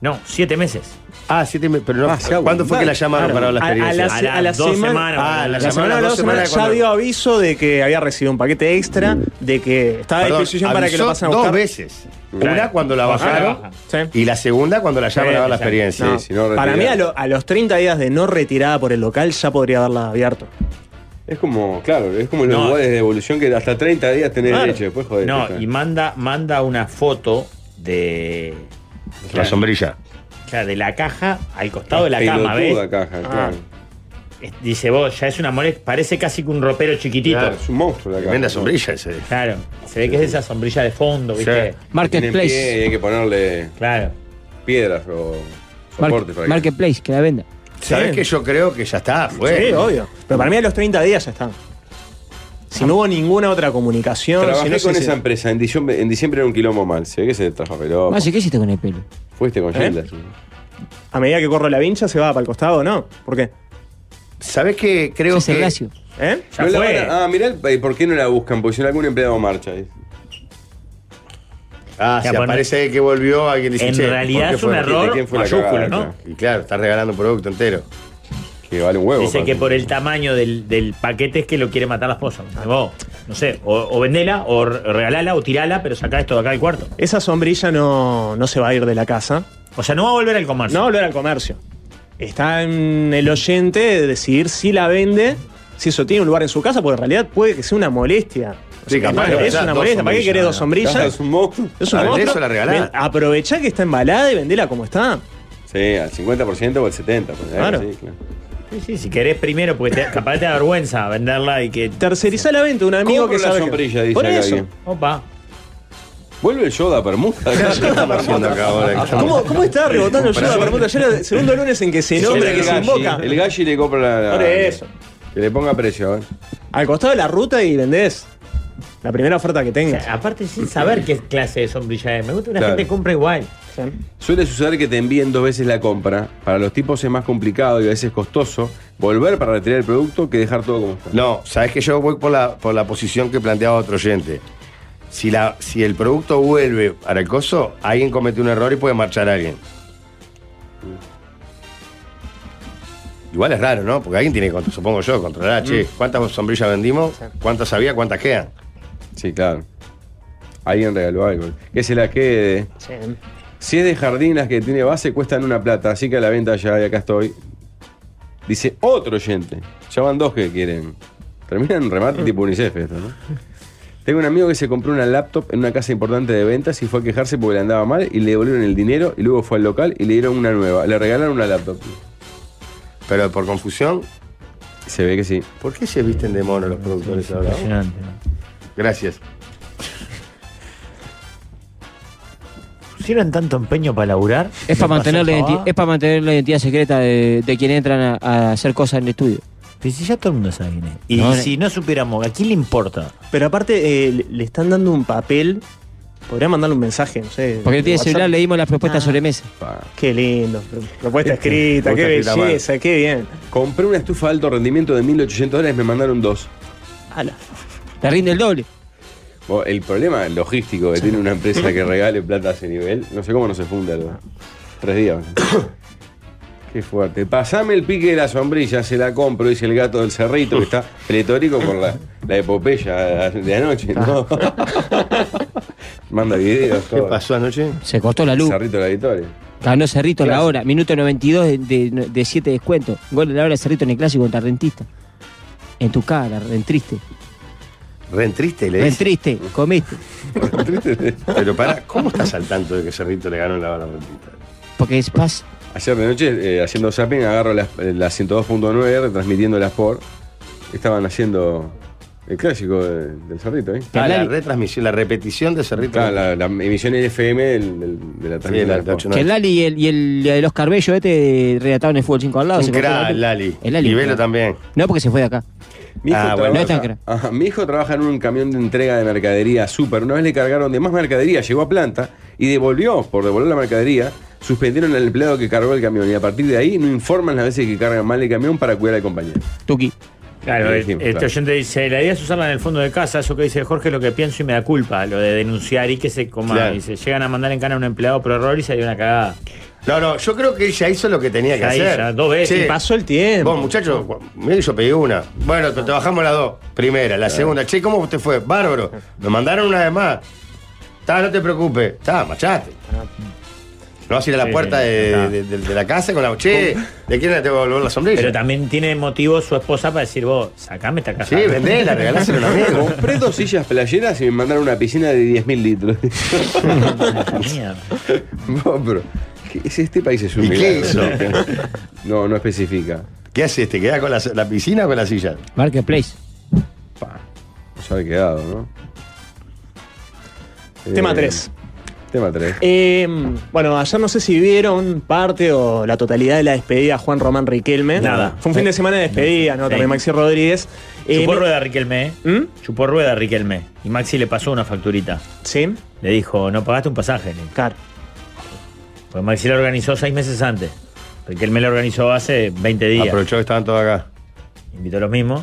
[SPEAKER 6] No, siete meses.
[SPEAKER 5] Ah, siete meses. Pero no.
[SPEAKER 2] Ah, se
[SPEAKER 5] ¿Cuándo fue que la
[SPEAKER 2] abundante.
[SPEAKER 5] llamaron para la
[SPEAKER 7] A- a
[SPEAKER 5] experiencia?
[SPEAKER 7] la-
[SPEAKER 6] A las
[SPEAKER 7] a la
[SPEAKER 6] dos
[SPEAKER 7] semana-
[SPEAKER 6] semanas.
[SPEAKER 5] Ah, la
[SPEAKER 7] La semana,
[SPEAKER 5] semana,
[SPEAKER 7] la
[SPEAKER 5] dos
[SPEAKER 7] semana
[SPEAKER 5] semanas
[SPEAKER 7] ya
[SPEAKER 5] cuando-
[SPEAKER 7] dio aviso de que había recibido un paquete extra, de que estaba a
[SPEAKER 5] Perdón,
[SPEAKER 7] disposición para que lo
[SPEAKER 5] avisó
[SPEAKER 7] pasen a
[SPEAKER 5] dos
[SPEAKER 7] buscar.
[SPEAKER 5] veces. Una
[SPEAKER 6] Claro.
[SPEAKER 5] cuando la
[SPEAKER 6] Bajaron,
[SPEAKER 5] bajaron
[SPEAKER 6] bajan.
[SPEAKER 7] Sí.
[SPEAKER 5] y la segunda cuando la llaman
[SPEAKER 6] Sí,
[SPEAKER 5] a dar la
[SPEAKER 6] exacto.
[SPEAKER 5] experiencia.
[SPEAKER 2] No. Sí, si no
[SPEAKER 7] para mí,
[SPEAKER 2] retirada.
[SPEAKER 7] a, lo- a los 30 días de no retirada por el local, ya podría haberla abierto.
[SPEAKER 2] Es como, claro, es como los
[SPEAKER 6] No.
[SPEAKER 2] lugares de evolución que hasta 30 días tenés
[SPEAKER 6] Claro.
[SPEAKER 2] derecho, después joder.
[SPEAKER 6] no,
[SPEAKER 2] está.
[SPEAKER 6] y manda, manda una foto de,
[SPEAKER 5] La sombrilla.
[SPEAKER 6] claro, de la caja al costado de la
[SPEAKER 2] Pelotuda
[SPEAKER 6] cama, ¿ves?
[SPEAKER 2] caja,
[SPEAKER 7] Ah.
[SPEAKER 2] claro.
[SPEAKER 6] Es- Dice vos, ya es una mole, parece casi que un ropero chiquitito.
[SPEAKER 5] Claro.
[SPEAKER 6] Claro,
[SPEAKER 2] Es un monstruo la caja.
[SPEAKER 5] Tremenda
[SPEAKER 2] ¿no?
[SPEAKER 5] sombrilla ese.
[SPEAKER 6] se ve que es esa sombrilla de fondo, ¿viste?
[SPEAKER 5] Sí.
[SPEAKER 2] Tiene pie
[SPEAKER 9] Marketplace.
[SPEAKER 2] y hay que ponerle
[SPEAKER 6] Claro.
[SPEAKER 2] piedras o
[SPEAKER 9] Mar-
[SPEAKER 2] soportes para que.
[SPEAKER 9] marketplace, que la venda.
[SPEAKER 5] ¿Sabes que yo creo que ya está? Fue.
[SPEAKER 7] Sí, obvio. Pero para mí, a los 30 días ya están. Si no hubo ninguna otra comunicación, si
[SPEAKER 2] Trabajé
[SPEAKER 7] no
[SPEAKER 2] con
[SPEAKER 7] se-
[SPEAKER 2] esa empresa. En diciembre, en diciembre era un quilombo mal. Se ve que se trajo reloj.
[SPEAKER 9] Más, Ah, ¿qué hiciste con el pelo?
[SPEAKER 2] Fuiste con
[SPEAKER 7] ¿Eh?
[SPEAKER 2] Sheldon.
[SPEAKER 7] a medida que corro la vincha, se va para el costado, ¿no? ¿Por qué?
[SPEAKER 5] ¿Sabes que creo
[SPEAKER 9] Ese
[SPEAKER 5] que.
[SPEAKER 9] reacio.
[SPEAKER 7] ¿Eh?
[SPEAKER 6] Ya
[SPEAKER 2] No la
[SPEAKER 6] fue.
[SPEAKER 2] van a- ah, mirá, el- eh, ¿por qué no la buscan? Porque si no, algún empleado marcha. ahí.
[SPEAKER 5] Ah, si
[SPEAKER 6] Ya, pone-
[SPEAKER 5] aparece que volvió, alguien dice.
[SPEAKER 6] En
[SPEAKER 5] "Che, ¿por
[SPEAKER 6] realidad
[SPEAKER 5] qué
[SPEAKER 6] es
[SPEAKER 5] fue?
[SPEAKER 6] un error
[SPEAKER 2] ¿Quién fue la
[SPEAKER 6] mayúsculo,
[SPEAKER 2] cagada,
[SPEAKER 6] ¿no?
[SPEAKER 2] claro?
[SPEAKER 5] Y claro, está regalando un producto entero.
[SPEAKER 2] Que vale un huevo.
[SPEAKER 6] Dice
[SPEAKER 2] aparte.
[SPEAKER 6] que por el tamaño del, del paquete es que lo quiere matar la esposa. Dice, vos, no sé, o, o vendela, o re- regalala, o tirala, pero sacá esto de acá del cuarto.
[SPEAKER 7] Esa sombrilla no, no se va a ir de la casa.
[SPEAKER 6] O sea, no va a volver al comercio.
[SPEAKER 7] No volver al comercio. Está en el oyente de decidir si la vende, si eso tiene un lugar en su casa, porque en realidad puede que sea una molestia.
[SPEAKER 5] Sí, capaz que
[SPEAKER 7] es
[SPEAKER 5] usás
[SPEAKER 7] una
[SPEAKER 5] dos
[SPEAKER 7] molestia. ¿Para qué
[SPEAKER 5] sombrillas,
[SPEAKER 7] querés dos
[SPEAKER 5] ¿no?
[SPEAKER 2] Ah,
[SPEAKER 7] sombrillas?
[SPEAKER 2] es un monstruo.
[SPEAKER 7] Es un
[SPEAKER 5] Ah,
[SPEAKER 7] monstruo.
[SPEAKER 5] eso la regalás.
[SPEAKER 7] Ven, Aprovechá que está embalada y vendela como está.
[SPEAKER 2] Sí, al 50% o al 70%. por ahí,
[SPEAKER 7] Claro.
[SPEAKER 2] sí, claro.
[SPEAKER 6] Sí, sí, si querés primero, porque te- capaz te da vergüenza venderla y que.
[SPEAKER 7] Tercerizá la venta de un amigo
[SPEAKER 2] Compro
[SPEAKER 7] que
[SPEAKER 2] la
[SPEAKER 7] sabe. que-
[SPEAKER 2] sombrilla, dice
[SPEAKER 7] Por
[SPEAKER 2] acá
[SPEAKER 7] eso.
[SPEAKER 2] alguien.
[SPEAKER 6] Opa.
[SPEAKER 2] Vuelve el Yoda a Bermuda.
[SPEAKER 5] Estamos haciendo acá ahora que estamos-
[SPEAKER 7] ¿Cómo, ¿Cómo está rebotando el
[SPEAKER 5] Comprá.
[SPEAKER 7] Yoda Bermuda? Ayer era el segundo lunes en que se nombra,
[SPEAKER 2] El
[SPEAKER 7] que se
[SPEAKER 2] Gashi,
[SPEAKER 7] invoca.
[SPEAKER 2] El Gashi le compra la.
[SPEAKER 7] Por eso.
[SPEAKER 2] Que le ponga precio, a ver.
[SPEAKER 7] Al costado de la ruta y vendés la primera oferta que tengas.
[SPEAKER 6] aparte, sin saber qué clase de sombrilla es. Me gusta que la
[SPEAKER 2] Claro.
[SPEAKER 6] gente compra igual.
[SPEAKER 2] Suele suceder que te envíen dos veces la compra. Para los tipos es más complicado y a veces costoso volver para retirar el producto que dejar todo como está.
[SPEAKER 5] No, sabes que yo voy por la, por la posición que planteaba otro oyente. Si, la, si el producto vuelve para el coso, alguien comete un error y puede marchar a alguien. Igual es raro, ¿no? Porque alguien tiene que, cont- supongo yo, controlar,
[SPEAKER 7] Mm.
[SPEAKER 5] che, ¿cuántas sombrillas vendimos? ¿Cuántas había? ¿Cuántas quedan?
[SPEAKER 2] Sí, claro. Alguien regaló algo. Que se la quede. Si es de jardín, las que tiene base cuestan una plata, así que a la venta ya, y acá estoy. Dice otro oyente. Ya van dos que quieren. Terminan remate tipo UNICEF esto, ¿no? Tengo un amigo que se compró una laptop en una casa importante de ventas y fue a quejarse porque le andaba mal y le devolvieron el dinero y luego fue al local y le dieron una nueva. Le regalaron una laptop.
[SPEAKER 5] Pero por confusión.
[SPEAKER 2] Se ve que sí.
[SPEAKER 5] ¿Por qué se visten de mono los productores ahora?
[SPEAKER 6] Impresionante, ¿no?
[SPEAKER 5] Gracias.
[SPEAKER 6] pusieron tanto empeño para laburar.
[SPEAKER 9] Es para
[SPEAKER 6] Me
[SPEAKER 9] mantener,
[SPEAKER 6] pasó
[SPEAKER 9] la
[SPEAKER 6] el
[SPEAKER 9] identi-
[SPEAKER 6] pavá.
[SPEAKER 9] es para mantener la identidad secreta de, de quien entran a, a hacer cosas en el estudio.
[SPEAKER 6] Pero si ya todo el mundo sabe quién es. Y
[SPEAKER 9] No,
[SPEAKER 6] si no supiéramos, ¿a quién le importa?
[SPEAKER 7] Pero aparte, eh, le- le están dando un papel. Podría mandarle un mensaje, no sé.
[SPEAKER 9] Porque
[SPEAKER 7] de
[SPEAKER 9] tiene
[SPEAKER 7] WhatsApp.
[SPEAKER 9] celular, le dimos las propuestas sobre mesa.
[SPEAKER 2] Pa.
[SPEAKER 7] Ah. Qué lindo. Propuesta
[SPEAKER 2] Este,
[SPEAKER 7] escrita, qué
[SPEAKER 5] Propuesta escrita,
[SPEAKER 7] belleza, qué bien.
[SPEAKER 2] Compré una estufa de alto rendimiento de 1.800 dólares, me mandaron dos.
[SPEAKER 7] Ala.
[SPEAKER 9] Te rinde el doble.
[SPEAKER 2] Bueno, El problema logístico que tiene una empresa
[SPEAKER 9] <laughs>
[SPEAKER 2] que regale plata a ese nivel, no sé cómo no se funde algo.
[SPEAKER 9] <coughs>
[SPEAKER 2] Tres días. Qué fuerte. Pasame el pique de la sombrilla, se la compro, dice el gato del cerrito, que está pletórico
[SPEAKER 9] <coughs>
[SPEAKER 2] por la, la epopeya de anoche, ¿no? <laughs> Manda videos,
[SPEAKER 5] ¿Qué
[SPEAKER 2] todo.
[SPEAKER 5] pasó anoche?
[SPEAKER 9] Se costó la
[SPEAKER 2] El
[SPEAKER 9] luz.
[SPEAKER 2] cerrito de la victoria.
[SPEAKER 9] Ganó Cerrito en la
[SPEAKER 2] Clásico.
[SPEAKER 9] hora. Minuto 92 de- de, de 7 descuento. Gol de la hora de Cerrito en el clásico contra Rentista. En tu cara, Rentriste.
[SPEAKER 5] Rentriste, le dice.
[SPEAKER 9] Rentriste, comiste.
[SPEAKER 5] Pero para, ¿cómo estás al tanto de que Cerrito le ganó la bala rentista?
[SPEAKER 9] Porque es paz.
[SPEAKER 2] Ayer de noche, eh, haciendo zapping, agarro la, eh, la 102.9, retransmitiéndolas por. Estaban haciendo el clásico de- del cerrito, ¿eh?
[SPEAKER 9] Que
[SPEAKER 5] Ah, la
[SPEAKER 9] Lali-
[SPEAKER 5] retransmisión, la repetición de Cerrito.
[SPEAKER 2] Claro, la, la emisión FM del- del- de la
[SPEAKER 5] Sí,
[SPEAKER 2] transmisión.
[SPEAKER 5] la-
[SPEAKER 2] de
[SPEAKER 5] la
[SPEAKER 2] Sport.
[SPEAKER 5] ocho-
[SPEAKER 9] Que el Lali y el, y el, y el Oscar Bello, este, relatado en el fútbol 5 al lado.
[SPEAKER 5] Un
[SPEAKER 9] se encontró
[SPEAKER 5] crack,
[SPEAKER 9] con-
[SPEAKER 5] Lali.
[SPEAKER 9] El Lali.
[SPEAKER 5] Y
[SPEAKER 9] un
[SPEAKER 5] Velo
[SPEAKER 9] crack.
[SPEAKER 5] también.
[SPEAKER 9] No, porque se fue de acá.
[SPEAKER 2] Mi hijo,
[SPEAKER 5] Ah,
[SPEAKER 2] trabaja,
[SPEAKER 5] bueno,
[SPEAKER 9] no es tan cra-
[SPEAKER 2] Ajá, mi hijo trabaja en un camión de entrega de mercadería súper. Una vez le cargaron de más mercadería, llegó a planta y devolvió, por devolver la mercadería, suspendieron al empleado que cargó el camión. Y a partir de ahí no informan las veces que cargan mal el camión para cuidar al compañero.
[SPEAKER 9] Tuki.
[SPEAKER 6] Claro,
[SPEAKER 2] Sí,
[SPEAKER 6] el-
[SPEAKER 2] sí,
[SPEAKER 6] este
[SPEAKER 2] claro.
[SPEAKER 6] oyente dice, la idea es usarla en el fondo de casa, eso que dice Jorge, es lo que pienso y me da culpa, lo de denunciar y que se coma.
[SPEAKER 5] Claro.
[SPEAKER 6] Dice, llegan a mandar en cana a un empleado por error y salió una cagada.
[SPEAKER 5] No, no, yo creo que él ya hizo lo que tenía que
[SPEAKER 6] Ya
[SPEAKER 5] hacer.
[SPEAKER 6] hizo, dos veces.
[SPEAKER 5] Che,
[SPEAKER 6] Y
[SPEAKER 7] Pasó el tiempo.
[SPEAKER 5] Vos, muchachos, mirá que yo pedí una. Bueno, te, te bajamos las dos. Primera, la segunda. Che, ¿cómo te fue? Bárbaro. Me mandaron una vez más. Está, no te preocupes. Está, machate. No vas a ir a
[SPEAKER 6] Ah. Sí,
[SPEAKER 5] la puerta
[SPEAKER 6] sí,
[SPEAKER 5] de,
[SPEAKER 6] está.
[SPEAKER 5] de- de- de la casa con la. Che, ¿de quién te va a volver la sombrilla?
[SPEAKER 6] Pero también tiene motivo su esposa para decir, vos, sacame esta caja.
[SPEAKER 5] sí, vendela, regalásela a un
[SPEAKER 6] <laughs>
[SPEAKER 5] amigo.
[SPEAKER 2] Compré dos sillas playeras y me mandaron una piscina de
[SPEAKER 5] <laughs>
[SPEAKER 2] 10.000 litros.
[SPEAKER 6] Mierda.
[SPEAKER 2] no, pero. ¿qué es este país es un
[SPEAKER 5] ¿Y qué
[SPEAKER 2] milagro. Eh, No, no especifica.
[SPEAKER 5] ¿Qué haces? ¿Te quedás con la, la piscina o con la silla?
[SPEAKER 9] Marketplace.
[SPEAKER 2] No se ha quedado, ¿no?
[SPEAKER 7] Tema
[SPEAKER 2] Eh,
[SPEAKER 7] 3.
[SPEAKER 2] Tema 3.
[SPEAKER 7] Eh, bueno, ayer no sé si vieron parte o la totalidad de la despedida a Juan Román Riquelme.
[SPEAKER 6] Nada.
[SPEAKER 7] Fue un fin de semana de despedida, ¿no?
[SPEAKER 6] Sí.
[SPEAKER 7] También Maxi Rodríguez. Eh,
[SPEAKER 6] Chupó
[SPEAKER 7] no-
[SPEAKER 6] rueda Riquelme, ¿eh?
[SPEAKER 7] ¿Mm?
[SPEAKER 6] Chupó rueda Riquelme. Y Maxi le pasó una facturita.
[SPEAKER 7] Sí,
[SPEAKER 6] Le dijo, no pagaste un pasaje. le dijo.
[SPEAKER 7] claro.
[SPEAKER 6] Pues Maxi la organizó seis meses antes. Riquelme la organizó hace 20 días.
[SPEAKER 5] Aprovechó que estaban todos acá.
[SPEAKER 6] Invitó a los mismos.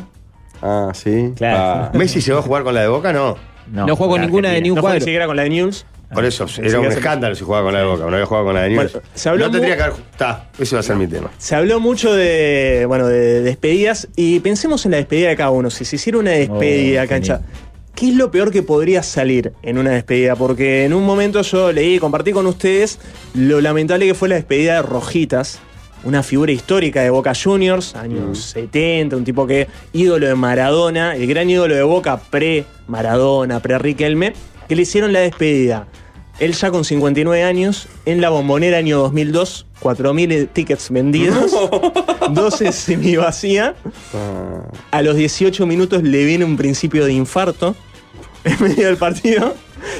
[SPEAKER 2] Ah, sí.
[SPEAKER 6] Claro.
[SPEAKER 2] Pa.
[SPEAKER 5] ¿Messi se va a jugar con la de Boca? No.
[SPEAKER 6] No,
[SPEAKER 9] No jugó
[SPEAKER 6] la
[SPEAKER 9] ninguna de
[SPEAKER 6] Argentina.
[SPEAKER 9] ni un
[SPEAKER 7] No fue ni
[SPEAKER 9] cuadro.
[SPEAKER 7] siquiera con la de News.
[SPEAKER 5] Por eso,
[SPEAKER 7] que
[SPEAKER 5] era un
[SPEAKER 7] hace-
[SPEAKER 5] escándalo si jugaba con la de Boca. No había jugado con la de News.
[SPEAKER 7] Bueno, se habló
[SPEAKER 5] no tendría
[SPEAKER 7] mu-
[SPEAKER 5] que haber. ju- Está, ese va a ser mi tema.
[SPEAKER 7] Se habló mucho de, bueno, de despedidas y pensemos en la despedida de cada uno. Si se hiciera una despedida,
[SPEAKER 6] Oh,
[SPEAKER 7] cancha,
[SPEAKER 6] genial.
[SPEAKER 7] ¿qué es lo peor que podría salir en una despedida? Porque en un momento yo leí, compartí con ustedes lo lamentable que fue la despedida de Rojitas, una figura histórica de Boca Juniors, años 70, un tipo que ídolo de Maradona, el gran ídolo de Boca pre-Maradona, pre-Riquelme, que le hicieron la despedida. Él ya con 59 años, en la bombonera año 2002, 4.000 tickets vendidos, <laughs> 12 semivacía. A los 18 minutos le viene un principio de infarto en medio del partido.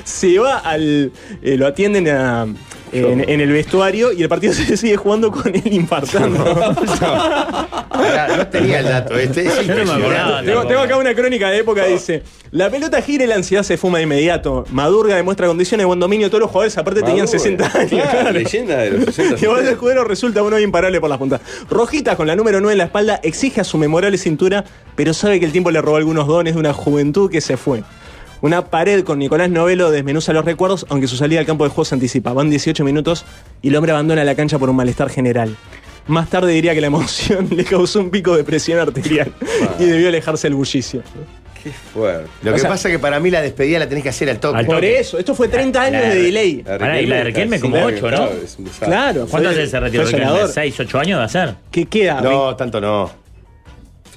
[SPEAKER 7] Se va al. eh, lo atienden a- <laughs> en, en el vestuario y el partido se sigue jugando con él infartando.
[SPEAKER 5] Ahora, no tenía el dato este. Es
[SPEAKER 7] Yo no me
[SPEAKER 5] impresionante.
[SPEAKER 7] acordaba Tengo, tengo acá una crónica de época que dice: La pelota gira y la ansiedad se fuma de inmediato. Madurga demuestra condiciones de buen dominio. Todos los jugadores, aparte, tenían
[SPEAKER 2] Maduro.
[SPEAKER 7] 60 años.
[SPEAKER 2] Claro,
[SPEAKER 7] claro.
[SPEAKER 2] leyenda de los
[SPEAKER 7] <laughs>
[SPEAKER 2] 60.
[SPEAKER 7] Y Osvaldo Escudero resulta uno imparable por las puntas. Rojitas, con la número 9 en la espalda, exige a su memorable cintura, pero sabe que el tiempo le robó algunos dones de una juventud que se fue. Una pared con Nicolás Novelo desmenuza los recuerdos, aunque su salida al campo de juego se anticipa. Van 18 minutos y el hombre abandona la cancha por un malestar general. Más tarde diría que la emoción <laughs> le causó un pico de presión arterial
[SPEAKER 5] Ah.
[SPEAKER 7] y debió alejarse el bullicio.
[SPEAKER 2] Fuerte.
[SPEAKER 5] Lo
[SPEAKER 7] O
[SPEAKER 5] que
[SPEAKER 7] sea-
[SPEAKER 5] pasa es que para mí la despedida la tenés que hacer al toque.
[SPEAKER 6] Al
[SPEAKER 7] Por
[SPEAKER 6] toque.
[SPEAKER 7] eso, esto fue 30
[SPEAKER 6] La-
[SPEAKER 7] años
[SPEAKER 6] la-
[SPEAKER 7] de delay.
[SPEAKER 2] La
[SPEAKER 6] Pará, y la de Riquelme
[SPEAKER 2] Riquelme está
[SPEAKER 6] como
[SPEAKER 2] sin
[SPEAKER 6] ocho, ¿no?
[SPEAKER 2] nervios, claro, es un desastre.
[SPEAKER 7] Claro, fue-
[SPEAKER 6] ¿Cuánto hace se retiró?
[SPEAKER 7] fue
[SPEAKER 6] Riquelme?
[SPEAKER 7] sanador.
[SPEAKER 6] ¿Seis, ocho años de hacer?
[SPEAKER 7] ¿Qué queda?
[SPEAKER 5] No, tanto no.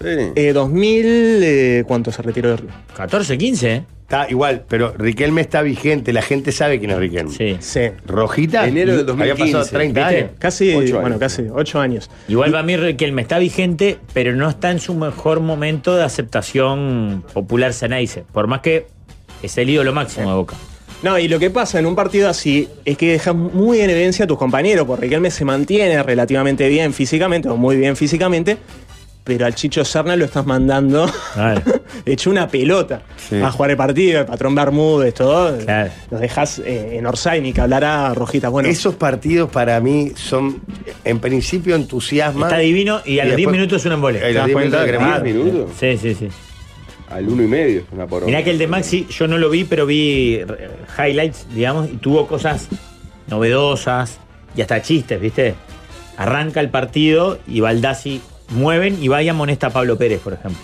[SPEAKER 2] Sí.
[SPEAKER 7] Eh, 2000, eh, ¿cuánto se retiró de River?
[SPEAKER 6] 14, 15.
[SPEAKER 5] Está igual, pero Riquelme está vigente, la gente sabe quién es Riquelme.
[SPEAKER 6] Sí.
[SPEAKER 7] Sí.
[SPEAKER 5] Rojita.
[SPEAKER 2] Enero del
[SPEAKER 5] Había
[SPEAKER 2] 2015.
[SPEAKER 5] pasado 30
[SPEAKER 6] ¿Viste?
[SPEAKER 5] años.
[SPEAKER 7] Casi,
[SPEAKER 2] Ocho años.
[SPEAKER 7] bueno, casi, ocho años.
[SPEAKER 6] Igual va a mí Riquelme está vigente, pero no está en su mejor momento de aceptación popular Ceneice. Por más que es el ídolo máximo de Boca.
[SPEAKER 7] No, y lo que pasa en un partido así es que dejas muy en evidencia a tus compañeros, porque Riquelme se mantiene relativamente bien físicamente, o muy bien físicamente, pero al Chicho Serna lo estás mandando
[SPEAKER 6] Claro.
[SPEAKER 7] <laughs> hecho una pelota
[SPEAKER 5] Sí.
[SPEAKER 7] a jugar el partido, el patrón Bermúdez, todo.
[SPEAKER 6] Claro.
[SPEAKER 7] Los dejas eh, en Orsay, ni que hablara
[SPEAKER 6] Ah,
[SPEAKER 7] Rojitas. Bueno,
[SPEAKER 5] Esos partidos para mí son, en principio, entusiasma.
[SPEAKER 6] Está divino y a
[SPEAKER 5] Y
[SPEAKER 6] los 10
[SPEAKER 5] después-
[SPEAKER 6] minutos es un
[SPEAKER 5] Eh,
[SPEAKER 6] embole.
[SPEAKER 5] los
[SPEAKER 2] das
[SPEAKER 5] diez
[SPEAKER 2] cuenta
[SPEAKER 5] minutos de
[SPEAKER 2] que
[SPEAKER 5] Cremades.
[SPEAKER 2] 10 minutos?
[SPEAKER 6] Sí, sí, sí.
[SPEAKER 2] Al uno y medio, una por
[SPEAKER 6] Mirá que el de Maxi, yo no lo vi, pero vi eh, highlights, digamos, y tuvo cosas novedosas y hasta chistes, ¿viste? Arranca el partido y Baldassi mueven y va y amonesta a Pablo Pérez, por ejemplo.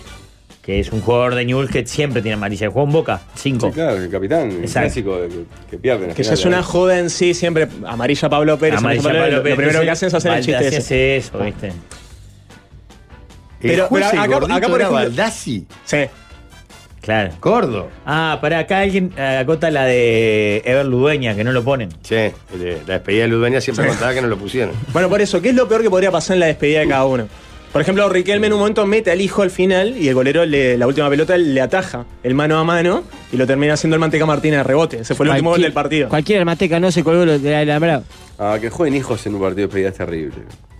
[SPEAKER 6] Que es un jugador de Newell's que siempre tiene amarilla. Juega en Boca, cinco.
[SPEAKER 2] Sí, claro, el capitán, el
[SPEAKER 6] Exacto.
[SPEAKER 2] clásico de que, que pierden. al
[SPEAKER 7] que ya
[SPEAKER 2] final,
[SPEAKER 7] es una
[SPEAKER 2] ¿no?
[SPEAKER 7] joda en sí, siempre amarilla Pablo Pérez.
[SPEAKER 6] Amarilla
[SPEAKER 7] amarilla
[SPEAKER 6] Pablo
[SPEAKER 7] lo-
[SPEAKER 6] Pérez.
[SPEAKER 7] Lo primero que
[SPEAKER 6] Entonces,
[SPEAKER 7] hacen es hacer el chiste
[SPEAKER 6] Baldassi
[SPEAKER 7] ese.
[SPEAKER 6] hace eso, ¿viste?
[SPEAKER 5] El
[SPEAKER 7] Pero-
[SPEAKER 5] juez,
[SPEAKER 7] pero
[SPEAKER 5] el
[SPEAKER 7] acá-
[SPEAKER 5] gordito
[SPEAKER 7] acá, por
[SPEAKER 5] era
[SPEAKER 7] ejemplo-
[SPEAKER 5] Baldassi,
[SPEAKER 7] Sí.
[SPEAKER 6] Claro.
[SPEAKER 5] gordo.
[SPEAKER 6] Ah, para acá alguien eh, acota la de Ever Ludueña, que no lo ponen.
[SPEAKER 5] Che, el- la despedida de Ludueña siempre contaba que no lo pusieron.
[SPEAKER 7] Bueno, por eso, ¿qué es lo peor que podría pasar en la despedida de cada uno? Por ejemplo, Riquelme en un momento mete al hijo al final y el golero, le- la última pelota, le ataja el mano a mano y lo termina haciendo el Manteca Martínez de rebote. Ese fue el último gol del partido.
[SPEAKER 9] Cualquiera del Mateca no se colgó lo- del alambrado.
[SPEAKER 2] Ah, que jueguen hijos en un partido de despedida es terrible.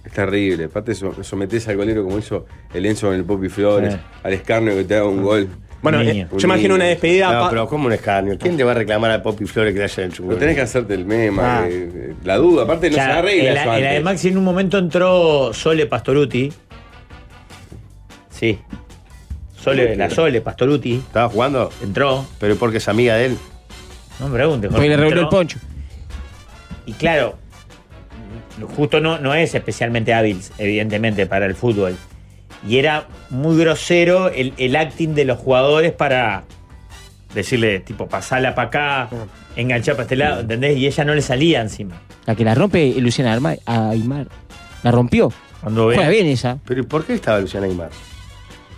[SPEAKER 2] Es terrible. Aparte, so- sometés al golero como hizo el Enzo con el Popi Flores,
[SPEAKER 6] Sí.
[SPEAKER 2] al escarnio que te haga un gol.
[SPEAKER 7] Bueno,
[SPEAKER 6] Un
[SPEAKER 7] eh,
[SPEAKER 6] niño.
[SPEAKER 7] yo imagino una despedida.
[SPEAKER 5] No,
[SPEAKER 7] pa-
[SPEAKER 5] pero como un escarnio. ¿Quién le va a reclamar a Poppy Flores que le hayan hecho un
[SPEAKER 2] Lo
[SPEAKER 5] gol?
[SPEAKER 2] tenés que hacerte el mema,
[SPEAKER 7] Ah.
[SPEAKER 2] eh, eh, la duda. Aparte, no
[SPEAKER 6] Claro,
[SPEAKER 2] se arregla
[SPEAKER 6] en la-
[SPEAKER 2] eso
[SPEAKER 6] en la de
[SPEAKER 2] antes.
[SPEAKER 6] Maxi en un momento entró Sole Pastoruti. Sí. Sole, la Sole Pastoruti
[SPEAKER 5] Estaba jugando,
[SPEAKER 6] entró.
[SPEAKER 5] pero porque es amiga de él.
[SPEAKER 6] No me preguntes.
[SPEAKER 9] Porque le
[SPEAKER 6] Jorge,
[SPEAKER 9] reveló el
[SPEAKER 6] entró.
[SPEAKER 9] poncho.
[SPEAKER 6] Y claro, justo no, no es especialmente hábil, evidentemente, para el fútbol. Y era muy grosero el, el acting de los jugadores para decirle, tipo, pasala para acá,
[SPEAKER 9] Mm.
[SPEAKER 6] enganchá para este lado, ¿entendés? Y ella no le salía encima.
[SPEAKER 9] La que la rompe es Luciana Arma- Aymar. La rompió.
[SPEAKER 6] Cuando ve.
[SPEAKER 9] Juega bien esa.
[SPEAKER 5] Pero ¿y por qué estaba Luciana Aymar?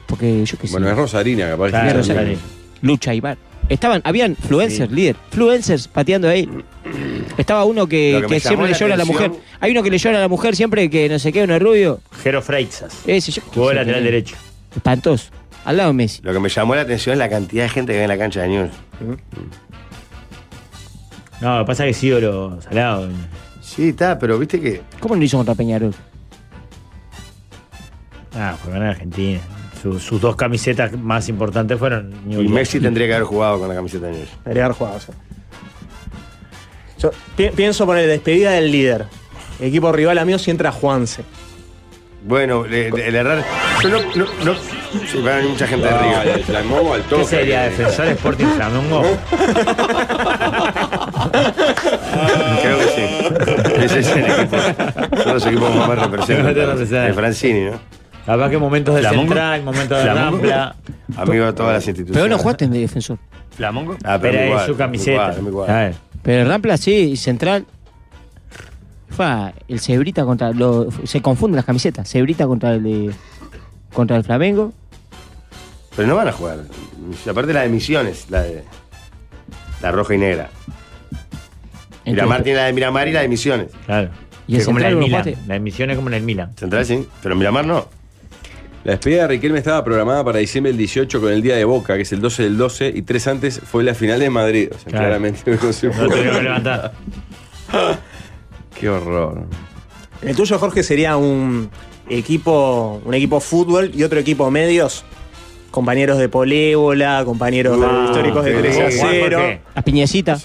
[SPEAKER 9] Porque yo qué sé.
[SPEAKER 2] Bueno, es Rosarina, capaz.
[SPEAKER 6] Claro,
[SPEAKER 2] que
[SPEAKER 9] Mierda,
[SPEAKER 6] no sé.
[SPEAKER 9] ya la vi. Lucha y bar. Estaban, habían influencers, líder, influencers pateando ahí. Estaba uno
[SPEAKER 5] Lo
[SPEAKER 9] que,
[SPEAKER 5] que me
[SPEAKER 9] que
[SPEAKER 5] llamó
[SPEAKER 9] siempre le
[SPEAKER 5] la
[SPEAKER 9] llora a la
[SPEAKER 5] atención-
[SPEAKER 9] mujer. Hay uno que le llora a la mujer siempre que no sé qué, uno es rubio.
[SPEAKER 6] Jero Freixas.
[SPEAKER 9] Ese yo.
[SPEAKER 6] Jugó de lateral
[SPEAKER 9] Eh, Sí,
[SPEAKER 6] derecho.
[SPEAKER 9] Espantoso. Al lado de Messi.
[SPEAKER 5] Lo que me llamó la atención es la cantidad de gente que ve en la cancha de News.
[SPEAKER 6] No, lo que pasa es que sí, lo salado.
[SPEAKER 5] Sí, está, pero viste que.
[SPEAKER 9] ¿Cómo no lo hizo contra Peñarol?
[SPEAKER 6] Ah, fue ganar Argentina. Su- sus dos camisetas más importantes fueron New
[SPEAKER 5] Y
[SPEAKER 6] York.
[SPEAKER 5] Messi tendría que haber jugado con la camiseta de News.
[SPEAKER 7] Debería haber jugado, sí. Yo pi- pienso poner despedida del líder. Equipo rival amigo si entra Juanse.
[SPEAKER 5] Bueno, le- le- el errar. Yo no. no, no- sí, van a venir mucha gente de
[SPEAKER 2] Ah,
[SPEAKER 5] arriba.
[SPEAKER 2] el Flamengo al toque.
[SPEAKER 6] ¿Qué sería? ¿Defensor Sporting Flamengo?
[SPEAKER 5] <laughs> Creo que sí. Ese es el equipo. Son los equipos más representantes.
[SPEAKER 6] Más representantes.
[SPEAKER 5] El Francini, ¿no?
[SPEAKER 6] Capaz que momentos de
[SPEAKER 8] ¿Flamengo?
[SPEAKER 6] central, momentos de
[SPEAKER 8] ¿Flamengo?
[SPEAKER 6] rampla.
[SPEAKER 5] Amigo de todas las instituciones.
[SPEAKER 9] Pero no jugaste en defensor.
[SPEAKER 8] ¿Flamongo?
[SPEAKER 5] Ah, pero,
[SPEAKER 6] Pero
[SPEAKER 5] mi
[SPEAKER 6] es
[SPEAKER 5] cuadro,
[SPEAKER 6] su
[SPEAKER 5] mi
[SPEAKER 6] camiseta. Ah,
[SPEAKER 5] cuadro, mi cuadro.
[SPEAKER 6] A ver,
[SPEAKER 9] Pero Rampla sí, y Central. Fa, el Cebrita contra. lo- se confunden las camisetas. Cebrita contra el de- contra el Flamengo.
[SPEAKER 5] Pero no van a jugar. Aparte la de Misiones, la de. La roja y negra. Miramar
[SPEAKER 9] Entonces,
[SPEAKER 5] tiene la de Miramar y la de Misiones.
[SPEAKER 6] claro.
[SPEAKER 9] ¿Y el
[SPEAKER 6] Es como la
[SPEAKER 9] central
[SPEAKER 6] del
[SPEAKER 9] no lo
[SPEAKER 6] Milan.
[SPEAKER 9] jugaste?
[SPEAKER 6] La emisión es como la del Milan.
[SPEAKER 5] Central sí, pero Miramar no.
[SPEAKER 2] La despedida de Riquelme estaba programada para diciembre del 18 con el día de Boca, que es el 12 del 12, y tres antes fue la final de Madrid. O sea,
[SPEAKER 6] Claro.
[SPEAKER 2] claramente no
[SPEAKER 6] <laughs>
[SPEAKER 2] se
[SPEAKER 6] No
[SPEAKER 2] pudo.
[SPEAKER 6] tuvieron que levantar.
[SPEAKER 2] Qué horror.
[SPEAKER 7] El tuyo, Jorge, sería un, equipo, un equipo fútbol y otro equipo medios. Compañeros de polébola, compañeros de-
[SPEAKER 6] Ah,
[SPEAKER 7] históricos de
[SPEAKER 5] qué
[SPEAKER 7] 3 a
[SPEAKER 5] lindo.
[SPEAKER 7] 0.
[SPEAKER 6] Juan Jorge.
[SPEAKER 9] Las piñecitas.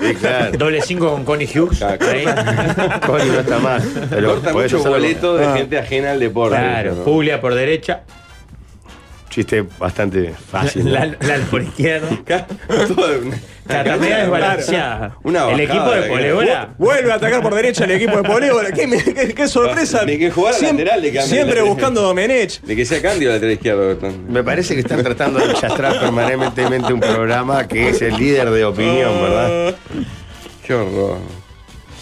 [SPEAKER 6] <laughs>
[SPEAKER 5] claro.
[SPEAKER 6] Doble 5 con Connie Hughes. ahí.
[SPEAKER 5] <laughs> Cori no está más. Pero
[SPEAKER 2] Corta
[SPEAKER 5] podés
[SPEAKER 2] mucho
[SPEAKER 5] hacerlo con-
[SPEAKER 2] boleto
[SPEAKER 7] Ah.
[SPEAKER 2] de gente ajena al deporte.
[SPEAKER 6] Claro,
[SPEAKER 2] ¿no?
[SPEAKER 6] Puglia por derecha,
[SPEAKER 5] Chiste bastante fácil.
[SPEAKER 6] la,
[SPEAKER 5] ¿no?
[SPEAKER 6] la por izquierda.
[SPEAKER 5] <laughs>
[SPEAKER 2] Todo un-
[SPEAKER 6] La también desbalanceada.
[SPEAKER 2] Una
[SPEAKER 6] El
[SPEAKER 2] bajada,
[SPEAKER 6] equipo de
[SPEAKER 2] la-
[SPEAKER 6] polébola.
[SPEAKER 7] Vuelve a atacar por derecha el equipo de polébola. ¿Qué, me- qué- qué sorpresa!
[SPEAKER 2] Ni que jugar al
[SPEAKER 7] Siempre-
[SPEAKER 2] lateral le cambian.
[SPEAKER 7] siempre
[SPEAKER 2] <laughs>
[SPEAKER 7] buscando Domenech.
[SPEAKER 2] De que sea Cándido lateral izquierdo. Bertón.
[SPEAKER 5] Me parece que están tratando de chastrar permanentemente un programa que es el líder de opinión, ¿verdad?
[SPEAKER 2] Qué horror.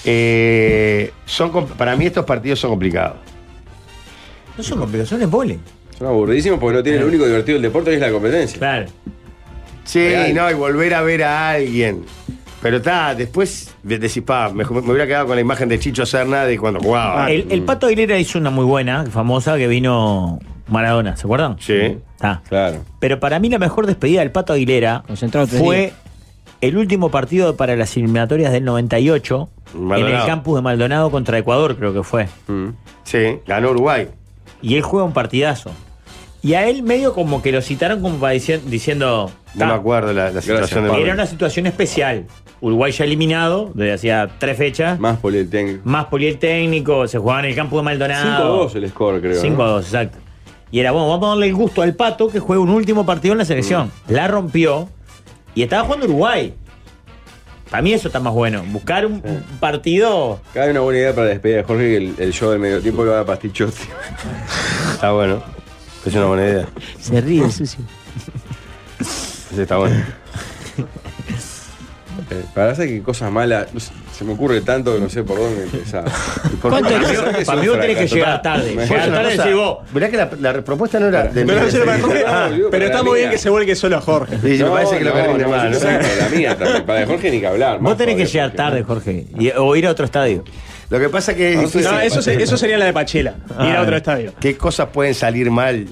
[SPEAKER 5] Eh, son, com- para mí estos partidos son complicados.
[SPEAKER 6] No son complicados, son embole.
[SPEAKER 2] Son aburridísimos porque no tiene lo único divertido del deporte que es la competencia.
[SPEAKER 6] Eh. Claro.
[SPEAKER 5] Sí,
[SPEAKER 2] Real.
[SPEAKER 5] no, y volver a ver a alguien. Pero está, después de- decís, pa, me, me hubiera quedado con la imagen de Chicho Serna de cuando jugaba.
[SPEAKER 6] Ah,
[SPEAKER 5] Mm,
[SPEAKER 6] El, el Pato Aguilera hizo una muy buena, famosa, que vino Maradona, ¿se acuerdan?
[SPEAKER 5] Sí.
[SPEAKER 6] Ah.
[SPEAKER 2] Claro.
[SPEAKER 6] Pero para mí la mejor despedida del Pato Aguilera
[SPEAKER 9] Concentrado tres
[SPEAKER 6] fue
[SPEAKER 9] días.
[SPEAKER 6] el último partido para las eliminatorias del 98 en
[SPEAKER 5] Maldonado.
[SPEAKER 6] el campus de Maldonado contra Ecuador, creo que fue.
[SPEAKER 2] Mm.
[SPEAKER 5] Sí, ganó Uruguay.
[SPEAKER 6] Y él juega un partidazo. Y a él medio como que lo citaron como para dici- diciendo...
[SPEAKER 5] No
[SPEAKER 6] "Ta,
[SPEAKER 5] me acuerdo la, la situación
[SPEAKER 2] Pablo.
[SPEAKER 6] Era
[SPEAKER 5] de
[SPEAKER 6] una situación especial. Uruguay ya eliminado desde hacía tres fechas.
[SPEAKER 2] Más por el técnico.
[SPEAKER 6] Más politécnico, se jugaba en el campo de
[SPEAKER 2] 5 a
[SPEAKER 6] Maldonado.
[SPEAKER 2] 2 el score, creo.
[SPEAKER 6] 5 a 2, exacto. Y era, bueno, vamos a darle el gusto al Pato que juega un último partido en la selección.
[SPEAKER 2] Mm.
[SPEAKER 6] La rompió y estaba jugando Uruguay. Para mí eso está más bueno. Buscar un un partido.
[SPEAKER 2] Acá hay una buena idea para despedir a Jorge que el, el show del medio tiempo lo va
[SPEAKER 6] <laughs>
[SPEAKER 2] a Pastichotti.
[SPEAKER 5] Está bueno. Es una buena idea.
[SPEAKER 9] Se ríe el sucio.
[SPEAKER 5] Ese está bueno.
[SPEAKER 2] Eh, para hacer que cosas malas. no sé, se me ocurre tanto que no sé por dónde empezar.
[SPEAKER 6] <laughs>
[SPEAKER 9] ¿Cuánto
[SPEAKER 2] Para mí
[SPEAKER 6] Para
[SPEAKER 2] es un
[SPEAKER 6] mí vos tenés que
[SPEAKER 2] fracaso.
[SPEAKER 6] llegar tarde.
[SPEAKER 2] Me-
[SPEAKER 6] Llegar tarde y decir vos.
[SPEAKER 5] Mirá que la, la propuesta no era de
[SPEAKER 7] Pero,
[SPEAKER 5] mí,
[SPEAKER 7] no se
[SPEAKER 5] de-
[SPEAKER 7] lo marcó.
[SPEAKER 2] Ah,
[SPEAKER 7] Ah,
[SPEAKER 2] boludo,
[SPEAKER 7] pero
[SPEAKER 2] para
[SPEAKER 7] está
[SPEAKER 2] la
[SPEAKER 7] muy bien
[SPEAKER 2] mina.
[SPEAKER 7] que se vuelque solo a Jorge.
[SPEAKER 5] Sí, me parece que lo que rinde
[SPEAKER 2] no,
[SPEAKER 5] más,
[SPEAKER 2] no,
[SPEAKER 5] ¿no?
[SPEAKER 2] no, La mía también. Para de Jorge ni que hablar.
[SPEAKER 6] Vos
[SPEAKER 2] más
[SPEAKER 6] tenés que
[SPEAKER 2] todavía,
[SPEAKER 6] llegar
[SPEAKER 2] porque-
[SPEAKER 6] tarde, Jorge. y- o ir a otro estadio.
[SPEAKER 5] Lo que pasa que es
[SPEAKER 2] No sé
[SPEAKER 5] difícil.
[SPEAKER 7] No, eso, se- eso sería la de Pachela. Ir
[SPEAKER 6] Ah,
[SPEAKER 7] a otro estadio.
[SPEAKER 5] ¿Qué cosas pueden salir mal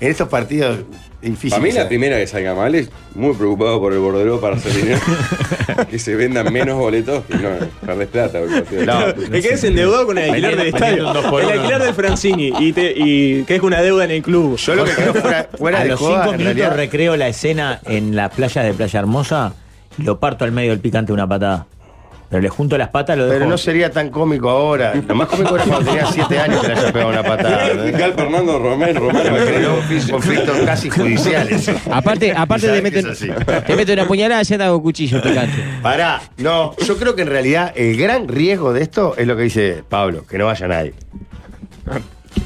[SPEAKER 5] en estos partidos difíciles?
[SPEAKER 2] Para mí la primera que salga mal es muy preocupado por el bordero para
[SPEAKER 6] <laughs>
[SPEAKER 2] hacer dinero. que se vendan menos boletos y no, perdés plata.
[SPEAKER 7] <laughs>
[SPEAKER 2] porque-
[SPEAKER 5] No.
[SPEAKER 7] Te quedes endeudado con el alquiler del estadio. El alquiler del Francini. Y, te, y que es una deuda en el club.
[SPEAKER 5] Yo lo que creo fuera, fuera
[SPEAKER 6] a
[SPEAKER 5] de
[SPEAKER 6] los
[SPEAKER 5] joda,
[SPEAKER 6] cinco
[SPEAKER 5] en
[SPEAKER 6] minutos
[SPEAKER 5] realidad,
[SPEAKER 6] recreo la escena en la playa de Playa Hermosa y lo parto al medio del picante una patada. Pero le junto las patas, lo dejo.
[SPEAKER 5] Pero no sería tan cómico ahora. Lo más cómico era cuando tenía 7 años que le haya pegado una patada. ¿no?
[SPEAKER 2] Fiscal Fernando Romero, Romero me creó un
[SPEAKER 5] Pero
[SPEAKER 2] oficio.
[SPEAKER 5] conflictos casi
[SPEAKER 2] <laughs>
[SPEAKER 5] judiciales. <laughs>
[SPEAKER 9] Aparte, aparte
[SPEAKER 5] Sabés
[SPEAKER 9] te
[SPEAKER 5] que
[SPEAKER 9] meten,
[SPEAKER 5] es así.
[SPEAKER 9] te meten una puñalada y ya te hago cuchillo picante.
[SPEAKER 5] Pará, no, yo creo que en realidad el gran riesgo de esto es lo que dice Pablo, que no vaya nadie.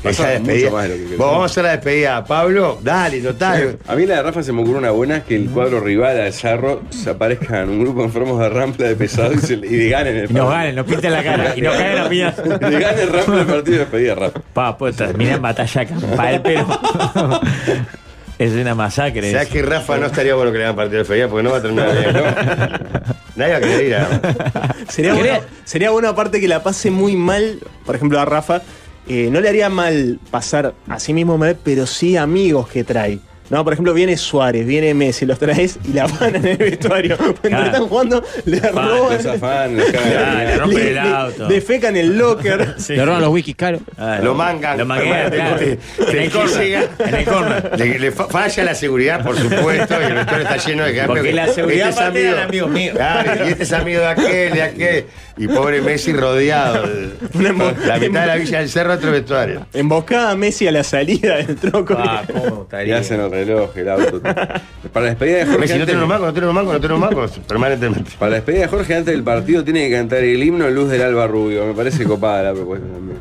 [SPEAKER 5] Esa
[SPEAKER 2] Pasa
[SPEAKER 5] despedida.
[SPEAKER 2] mucho más de lo que
[SPEAKER 5] Vos,
[SPEAKER 2] creo.
[SPEAKER 5] vamos a hacer la despedida. Pablo, dale, total.
[SPEAKER 2] A mí la de Rafa se me ocurrió una buena que el cuadro rival al Zarro se aparezca en un grupo de enfermos de Rampla de pesado y, se, le- y le ganen el
[SPEAKER 6] Y nos ganen, nos pinten la cara. y nos caen las piñas.
[SPEAKER 2] <laughs> Le ganen Rampla el partido de despedida Rafa.
[SPEAKER 6] Pa, pues termina en batalla
[SPEAKER 5] <laughs>
[SPEAKER 6] campal, pero. es una masacre.
[SPEAKER 5] ¿Sabes que Rafa no estaría bueno que le hagan partido de despedida porque no va a terminar bien? ¿no? Nadie va a querer ir
[SPEAKER 2] ¿eh?
[SPEAKER 5] a.
[SPEAKER 7] <laughs> Sería bueno, sería bueno, aparte que la pase muy mal, por ejemplo, a Rafa. eh, no le haría mal pasar a sí mismo mal, pero sí amigos que trae. No, por ejemplo, viene Suárez, viene Messi, los traes y la van en el vestuario. Mientras
[SPEAKER 6] Claro.
[SPEAKER 7] están jugando, le roban.
[SPEAKER 2] Los afán, los cagan.
[SPEAKER 6] Ah, le rompen el auto.
[SPEAKER 7] defecan
[SPEAKER 6] <laughs>
[SPEAKER 7] el locker.
[SPEAKER 9] Te roban los wikis caros.
[SPEAKER 6] Ah,
[SPEAKER 5] Lo mangan.
[SPEAKER 6] Lo manguean, claro.
[SPEAKER 5] Te- te-
[SPEAKER 6] En el corner.
[SPEAKER 5] llega-
[SPEAKER 6] En el corner.
[SPEAKER 5] Le, le fa- falla la seguridad, por supuesto, y el vestuario está lleno de cambios.
[SPEAKER 6] Porque la seguridad aparte eran amigos míos.
[SPEAKER 5] Claro, y este es amigo de aquel, de aquel. Y pobre Messi rodeado. de-
[SPEAKER 7] Una embo-
[SPEAKER 5] la mitad de la Villa del Cerro, otro vestuario.
[SPEAKER 7] Emboscada a Messi a la salida del troco.
[SPEAKER 5] Ah,
[SPEAKER 6] Pa, cómo me
[SPEAKER 2] Le
[SPEAKER 6] gustaría.
[SPEAKER 2] hacen el reloj, el auto. Para la despedida de Jorge.
[SPEAKER 5] Messi, no
[SPEAKER 2] antes-
[SPEAKER 5] tiene unos mancos, no tiene unos mancos, no tiene unos mancos, permanentemente.
[SPEAKER 2] Para la despedida de Jorge antes del partido tiene que cantar el himno Luz del Alba Rubio. Me parece copada la propuesta también.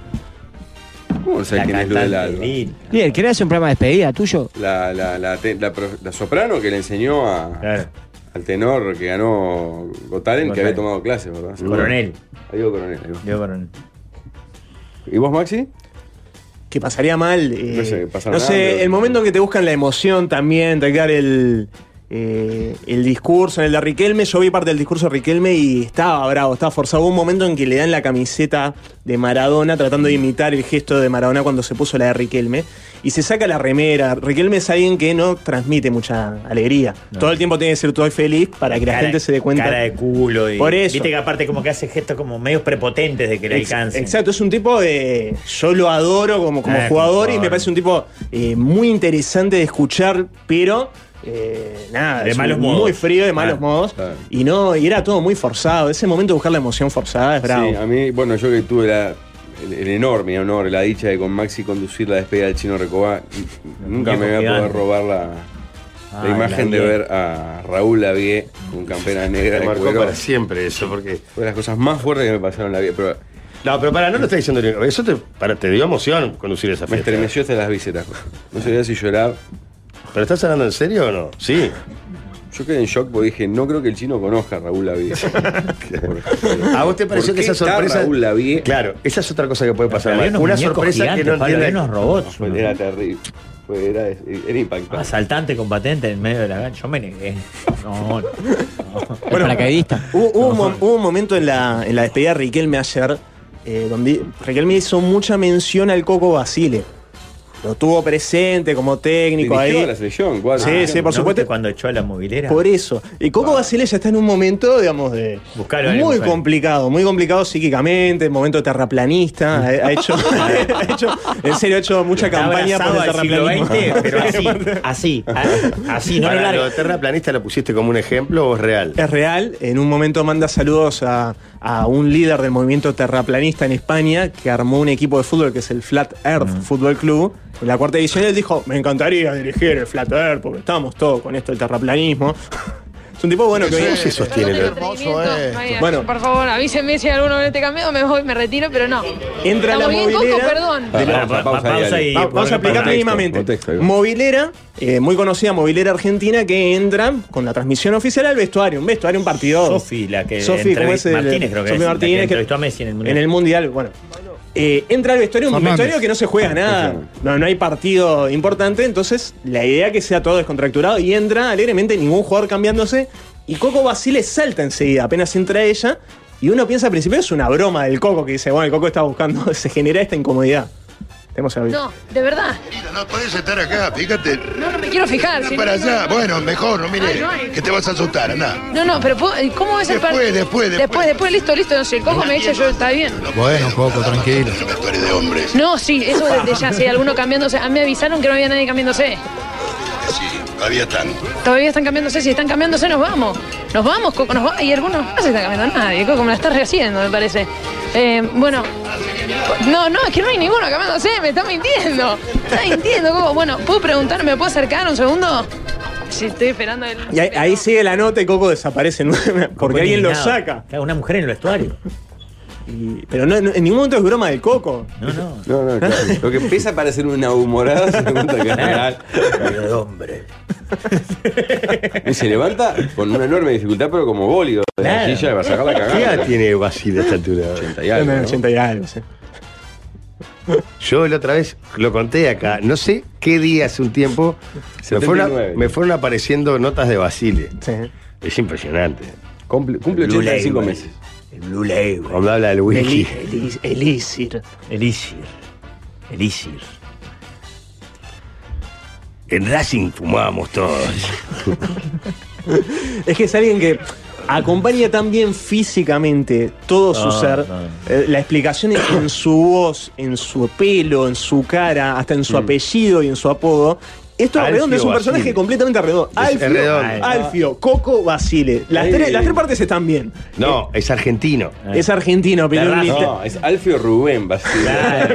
[SPEAKER 2] ¿Cómo no
[SPEAKER 6] La
[SPEAKER 2] sabes quién es Luz del
[SPEAKER 6] cantante,
[SPEAKER 2] Alba?
[SPEAKER 6] Lil.
[SPEAKER 9] Líder, ¿querés hacer un programa de despedida tuyo?
[SPEAKER 2] La, la, la, te- la pro- la soprano que le enseñó a-
[SPEAKER 6] Claro.
[SPEAKER 2] al tenor que ganó Gotaren, que había tomado clases, ¿verdad?
[SPEAKER 6] Coronel.
[SPEAKER 2] Ahí digo coronel. ahí va.
[SPEAKER 6] Yo coronel.
[SPEAKER 2] ¿Y vos, Maxi?
[SPEAKER 7] que pasaría mal. eh,
[SPEAKER 2] No sé, pasar
[SPEAKER 7] no
[SPEAKER 2] mal,
[SPEAKER 7] sé,
[SPEAKER 2] pero-
[SPEAKER 7] el momento en que te buscan la emoción también, tragar el. eh, eh, el discurso, en el de Riquelme, yo vi parte del discurso de Riquelme y estaba bravo, estaba forzado. Hubo un momento en que le dan la camiseta de Maradona tratando de imitar el gesto de Maradona cuando se puso la de Riquelme y se saca la remera. Riquelme es alguien que no transmite mucha alegría. Todo el tiempo tiene que ser todo feliz para que la gente se dé cuenta.
[SPEAKER 6] Cara de culo. Y,
[SPEAKER 7] Por eso.
[SPEAKER 6] Viste que aparte como que hace gestos como medios prepotentes de que le
[SPEAKER 7] Ex-
[SPEAKER 6] alcance.
[SPEAKER 7] Exacto, es un tipo de. Yo lo adoro como, como
[SPEAKER 6] Ah,
[SPEAKER 7] jugador
[SPEAKER 6] como
[SPEAKER 7] y me parece un tipo eh, muy interesante de escuchar, pero. eh, nada,
[SPEAKER 6] De
[SPEAKER 7] es
[SPEAKER 6] malos
[SPEAKER 7] un-
[SPEAKER 6] modos.
[SPEAKER 7] Muy frío, de
[SPEAKER 6] Ah,
[SPEAKER 7] malos modos.
[SPEAKER 2] claro.
[SPEAKER 7] Y no, y era todo muy forzado. Ese momento de buscar la emoción forzada es eh, bravo.
[SPEAKER 2] Sí, a mí, bueno, yo que tuve la, el, el enorme honor, la dicha de con Maxi conducir la despedida del chino Recoba, nunca me voy a poder
[SPEAKER 6] gigante.
[SPEAKER 2] robar la, la
[SPEAKER 6] Ah,
[SPEAKER 2] imagen
[SPEAKER 6] la
[SPEAKER 2] de
[SPEAKER 6] vie.
[SPEAKER 2] ver a Raúl
[SPEAKER 5] Eh,
[SPEAKER 2] Lavie con campera negra.
[SPEAKER 5] Te
[SPEAKER 2] de
[SPEAKER 5] marcó
[SPEAKER 2] cuero.
[SPEAKER 5] para siempre eso, porque.
[SPEAKER 2] Fue de las cosas más fuertes que me pasaron en la vida. Pero
[SPEAKER 5] No, pero para, no lo está diciendo. Eso te, para, te dio emoción conducir esa
[SPEAKER 2] me
[SPEAKER 5] fiesta.
[SPEAKER 2] estremeció hasta las vísceras. No sabía si llorar.
[SPEAKER 5] ¿Pero estás hablando en serio o no? Sí.
[SPEAKER 2] Yo quedé en shock porque dije, no creo que el chino conozca a Raúl Lavie.
[SPEAKER 5] <laughs> ¿A vos te pareció
[SPEAKER 2] ¿Por
[SPEAKER 5] que esa
[SPEAKER 2] qué está
[SPEAKER 5] sorpresa.
[SPEAKER 2] Raúl Lavie?
[SPEAKER 5] Claro, esa es otra cosa que puede pasar.
[SPEAKER 6] Pero había
[SPEAKER 5] mal.
[SPEAKER 6] unos
[SPEAKER 5] Una
[SPEAKER 6] muñecos
[SPEAKER 5] sorpresa que
[SPEAKER 6] gigantes,
[SPEAKER 5] no
[SPEAKER 6] Pablo, había
[SPEAKER 5] entiende.
[SPEAKER 6] unos robots.
[SPEAKER 2] Fue- Era terrible. Fue- Era, era impactante.
[SPEAKER 6] Asaltante con patente en medio de la cancha. Yo me
[SPEAKER 5] <laughs>
[SPEAKER 6] negué. No, no.
[SPEAKER 9] Bueno, paracaidista.
[SPEAKER 7] Hubo, hubo un, mom- hubo un momento en la, en la despedida de Riquelme ayer eh, donde Riquelme hizo mucha mención al Coco Basile. Lo tuvo presente como técnico
[SPEAKER 2] Dirigió a la
[SPEAKER 7] ahí.
[SPEAKER 2] selección, cuatro.
[SPEAKER 7] Sí, sí, por
[SPEAKER 6] ¿No
[SPEAKER 7] supuesto.
[SPEAKER 6] viste Cuando echó a la movilera.
[SPEAKER 7] Por eso. Y Coco Basile ya está en un momento, digamos, de.
[SPEAKER 6] Buscalo, dale,
[SPEAKER 7] muy
[SPEAKER 6] buscalo.
[SPEAKER 7] complicado, muy complicado psíquicamente,
[SPEAKER 6] <laughs>
[SPEAKER 7] momento terraplanista. Ha, ha hecho, <laughs> ha hecho- En serio, ha hecho mucha
[SPEAKER 6] Está
[SPEAKER 7] campaña por
[SPEAKER 6] abrazado
[SPEAKER 7] el
[SPEAKER 6] al
[SPEAKER 7] terraplanismo.
[SPEAKER 6] siglo XX, pero así, así, a- así, no lo
[SPEAKER 5] Para, lo
[SPEAKER 6] larga.
[SPEAKER 5] terraplanista lo pusiste como un ejemplo o es real.
[SPEAKER 7] <laughs> Es real, en un momento manda saludos a, a un líder del movimiento terraplanista en España que armó un equipo de fútbol que es el Flat Earth
[SPEAKER 6] Mm.
[SPEAKER 7] Fútbol Club. En la cuarta división él dijo, me encantaría dirigir el Flat Earth porque estamos todos con esto del terraplanismo. <laughs> es un tipo bueno que...
[SPEAKER 5] ¿Cómo se sostiene?
[SPEAKER 8] Qué
[SPEAKER 5] lo-
[SPEAKER 8] hermoso es.
[SPEAKER 7] Bueno.
[SPEAKER 8] Por favor, avísenme si alguno vez te cambio, me voy, me retiro, pero no.
[SPEAKER 7] Entra
[SPEAKER 8] Estamos
[SPEAKER 7] la
[SPEAKER 8] bien, Coco,
[SPEAKER 7] movilera.
[SPEAKER 8] perdón.
[SPEAKER 2] Pará,
[SPEAKER 6] Bueno, pa-
[SPEAKER 2] pausa, pausa
[SPEAKER 6] pausa
[SPEAKER 2] ahí, Ale.
[SPEAKER 6] y-
[SPEAKER 7] Va- Vamos a aplicar
[SPEAKER 6] Contexto,
[SPEAKER 7] mínimamente.
[SPEAKER 2] contexto, ahí va.
[SPEAKER 7] Movilera, eh, muy conocida movilera argentina que entra con la transmisión oficial al vestuario, un vestuario, un partido.
[SPEAKER 6] Sofi, la que
[SPEAKER 7] Sofi, ¿cómo
[SPEAKER 6] entrevist-
[SPEAKER 7] es el-
[SPEAKER 6] Martínez, creo que
[SPEAKER 7] Sofi
[SPEAKER 6] es, la
[SPEAKER 7] Martínez,
[SPEAKER 6] que
[SPEAKER 7] que
[SPEAKER 6] entrevistó a Messi en el Mundial.
[SPEAKER 7] Mundial, bueno. Eh, entra al vestuario, un
[SPEAKER 10] Fernández.
[SPEAKER 7] vestuario que no se juega nada. No, no hay partido importante, entonces la idea es que sea todo descontracturado y entra alegremente ningún jugador cambiándose. Y Coco Basile salta enseguida, apenas entra ella. Y uno piensa al principio es una broma del Coco que dice, bueno, el Coco está buscando, <laughs> se genera esta incomodidad. Tenemos el
[SPEAKER 8] No, de verdad.
[SPEAKER 10] No puedes estar acá, fíjate.
[SPEAKER 8] No, no me quiero fijar. si no,
[SPEAKER 10] Para
[SPEAKER 8] no,
[SPEAKER 10] allá,
[SPEAKER 8] no, no.
[SPEAKER 10] bueno, mejor, no mire, que te vas a asustar, anda.
[SPEAKER 8] No, no, pero puedo- eh, ¿cómo es el
[SPEAKER 10] Después,
[SPEAKER 8] partido?
[SPEAKER 10] después, después.
[SPEAKER 8] Después, después, listo, listo. No, si el Coco me echa, yo está bien.
[SPEAKER 10] Bueno, Coco, tranquilo. Tú eres de hombres.
[SPEAKER 8] No, sí, eso desde ya, si hay alguno cambiándose. A mí me avisaron que no había nadie cambiándose.
[SPEAKER 10] Sí, había tanto.
[SPEAKER 8] Todavía están cambiándose, si están cambiándose nos vamos. Nos vamos, Coco, nos va. Y algunos no se está cambiando nadie, Coco, me la estás rehaciendo, me parece. Eh, bueno, no, no, es que no hay ninguno cambiándose, me está mintiendo. Está mintiendo, Coco. Bueno, ¿puedo preguntar, me puedo acercar un segundo? Si estoy esperando el...
[SPEAKER 7] Y ahí, ahí sigue la nota y Coco desaparece en una- <laughs> porque
[SPEAKER 6] Fue
[SPEAKER 7] alguien lo
[SPEAKER 6] indignado.
[SPEAKER 7] saca.
[SPEAKER 6] Claro, Una mujer en el vestuario.
[SPEAKER 7] Y- pero no, no- en ningún momento es broma del Coco.
[SPEAKER 6] No, no.
[SPEAKER 2] No, no, claro. Lo que empieza a parecer una humorada se da cuenta que es real.
[SPEAKER 6] de hombre.
[SPEAKER 2] Y se levanta con una enorme dificultad, pero como bólido
[SPEAKER 5] eh,
[SPEAKER 2] de
[SPEAKER 6] Claro.
[SPEAKER 2] la silla para sacar la
[SPEAKER 5] ¿Qué
[SPEAKER 2] cagada.
[SPEAKER 5] edad tiene Basile a esta altura?
[SPEAKER 2] 80 y algo,
[SPEAKER 7] En el
[SPEAKER 2] ¿no?
[SPEAKER 7] 80 y algo, sí.
[SPEAKER 5] Yo la otra vez lo conté acá, no sé qué día hace un tiempo me
[SPEAKER 2] 79.
[SPEAKER 5] fueron, me fueron apareciendo notas de Basile.
[SPEAKER 7] Sí.
[SPEAKER 5] Es impresionante.
[SPEAKER 2] Cumple, cumple
[SPEAKER 6] Blue
[SPEAKER 2] 85
[SPEAKER 6] Label.
[SPEAKER 2] meses.
[SPEAKER 6] El Blue Label.
[SPEAKER 5] Cuando habla del whisky.
[SPEAKER 7] Elísir.
[SPEAKER 6] Elísir. Elísir.
[SPEAKER 5] En Racing fumábamos todos.
[SPEAKER 7] Es que es alguien que acompaña tan bien físicamente todo su
[SPEAKER 6] No,
[SPEAKER 7] ser.
[SPEAKER 6] no.
[SPEAKER 7] Eh, La explicación es en su voz, en su pelo, en su cara, hasta en su apellido y en su apodo. Esto es
[SPEAKER 5] Alfio
[SPEAKER 7] redondo, es un
[SPEAKER 5] Basile.
[SPEAKER 7] personaje completamente redondo.
[SPEAKER 5] Es
[SPEAKER 7] Alfio,
[SPEAKER 5] redondo.
[SPEAKER 7] Alfio, Coco, Basile. Las
[SPEAKER 2] Ahí.
[SPEAKER 7] tres, las tres partes están bien.
[SPEAKER 5] <laughs> No, es argentino.
[SPEAKER 7] Es argentino, pero
[SPEAKER 6] Terrazo.
[SPEAKER 7] un-
[SPEAKER 5] eh.
[SPEAKER 2] No, es Alfio Rubén Basile.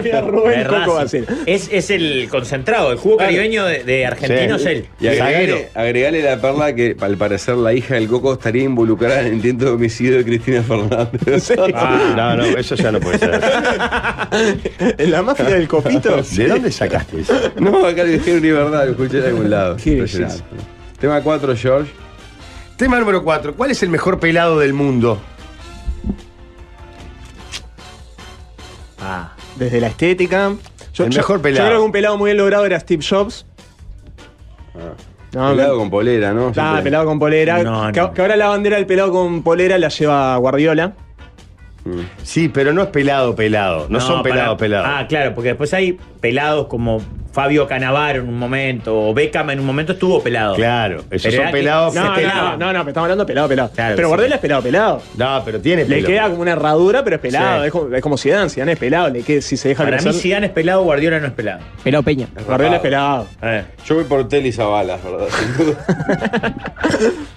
[SPEAKER 7] Mira, Rubén
[SPEAKER 6] De
[SPEAKER 7] Coco
[SPEAKER 6] Racing.
[SPEAKER 7] Basile.
[SPEAKER 6] Es, es el concentrado, el jugo
[SPEAKER 2] Claro.
[SPEAKER 6] caribeño de,
[SPEAKER 7] Eh,
[SPEAKER 6] de argentinos
[SPEAKER 5] Sí.
[SPEAKER 6] es él.
[SPEAKER 2] Y agregale, agregale la perla que, al parecer, la hija del Coco estaría involucrada en el intento de homicidio de Cristina Fernández.
[SPEAKER 5] Ah, No, no, eso ya no puede ser.
[SPEAKER 7] ¿En la mafia del copito?
[SPEAKER 5] <laughs> ¿De dónde sacaste eso?
[SPEAKER 2] <laughs> No, acá le dijeron ni verdad, lo escuché de algún lado.
[SPEAKER 7] Qué
[SPEAKER 2] Impresionante. Tema 4, George.
[SPEAKER 5] Tema número 4. ¿Cuál es el mejor pelado del mundo?
[SPEAKER 6] Ah,
[SPEAKER 7] Desde la estética.
[SPEAKER 5] El mejor pelado.
[SPEAKER 7] Yo creo que un pelado muy bien logrado era Steve Jobs.
[SPEAKER 5] Ah.
[SPEAKER 7] No,
[SPEAKER 2] pelado
[SPEAKER 7] me-
[SPEAKER 2] con polera, ¿no?
[SPEAKER 7] Ah,
[SPEAKER 2] Siempre.
[SPEAKER 7] pelado con polera.
[SPEAKER 2] No,
[SPEAKER 7] que,
[SPEAKER 2] no.
[SPEAKER 7] que ahora la bandera del pelado con polera la lleva Guardiola.
[SPEAKER 5] Mm. Sí, pero no es pelado, pelado. No, son
[SPEAKER 6] para-
[SPEAKER 5] pelados, pelados.
[SPEAKER 6] Ah, claro, porque después hay pelados como Fabio Canavaro en un momento, o Beckham en un momento estuvo pelado.
[SPEAKER 5] Claro, esos son
[SPEAKER 6] era que-
[SPEAKER 5] pelados,
[SPEAKER 6] No, no,
[SPEAKER 7] No, no, no, pero estamos hablando de pelado, pelado.
[SPEAKER 6] sí.
[SPEAKER 7] pero Guardiola es pelado, pelado.
[SPEAKER 5] No, pero tiene
[SPEAKER 7] Le
[SPEAKER 5] pelo.
[SPEAKER 7] queda como una herradura, pero es pelado.
[SPEAKER 6] Sí.
[SPEAKER 7] Es, como, es como Zidane, Zidane es pelado. Le queda- si se deja
[SPEAKER 6] Para mí
[SPEAKER 7] crecer-
[SPEAKER 6] Zidane es pelado, Guardiola no es pelado.
[SPEAKER 9] Pelado Peña.
[SPEAKER 7] Guardiola
[SPEAKER 5] Ah,
[SPEAKER 7] es pelado.
[SPEAKER 2] Ah. Eh. Yo voy por Telly Zavala, ¿verdad?
[SPEAKER 7] <laughs>
[SPEAKER 2] Sin duda.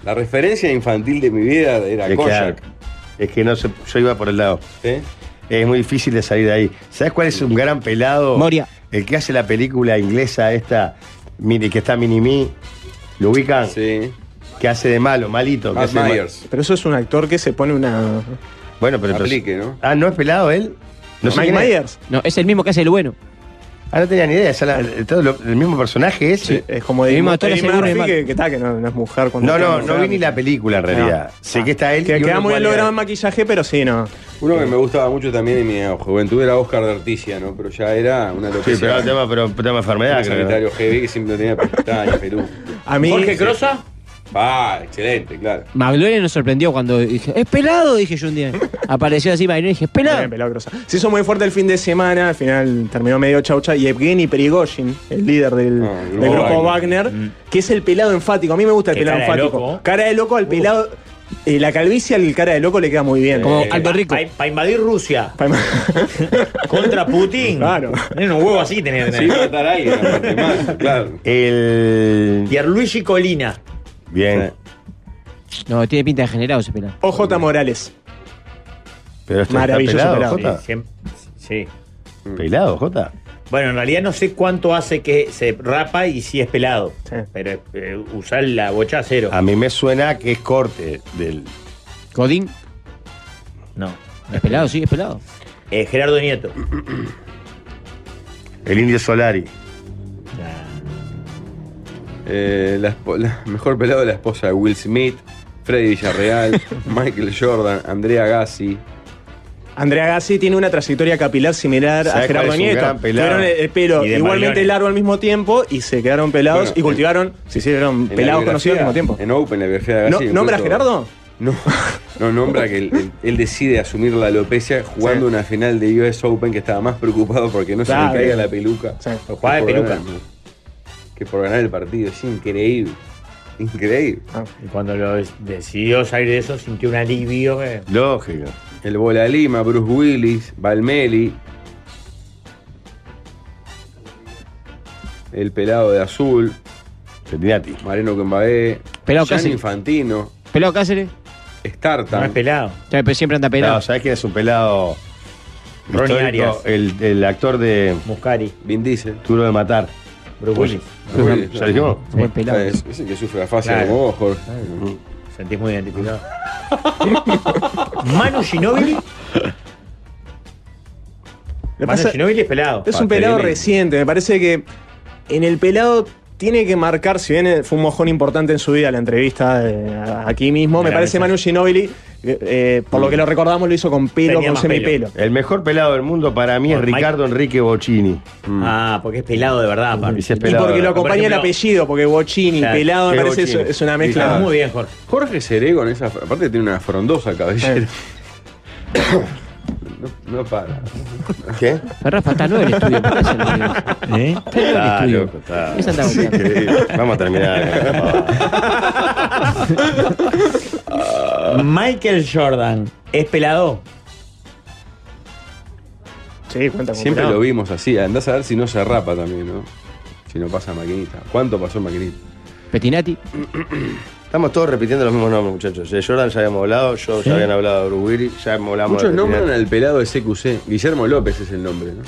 [SPEAKER 2] la referencia infantil de mi vida era
[SPEAKER 5] Es que, ah,
[SPEAKER 2] Koyak.
[SPEAKER 5] es que no sé, yo iba por el lado. Es muy difícil de salir de ahí. ¿Sabes cuál es un gran pelado?
[SPEAKER 9] Moria.
[SPEAKER 5] El que hace la película inglesa esta, mire, que está Minimi, ¿lo ubican?
[SPEAKER 2] Sí.
[SPEAKER 5] Que hace de malo, malito. que
[SPEAKER 7] Matt
[SPEAKER 5] hace de ma-
[SPEAKER 7] Myers. Pero eso es un actor que se pone una.
[SPEAKER 5] Bueno, pero entonces-
[SPEAKER 7] Aplique, ¿no?
[SPEAKER 5] Ah, ¿no es pelado él? No sé
[SPEAKER 7] Mike
[SPEAKER 5] quién es.
[SPEAKER 7] Myers.
[SPEAKER 9] No, es el mismo que hace el bueno.
[SPEAKER 5] Ah, no tenía ni idea. esa la- el, todo lo- el mismo personaje es.
[SPEAKER 7] Es como de
[SPEAKER 9] El mismo actor
[SPEAKER 7] Eddie
[SPEAKER 9] hace el bueno y
[SPEAKER 7] Murphy,
[SPEAKER 9] el malo.
[SPEAKER 7] que, que está, que no, no es mujer. Cuando
[SPEAKER 5] No, no,
[SPEAKER 7] tiene
[SPEAKER 5] no
[SPEAKER 7] mujer.
[SPEAKER 5] vi ni la película en realidad. Sé que está él.
[SPEAKER 7] Que
[SPEAKER 5] y uno
[SPEAKER 7] queda muy
[SPEAKER 5] cuál
[SPEAKER 7] bien
[SPEAKER 5] era.
[SPEAKER 7] logrado en maquillaje, pero sí, no.
[SPEAKER 2] Uno que me gustaba mucho también en mi juventud era Oscar de Articia, ¿no? Pero ya era una
[SPEAKER 5] Sí,
[SPEAKER 2] locución.
[SPEAKER 5] pero el tema, pero, tema enfermedad.
[SPEAKER 2] Un
[SPEAKER 5] creo, ¿no?
[SPEAKER 2] secretario heavy que siempre tenía pestañas, Perú.
[SPEAKER 7] A mí.
[SPEAKER 6] Jorge Crosa,
[SPEAKER 2] Ah, excelente, claro.
[SPEAKER 9] McLaren nos sorprendió cuando dije, es pelado, dije yo un día. Apareció así Magnolio y dije,
[SPEAKER 7] Bien,
[SPEAKER 9] pelado.
[SPEAKER 7] pelado grosa. Se hizo muy fuerte el fin de semana, al final terminó medio chaucha. Y Evgeny Prigozhin, el líder del,
[SPEAKER 2] Ah, el
[SPEAKER 7] del
[SPEAKER 2] grupo
[SPEAKER 7] grupo
[SPEAKER 2] Wagner.
[SPEAKER 7] Wagner,
[SPEAKER 5] Mm.
[SPEAKER 7] que es el pelado enfático. A mí me gusta el
[SPEAKER 6] Que
[SPEAKER 7] pelado
[SPEAKER 6] cara de
[SPEAKER 7] enfático.
[SPEAKER 6] loco.
[SPEAKER 7] Cara de loco al pelado. eh, la calvicie al cara de loco le queda muy bien.
[SPEAKER 9] Como
[SPEAKER 7] Eh,
[SPEAKER 9] Alto Rico.
[SPEAKER 6] para invadir Rusia
[SPEAKER 7] pa-
[SPEAKER 6] <laughs> contra Putin.
[SPEAKER 7] Claro.
[SPEAKER 6] Tiene un huevo así tenía que
[SPEAKER 2] Sí,
[SPEAKER 6] tener.
[SPEAKER 2] matar a alguien, aparte, más, claro.
[SPEAKER 5] Eh, El.
[SPEAKER 6] Pierluigi Colina.
[SPEAKER 5] Bien.
[SPEAKER 9] No, tiene pinta de generado ese pelado.
[SPEAKER 7] OJ Morales.
[SPEAKER 5] Pero está,
[SPEAKER 7] Maravilloso
[SPEAKER 5] está pelado,
[SPEAKER 7] pelado.
[SPEAKER 5] Jota.
[SPEAKER 6] Sí, siempre- sí.
[SPEAKER 5] Pelado, Jota.
[SPEAKER 6] Bueno, en realidad no sé cuánto hace que se rapa y si es pelado.
[SPEAKER 7] Sí.
[SPEAKER 6] Pero eh, usar la bocha a cero.
[SPEAKER 5] A mí me suena que es corte del.
[SPEAKER 9] Godín,
[SPEAKER 6] No.
[SPEAKER 9] es pelado, sí, es pelado.
[SPEAKER 6] Eh, Gerardo Nieto.
[SPEAKER 5] El indio Solari.
[SPEAKER 2] Eh, la, espo- la- mejor pelado de la esposa de Will Smith,
[SPEAKER 7] <laughs>
[SPEAKER 2] Freddy Villarreal, Michael Jordan, Andrea Gassi.
[SPEAKER 7] Andrea Gassi tiene una trayectoria capilar similar a
[SPEAKER 5] ¿Sabes cuál
[SPEAKER 7] Gerardo
[SPEAKER 5] es un gran
[SPEAKER 7] Nieto.
[SPEAKER 5] pelado?
[SPEAKER 7] Tuvieron el, el pelo
[SPEAKER 6] Y de
[SPEAKER 7] igualmente
[SPEAKER 6] Mariones.
[SPEAKER 7] largo al mismo tiempo y se quedaron pelados
[SPEAKER 2] Bueno,
[SPEAKER 7] y cultivaron, se hicieron
[SPEAKER 2] En la
[SPEAKER 7] pelados
[SPEAKER 2] biografía-
[SPEAKER 7] conocidos al mismo tiempo.
[SPEAKER 2] En Open, la biografía de
[SPEAKER 7] No,
[SPEAKER 2] Gassi.
[SPEAKER 7] ¿Nombra a
[SPEAKER 2] encuentro-
[SPEAKER 7] Gerardo?
[SPEAKER 2] No, no nombra que él, él- él decide asumir la alopecia jugando una final de US Open que estaba más preocupado porque no
[SPEAKER 7] Claro.
[SPEAKER 2] se le caiga la peluca.
[SPEAKER 7] Sí.
[SPEAKER 2] que
[SPEAKER 6] Jugaba de
[SPEAKER 2] por
[SPEAKER 6] peluca.
[SPEAKER 2] ganar- que por ganar el partido, es increíble. Increíble.
[SPEAKER 6] Ah, Y cuando lo des- decidió salir de eso, sintió un alivio. eh.
[SPEAKER 5] Lógico.
[SPEAKER 2] El Bola Lima, Bruce Willis, Balmeli. El pelado de azul,
[SPEAKER 5] Ferdinati.
[SPEAKER 2] Marino Kembaé,
[SPEAKER 9] Pelado
[SPEAKER 2] Gianni
[SPEAKER 9] Cáceres.
[SPEAKER 2] Infantino,
[SPEAKER 9] Pelado Cáceres,
[SPEAKER 6] No
[SPEAKER 2] Startan.
[SPEAKER 6] es pelado.
[SPEAKER 9] Ya, pero siempre anda pelado.
[SPEAKER 5] No, ¿sabes quién es un pelado?
[SPEAKER 6] Ronnie
[SPEAKER 5] histórico?
[SPEAKER 6] Arias.
[SPEAKER 5] El, el actor de
[SPEAKER 6] Muscari.
[SPEAKER 2] Vin Diesel.
[SPEAKER 5] Duro de Matar.
[SPEAKER 6] Bruce Willis.
[SPEAKER 2] Bruce Willis.
[SPEAKER 5] ¿Ya lo dijimos?
[SPEAKER 9] Buen pelado.
[SPEAKER 2] Eh, es- Ese que sufre la fase
[SPEAKER 6] Claro.
[SPEAKER 2] como vos, Jorge.
[SPEAKER 6] Sentís muy identificado. Manu Ginóbili.
[SPEAKER 7] Le
[SPEAKER 6] Manu
[SPEAKER 7] pasa-
[SPEAKER 6] Ginóbili es pelado.
[SPEAKER 7] Es un
[SPEAKER 2] Parte
[SPEAKER 7] pelado
[SPEAKER 2] de mí.
[SPEAKER 7] reciente, me parece que en el pelado tiene que marcar, si bien fue un mojón importante en su vida la entrevista de- a- aquí mismo, me
[SPEAKER 6] Era
[SPEAKER 7] parece
[SPEAKER 6] esa. Mm.
[SPEAKER 7] Manu Ginóbili, eh, eh, por lo que lo recordamos lo hizo con pelo,
[SPEAKER 6] Tenía
[SPEAKER 7] con
[SPEAKER 6] más
[SPEAKER 7] semipelo.
[SPEAKER 5] El mejor pelado del mundo para mí es
[SPEAKER 6] Por Mike-
[SPEAKER 5] Ricardo Enrique Bocini.
[SPEAKER 6] Ah, porque es pelado de verdad, aparte.
[SPEAKER 5] Y si es
[SPEAKER 7] Y
[SPEAKER 5] pelado,
[SPEAKER 7] porque lo
[SPEAKER 5] ¿verdad?
[SPEAKER 7] acompaña
[SPEAKER 6] Por ejemplo-
[SPEAKER 7] el apellido, porque Bochini,
[SPEAKER 6] Claro,
[SPEAKER 7] pelado, me
[SPEAKER 5] es
[SPEAKER 7] parece es,
[SPEAKER 5] Bochini.
[SPEAKER 7] es una
[SPEAKER 6] Claro,
[SPEAKER 7] mezcla.
[SPEAKER 6] Muy bien, Jorge.
[SPEAKER 2] Jorge Seré con esa. Aparte tiene una frondosa cabellera. No, no para.
[SPEAKER 5] ¿Qué?
[SPEAKER 9] Rafa, está nuevo el estudio.
[SPEAKER 5] <laughs>
[SPEAKER 9] ¿por qué se lo digo? Está nuevo el
[SPEAKER 5] Ah,
[SPEAKER 9] estudio.
[SPEAKER 5] loco, está.
[SPEAKER 9] Esa andaba
[SPEAKER 5] Sí,
[SPEAKER 9] bien.
[SPEAKER 5] increíble. Vamos a terminar.
[SPEAKER 6] Michael Jordan es pelado.
[SPEAKER 7] Sí, cuenta como
[SPEAKER 2] <laughs> Siempre
[SPEAKER 7] pelado.
[SPEAKER 2] lo vimos así. Andás a ver si no se rapa también, ¿no? Si no pasa maquinita. ¿Cuánto pasó maquinita?
[SPEAKER 6] <coughs>
[SPEAKER 9] Petinati,
[SPEAKER 5] Estamos todos repitiendo los mismos nombres, muchachos. De Jordan ya habíamos hablado, yo ya habían hablado de Bruce Willis, ya hablamos
[SPEAKER 2] Muchos
[SPEAKER 5] de
[SPEAKER 2] nombran
[SPEAKER 5] Ferdinati.
[SPEAKER 2] al pelado de CQC. Guillermo López es el nombre, ¿no?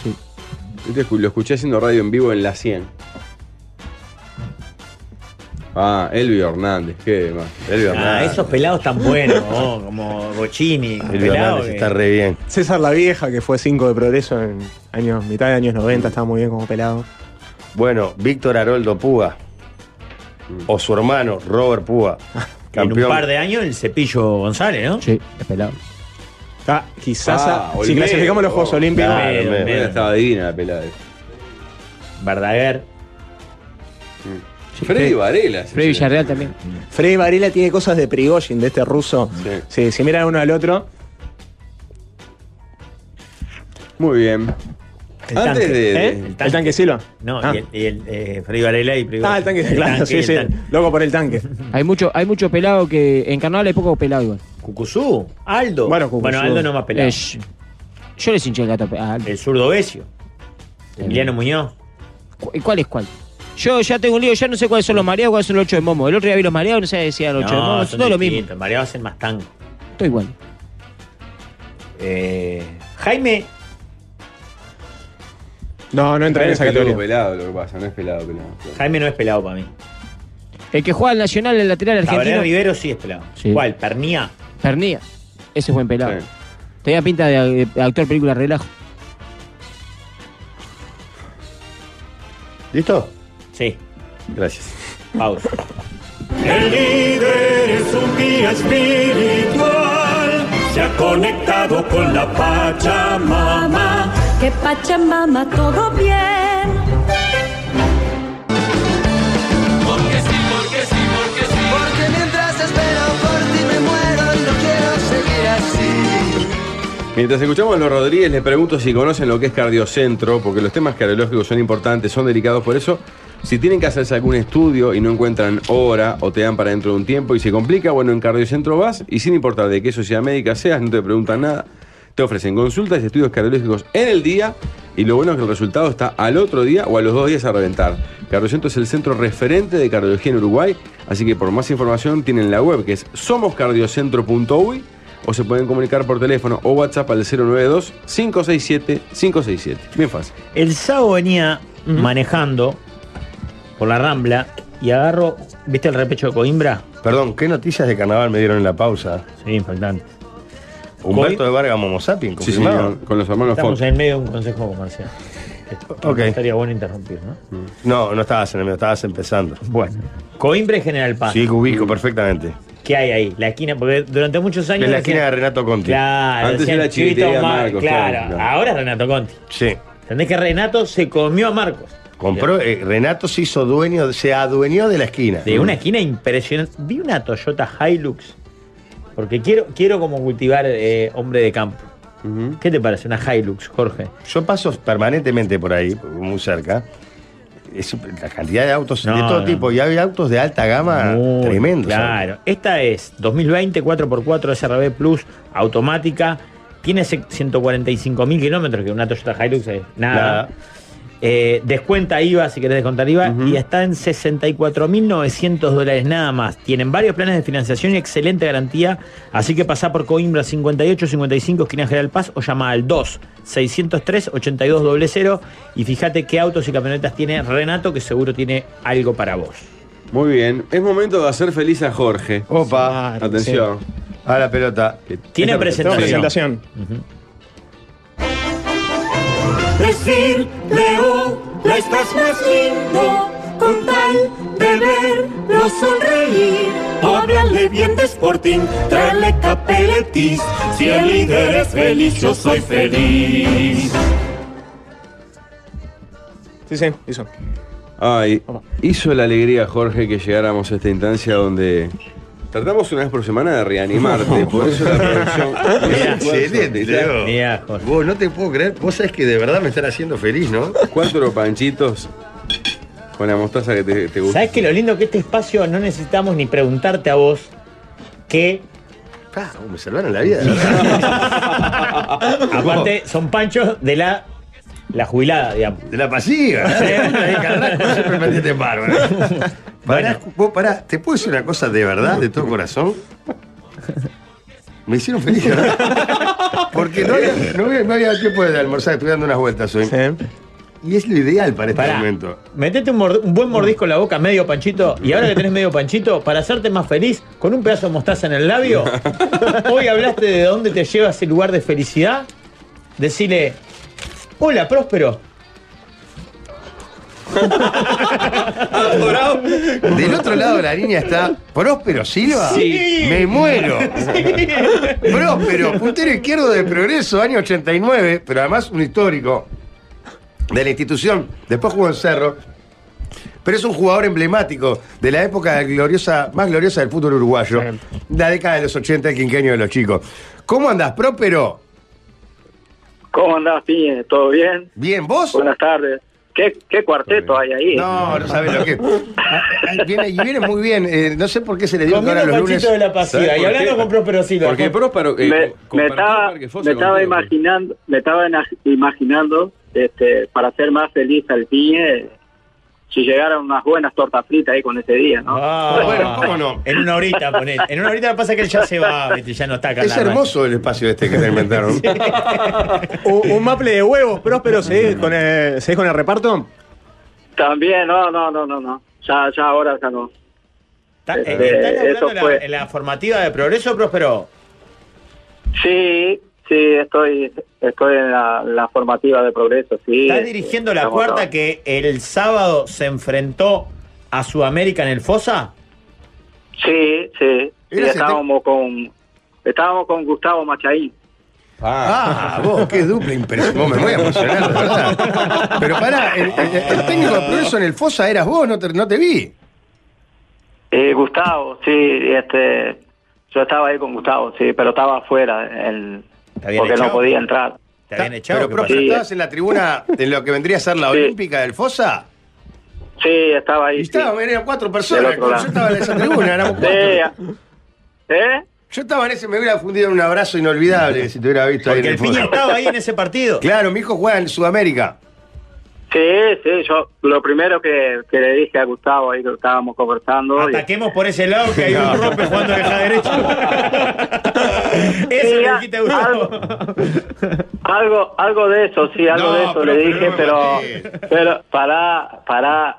[SPEAKER 2] Este escu- lo escuché haciendo radio en vivo en la 100. Ah, Elvio Hernández, qué demás.
[SPEAKER 5] Elvio
[SPEAKER 6] Ah,
[SPEAKER 5] Hernández.
[SPEAKER 6] esos pelados tan buenos, ¿no? como Bocini.
[SPEAKER 7] Ah,
[SPEAKER 5] Elvio
[SPEAKER 6] Pelado,
[SPEAKER 5] Hernández
[SPEAKER 6] que-
[SPEAKER 7] eh.
[SPEAKER 5] está re bien.
[SPEAKER 7] César la Vieja, que fue 5 de progreso en años, mitad de años 90, estaba muy bien como pelado.
[SPEAKER 5] Bueno, Víctor Haroldo Puga. O su hermano, Robert Puga.
[SPEAKER 6] En un
[SPEAKER 5] Campeón.
[SPEAKER 6] par de años el cepillo González, ¿no?
[SPEAKER 9] sí, es pelado.
[SPEAKER 7] Ah, quizás
[SPEAKER 2] Ah,
[SPEAKER 7] a- si
[SPEAKER 2] Olmedo.
[SPEAKER 7] clasificamos los Juegos
[SPEAKER 2] Oh,
[SPEAKER 7] Olímpicos,
[SPEAKER 5] claro.
[SPEAKER 6] Medo,
[SPEAKER 5] Medo.
[SPEAKER 6] Medo.
[SPEAKER 2] Estaba divina la pelada.
[SPEAKER 6] Verdaguer.
[SPEAKER 2] Mm. Freddy Varela.
[SPEAKER 9] Freddy Villarreal también.
[SPEAKER 7] Freddy Varela tiene cosas de Prigozhin, de este ruso. Sí, si miran uno al otro.
[SPEAKER 2] Muy bien.
[SPEAKER 7] El Antes tanque. de- ¿Eh? El tanque. ¿El tanque Silva?
[SPEAKER 6] No,
[SPEAKER 7] Ah.
[SPEAKER 6] y el, y el, eh, Freddy Varela y Prigozhin.
[SPEAKER 7] Ah, el tanque, claro, sí,
[SPEAKER 6] el
[SPEAKER 7] sí.
[SPEAKER 6] tanque.
[SPEAKER 7] Loco por el tanque.
[SPEAKER 9] Hay mucho, hay mucho pelado que. En Carnaval hay poco pelado igual.
[SPEAKER 6] Cucuzú, Aldo. Bueno, Cucuzú. Bueno, Aldo no más pelado.
[SPEAKER 9] Es- yo les hinché el gato a Aldo.
[SPEAKER 6] El zurdo Besio. Emiliano Muñoz.
[SPEAKER 9] Cu- ¿Y cuál es cuál? Yo ya tengo un lío, ya no sé cuáles son los mareados, cuáles son los ocho de momo. El otro día vi los mareados, no sé si decían los ocho de momo. Es
[SPEAKER 6] son
[SPEAKER 9] todo lo mismo.
[SPEAKER 6] distintos. El Mareado hacen más tango.
[SPEAKER 9] Todo igual.
[SPEAKER 6] Eh, Jaime.
[SPEAKER 7] No, no
[SPEAKER 6] entra en esa categoría.
[SPEAKER 2] Es pelado lo que pasa, no es pelado, pelado.
[SPEAKER 6] Jaime no es pelado para mí.
[SPEAKER 9] El que juega al Nacional, el lateral
[SPEAKER 6] Cabrera
[SPEAKER 9] argentino.
[SPEAKER 6] Vivero sí es pelado.
[SPEAKER 9] Sí.
[SPEAKER 6] ¿Cuál? Pernía.
[SPEAKER 9] Pernía. Ese es buen pelado. Tenía pinta de, de actor película relajo.
[SPEAKER 5] ¿Listo?
[SPEAKER 6] Sí.
[SPEAKER 2] Gracias.
[SPEAKER 6] Pausa.
[SPEAKER 4] El líder es un guía espiritual, se ha conectado con la Pachamama.
[SPEAKER 11] que Pachamama todo bien.
[SPEAKER 1] Porque sí, porque sí, porque sí.
[SPEAKER 3] Porque mientras espero por ti me muero, no quiero seguir así.
[SPEAKER 2] Mientras escuchamos a los Rodríguez, les pregunto si conocen lo que es cardiocentro, porque los temas cardiológicos son importantes, son delicados, por eso, si tienen que hacerse algún estudio y no encuentran hora o te dan para dentro de un tiempo y se complica, bueno, en cardiocentro vas y sin importar de qué sociedad médica seas, no te preguntan nada, te ofrecen consultas y estudios cardiológicos en el día y lo bueno es que el resultado está al otro día o a los dos días a reventar. Cardiocentro es el centro referente de cardiología en Uruguay, así que por más información tienen la web que es somoscardiocentro.uy o se pueden comunicar por teléfono o WhatsApp al 092-567-567. Bien fácil.
[SPEAKER 6] El sábado venía manejando por la Rambla y agarro, ¿viste el repecho de Coimbra?
[SPEAKER 5] Perdón, ¿qué noticias de carnaval me dieron en la pausa?
[SPEAKER 6] Sí, impactante.
[SPEAKER 5] Humberto de Vargas Momo Sapien,
[SPEAKER 2] Sí,
[SPEAKER 5] confirmado.
[SPEAKER 2] señor, con los hermanos
[SPEAKER 6] Estamos
[SPEAKER 5] Fox.
[SPEAKER 6] en medio de un consejo comercial.
[SPEAKER 5] Ok. Mm.
[SPEAKER 6] Estaría bueno interrumpir, ¿no?
[SPEAKER 5] No, no estabas en el medio, estabas empezando.
[SPEAKER 6] Bueno. Coimbra y General Paz.
[SPEAKER 5] Sí, que ubico perfectamente.
[SPEAKER 6] ¿Qué hay ahí? La esquina, porque durante muchos años.
[SPEAKER 5] Es la
[SPEAKER 6] decían-
[SPEAKER 5] esquina de Renato Conti.
[SPEAKER 6] Claro,
[SPEAKER 5] Antes
[SPEAKER 6] decían
[SPEAKER 5] era
[SPEAKER 6] Chivito
[SPEAKER 5] Chivitería
[SPEAKER 6] Mar-
[SPEAKER 5] Marcos,
[SPEAKER 6] Claro,
[SPEAKER 5] claro, claro.
[SPEAKER 6] ahora es Renato Conti.
[SPEAKER 5] Sí.
[SPEAKER 6] ¿Entendés que Renato se comió a Marcos?
[SPEAKER 5] Compró, eh, Renato se hizo dueño, se adueñó de la esquina.
[SPEAKER 6] De una esquina impresionante. Vi una Toyota Hilux. Porque quiero, quiero como cultivar eh, hombre de campo. ¿Qué te parece una Hilux, Jorge?
[SPEAKER 5] Yo paso permanentemente por ahí, muy cerca. Es la cantidad de autos de
[SPEAKER 6] No,
[SPEAKER 5] todo
[SPEAKER 6] no.
[SPEAKER 5] tipo. Y había autos de alta gama tremendos.
[SPEAKER 6] Claro. Esta es 2020 4x4 SRB Plus automática. Tiene 145 mil kilómetros, que una Toyota Hilux es nada.
[SPEAKER 5] Nada.
[SPEAKER 6] Eh, descuenta IVA, si querés descontar IVA, y está en 64.900 dólares nada más. Tienen varios planes de financiación y excelente garantía, así que pasá por Coimbra 5855, esquina General Paz, o llama al 2-603-8200 y fíjate qué autos y camionetas tiene Renato, que seguro tiene algo para vos.
[SPEAKER 2] Muy bien, es momento de hacer feliz a Jorge.
[SPEAKER 5] Opa,
[SPEAKER 2] atención.
[SPEAKER 5] A la pelota.
[SPEAKER 6] Tiene presentación.
[SPEAKER 7] presentación.
[SPEAKER 4] Decirle hola estás más lindo con tal de verlo sonreír. Háblale bien de Sporting, tráele capeletis. Si el líder es feliz, yo soy feliz.
[SPEAKER 7] Sí, sí, hizo.
[SPEAKER 2] Ay, hizo la alegría Jorge que llegáramos a esta instancia donde tratamos una vez por semana
[SPEAKER 5] <laughs>
[SPEAKER 2] de reanimarte. por eso
[SPEAKER 6] <laughs>
[SPEAKER 2] la producción.
[SPEAKER 5] Excelente, Leo. Vos no te puedo
[SPEAKER 6] <laughs>
[SPEAKER 5] creer. Vos sabés que de verdad me están haciendo feliz, ¿no?
[SPEAKER 2] Cuatro panchitos con la mostaza que te, te gusta.
[SPEAKER 6] ¿Sabes que lo lindo que este espacio no necesitamos ni preguntarte a vos que
[SPEAKER 5] Ah, me salvaron la vida.
[SPEAKER 6] <laughs> aparte son panchos de la la jubilada, digamos.
[SPEAKER 5] De
[SPEAKER 6] <laughs>
[SPEAKER 5] la pasiva. Siempre me atienden bárbaro. Pará, vos pará, ¿te puedo decir una cosa de verdad, de todo corazón? Me hicieron feliz, ¿verdad? Porque no había, no había, no había tiempo de almorzar, estoy dando unas vueltas hoy. Y es lo ideal para este
[SPEAKER 6] Pará.
[SPEAKER 5] momento.
[SPEAKER 6] Metete un, mord- un buen mordisco en la boca, medio panchito, y ahora que tenés medio panchito, para hacerte más feliz, con un pedazo de mostaza en el
[SPEAKER 5] <laughs>
[SPEAKER 6] labio, hoy hablaste de dónde te lleva ese lugar de felicidad, decile, hola Próspero,
[SPEAKER 5] Del otro lado de la línea está Próspero Silva.
[SPEAKER 6] Sí.
[SPEAKER 5] Me muero. Próspero, puntero izquierdo de Progreso, año 89, pero además un histórico de la institución. Después jugó en Cerro. Pero es un jugador emblemático de la época gloriosa, más gloriosa del fútbol uruguayo. La década de los 80, el quinquenio de los chicos. ¿Cómo andás, próspero?
[SPEAKER 12] ¿Cómo andás, Piñe? ¿Todo bien?
[SPEAKER 5] Bien, ¿vos?
[SPEAKER 12] Buenas tardes. ¿Qué, qué cuarteto hay ahí?
[SPEAKER 5] No, no sabes
[SPEAKER 6] <laughs>
[SPEAKER 5] lo que. Ah, ah, Viene, y viene muy bien. eh, no sé por qué se le dio que ahora los lunes.
[SPEAKER 2] ¿Sabes por qué? Porque Próspero. eh,
[SPEAKER 12] me,
[SPEAKER 2] con-
[SPEAKER 12] me
[SPEAKER 2] compartió
[SPEAKER 12] estaba,
[SPEAKER 2] Parque Fosa
[SPEAKER 12] me estaba
[SPEAKER 2] contigo.
[SPEAKER 12] imaginando, me estaba ena- imaginando, este, para hacer más feliz al piñe, si llegaran unas buenas tortas fritas ahí con ese día, ¿no?
[SPEAKER 5] bueno, <laughs> ¿cómo no?
[SPEAKER 6] En una horita, poner. En una horita pasa que él ya se va, viste, ya no está acá. en la
[SPEAKER 5] Es
[SPEAKER 6] radio. <laughs> Eh,
[SPEAKER 5] hermoso el espacio este que te inventaron.
[SPEAKER 7] Un, un maple de huevos, Próspero, ¿seguís con el, seguís con el reparto?
[SPEAKER 12] También, no, no, no, no, no. Ya, ya ahora ya no.
[SPEAKER 6] ¿Está,
[SPEAKER 12] Este,
[SPEAKER 6] eh, está laburando
[SPEAKER 12] eso
[SPEAKER 6] en la-
[SPEAKER 12] fue.
[SPEAKER 6] en la formativa de progreso, Próspero?
[SPEAKER 12] Sí, sí, estoy, estoy en la, la formativa de progreso, sí.
[SPEAKER 6] Está
[SPEAKER 12] Este,
[SPEAKER 6] dirigiendo la
[SPEAKER 12] estamos
[SPEAKER 6] puerta
[SPEAKER 12] trabajando.
[SPEAKER 6] que el sábado se enfrentó a Sudamérica en el Fosa.
[SPEAKER 12] Sí, sí. sí,
[SPEAKER 6] Era ese
[SPEAKER 12] estábamos con estábamos con Gustavo Machaín.
[SPEAKER 5] Ah, vos, qué dupla impresionante. Vos me voy a emocionar, de verdad. Pero pará, el, el- el técnico de progreso en el Fosa eras vos, no te, no te vi.
[SPEAKER 12] Eh, Gustavo, sí, este yo estaba ahí con Gustavo, sí, pero estaba afuera en-
[SPEAKER 5] habían
[SPEAKER 12] porque
[SPEAKER 5] echado?
[SPEAKER 12] no podía entrar.
[SPEAKER 6] Te habían
[SPEAKER 5] Pero, profe,
[SPEAKER 12] Sí,
[SPEAKER 5] ¿estabas en la tribuna de lo que vendría a ser la
[SPEAKER 12] Sí.
[SPEAKER 5] Olímpica del Fosa?
[SPEAKER 12] Sí, estaba ahí.
[SPEAKER 5] Y estaba,
[SPEAKER 12] sí.
[SPEAKER 5] eran cuatro
[SPEAKER 12] Del
[SPEAKER 5] personas.
[SPEAKER 12] otro
[SPEAKER 5] Yo
[SPEAKER 12] lado.
[SPEAKER 5] estaba en esa tribuna, éramos cuatro.
[SPEAKER 12] Sí. ¿Eh?
[SPEAKER 5] Yo estaba en ese, me hubiera fundido en un abrazo inolvidable si te hubiera visto ahí
[SPEAKER 6] Porque
[SPEAKER 5] en
[SPEAKER 6] el
[SPEAKER 5] el
[SPEAKER 6] Piña
[SPEAKER 5] Fosa.
[SPEAKER 6] estaba ahí en ese partido.
[SPEAKER 5] Claro, mi hijo juega en Sudamérica.
[SPEAKER 12] Sí, sí, yo lo primero que, que le dije a Gustavo ahí que estábamos conversando. y-
[SPEAKER 6] Ataquemos por ese lado que hay
[SPEAKER 5] <laughs>
[SPEAKER 6] un rompe jugando de la derecha. Eso
[SPEAKER 12] Sí,
[SPEAKER 6] le
[SPEAKER 12] a-
[SPEAKER 6] dijiste a Gustavo.
[SPEAKER 12] Algo, algo de eso, sí, algo
[SPEAKER 6] No,
[SPEAKER 12] de eso
[SPEAKER 6] pero-
[SPEAKER 12] le
[SPEAKER 6] pero
[SPEAKER 12] dije,
[SPEAKER 6] no
[SPEAKER 12] pero, pero para, para,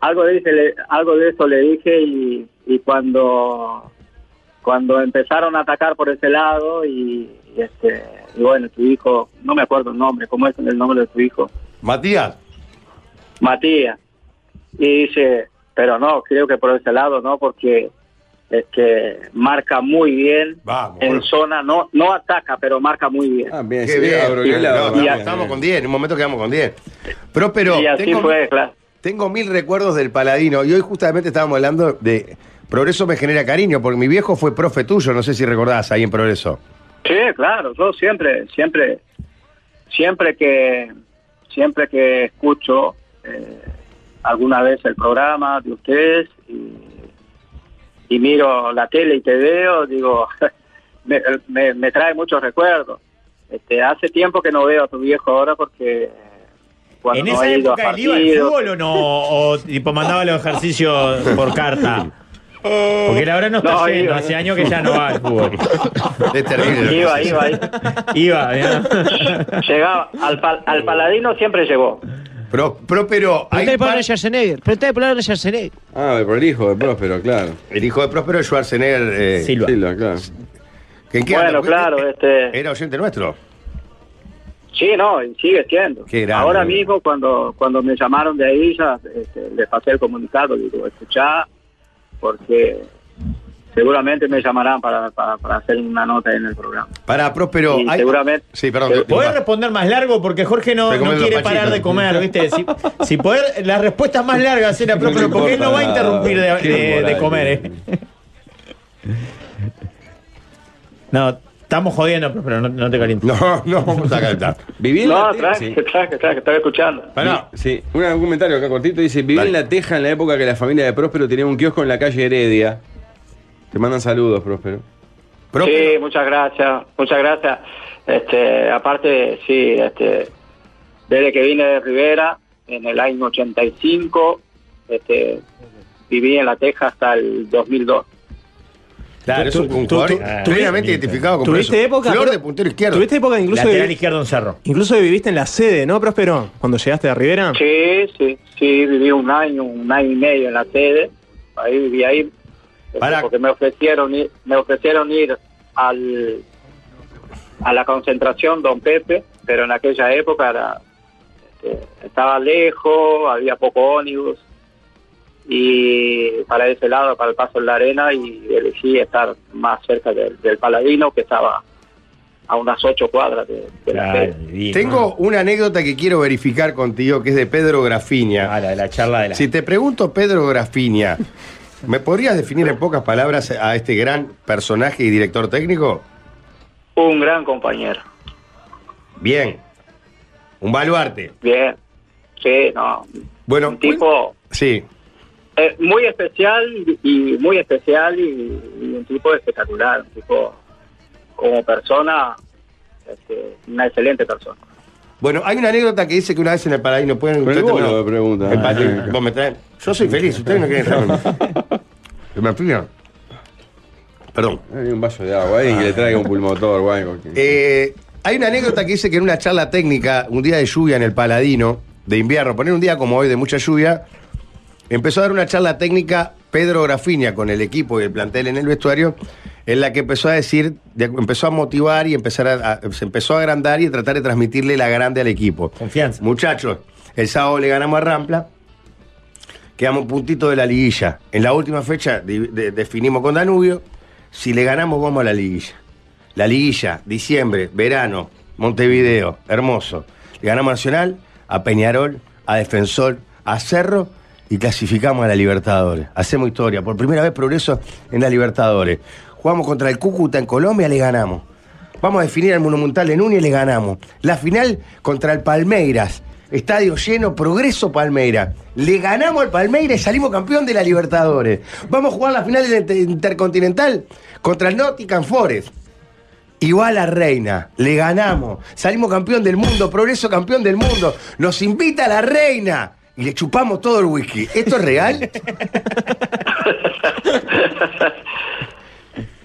[SPEAKER 12] algo de, ese le- algo de eso le dije y, y cuando, cuando empezaron a atacar por ese lado y, y este, y bueno, tu hijo, no me acuerdo el nombre, ¿cómo es el nombre de tu hijo?
[SPEAKER 5] Matías.
[SPEAKER 12] Matías. Y dice, pero no, creo que por ese lado no, porque este, marca muy bien en zona, no, no ataca, pero marca muy bien.
[SPEAKER 5] Qué Ah, bien. No,
[SPEAKER 12] Y
[SPEAKER 5] estamos,
[SPEAKER 12] así-
[SPEAKER 5] estamos con 10, en un momento quedamos con 10. Próspero,
[SPEAKER 12] y así
[SPEAKER 5] tengo,
[SPEAKER 12] fue, claro.
[SPEAKER 5] tengo mil recuerdos del Paladino y hoy justamente estábamos hablando de Progreso me genera cariño, porque mi viejo fue profe tuyo, no sé si recordás ahí en Progreso.
[SPEAKER 12] Sí, claro, yo siempre, siempre, siempre que, siempre que escucho eh, alguna vez el programa de ustedes y, y miro la tele y te veo, digo, <laughs> me, me- me trae muchos recuerdos. Este, hace tiempo que no veo a tu viejo ahora porque eh, cuando
[SPEAKER 6] ¿En
[SPEAKER 12] no
[SPEAKER 6] esa
[SPEAKER 12] he ido a
[SPEAKER 6] época él iba al
[SPEAKER 12] partidos,
[SPEAKER 6] fútbol o no? ¿O tipo mandaba los ejercicios por carta? Porque él ahora no está
[SPEAKER 12] No,
[SPEAKER 6] yendo,
[SPEAKER 12] iba.
[SPEAKER 6] hace años que ya no va al fútbol.
[SPEAKER 5] Es
[SPEAKER 12] iba, iba, iba.
[SPEAKER 6] Iba, ¿verdad?
[SPEAKER 12] llegaba al, pal- al paladino siempre llegó.
[SPEAKER 5] Pro, Próspero, hay un
[SPEAKER 9] Preguntale por
[SPEAKER 5] par-
[SPEAKER 9] Arnold Schwarzenegger. Preguntale por Arnold Schwarzenegger.
[SPEAKER 5] Ah, por el hijo de Próspero, claro. El hijo de Próspero es Schwarzenegger. eh,
[SPEAKER 2] Silva.
[SPEAKER 5] claro. ¿Que en qué
[SPEAKER 12] Bueno,
[SPEAKER 5] anda?
[SPEAKER 12] claro, este.
[SPEAKER 5] Era oyente nuestro.
[SPEAKER 12] Sí, no, y sigue siendo.
[SPEAKER 5] Qué grande.
[SPEAKER 12] Ahora mismo, cuando cuando me llamaron de ahí, ya este, les pasé el comunicado, digo, escuchá, porque seguramente me llamarán para, para, para hacer una nota en el programa.
[SPEAKER 5] Para Próspero.
[SPEAKER 12] Y
[SPEAKER 5] hay-
[SPEAKER 12] seguramente.
[SPEAKER 5] Sí, perdón.
[SPEAKER 6] Podés responder más largo porque Jorge no,
[SPEAKER 5] Estoy
[SPEAKER 6] no
[SPEAKER 5] comiendo
[SPEAKER 6] quiere
[SPEAKER 5] pachito.
[SPEAKER 6] parar de comer, ¿viste? Si, si poder, las respuestas más largas era propio, porque él no va a interrumpir de,
[SPEAKER 2] Qué
[SPEAKER 6] de- de
[SPEAKER 2] moral.
[SPEAKER 6] comer, ¿eh? No, estamos jodiendo, pero no, no te calientes.
[SPEAKER 5] No, no vamos a calentar.
[SPEAKER 2] Viví en la
[SPEAKER 12] No,
[SPEAKER 2] te-
[SPEAKER 12] tranqui,
[SPEAKER 2] sí.
[SPEAKER 12] tranqui, tranqui, estaba escuchando.
[SPEAKER 2] Pará. Sí, un, un comentario acá cortito dice, viví en La Teja en la época que la familia de Próspero tenía un kiosco en la calle Heredia. Te mandan saludos, Próspero.
[SPEAKER 12] Sí, muchas gracias, muchas gracias. Este, aparte, sí, este, desde que vine de Rivera, en el año 85, este, viví en La Teja hasta el 2002.
[SPEAKER 5] Claro, es un, un jugador Ah, plenamente identificado con
[SPEAKER 7] Ah. ¿Tuviste
[SPEAKER 5] Progreso.
[SPEAKER 7] época?
[SPEAKER 5] Flor
[SPEAKER 7] Pro-
[SPEAKER 5] de puntero izquierdo.
[SPEAKER 7] ¿Tuviste época incluso
[SPEAKER 6] Lateral
[SPEAKER 7] de-
[SPEAKER 6] izquierdo en cerro.
[SPEAKER 7] Incluso que viviste en la sede, ¿no, Próspero? Cuando llegaste a Rivera.
[SPEAKER 12] Sí, sí, sí, viví un año, un año y medio en la sede, ahí viví ahí, este, porque me ofrecieron ir, me ofrecieron ir al a la concentración Don Pepe, pero en aquella época era, este, estaba lejos, había poco ónibus y para ese lado, para el paso en la arena y elegí estar más cerca del, del Paladino que estaba a unas ocho cuadras de, de
[SPEAKER 5] Ah,
[SPEAKER 12] la sede.
[SPEAKER 5] Tengo una anécdota que quiero verificar contigo, que es de Pedro Grafiña. Ah, la de la charla de la. Si te pregunto, Pedro Grafiña, ¿me podrías definir en pocas palabras a este gran personaje y director técnico?
[SPEAKER 12] Un gran compañero.
[SPEAKER 5] Bien. Un baluarte.
[SPEAKER 12] Bien. Sí, no.
[SPEAKER 5] Bueno,
[SPEAKER 12] un tipo
[SPEAKER 5] Sí.
[SPEAKER 12] eh, muy especial y- y muy especial y, y un tipo espectacular, un tipo como persona, este, una excelente persona.
[SPEAKER 5] Bueno, hay una anécdota que dice que una vez en el paraíso pueden.
[SPEAKER 2] Pero
[SPEAKER 5] ustedes
[SPEAKER 2] vos
[SPEAKER 5] no-
[SPEAKER 2] lo preguntas.
[SPEAKER 5] El Patri-
[SPEAKER 2] <laughs> Ah,
[SPEAKER 5] vos me traen. Yo soy feliz, ustedes no quieren saber. ¿Me explican? Perdón.
[SPEAKER 2] Hay un vaso de agua, alguien que
[SPEAKER 5] Ah.
[SPEAKER 2] le traiga un pulmotor o algo.
[SPEAKER 5] Eh, hay una anécdota que dice que en una charla técnica, un día de lluvia en el Paladino, de invierno, poner un día como hoy de mucha lluvia, empezó a dar una charla técnica Pedro Grafiña con el equipo y el plantel en el vestuario, en la que empezó a decir, de- empezó a motivar y empezar a- a- se empezó a agrandar y a tratar de transmitirle la grande al equipo. Confianza. Muchachos, el sábado le ganamos a Rampla, quedamos un puntito de la liguilla. En la última fecha di- de- definimos con Danubio, si le ganamos vamos a la liguilla. La liguilla, diciembre, verano, Montevideo, hermoso. Le ganamos a Nacional, a Peñarol, a Defensor, a Cerro y clasificamos a la Libertadores. Hacemos historia. Por primera vez progreso en la Libertadores. Jugamos contra el Cúcuta en Colombia, le ganamos. Vamos a definir al Monumental en Núñez, le ganamos. La final contra el Palmeiras. Estadio lleno, progreso Palmeiras. Le ganamos al Palmeiras y salimos campeón de la Libertadores. Vamos a jugar la final del Inter- Intercontinental contra el Nottingham Forest. Igual a Reina, le ganamos. Salimos campeón del mundo, progreso campeón del mundo. Nos invita a la Reina y le chupamos todo el whisky. ¿Esto es real?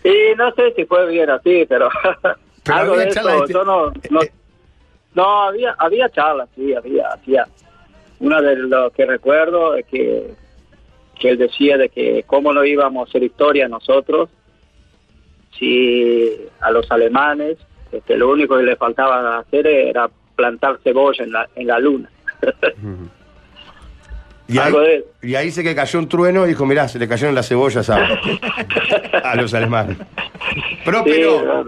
[SPEAKER 12] Y no sé si fue bien así, pero,
[SPEAKER 5] <laughs> Pero
[SPEAKER 12] algo
[SPEAKER 5] había
[SPEAKER 12] de eso,
[SPEAKER 5] charlas de eh, te-
[SPEAKER 12] yo no, no, no, había, había charlas, sí, había, había. Una de lo que recuerdo es que, que él decía de que cómo no íbamos a hacer historia nosotros si a los alemanes este, lo único que le faltaba hacer era plantar cebolla en la, en la luna.
[SPEAKER 5] <laughs>
[SPEAKER 12] <laughs>
[SPEAKER 5] Y ahí, y ahí se que cayó un trueno y dijo, mirá, se le cayeron las cebollas a, <laughs> a los alemanes. Próspero.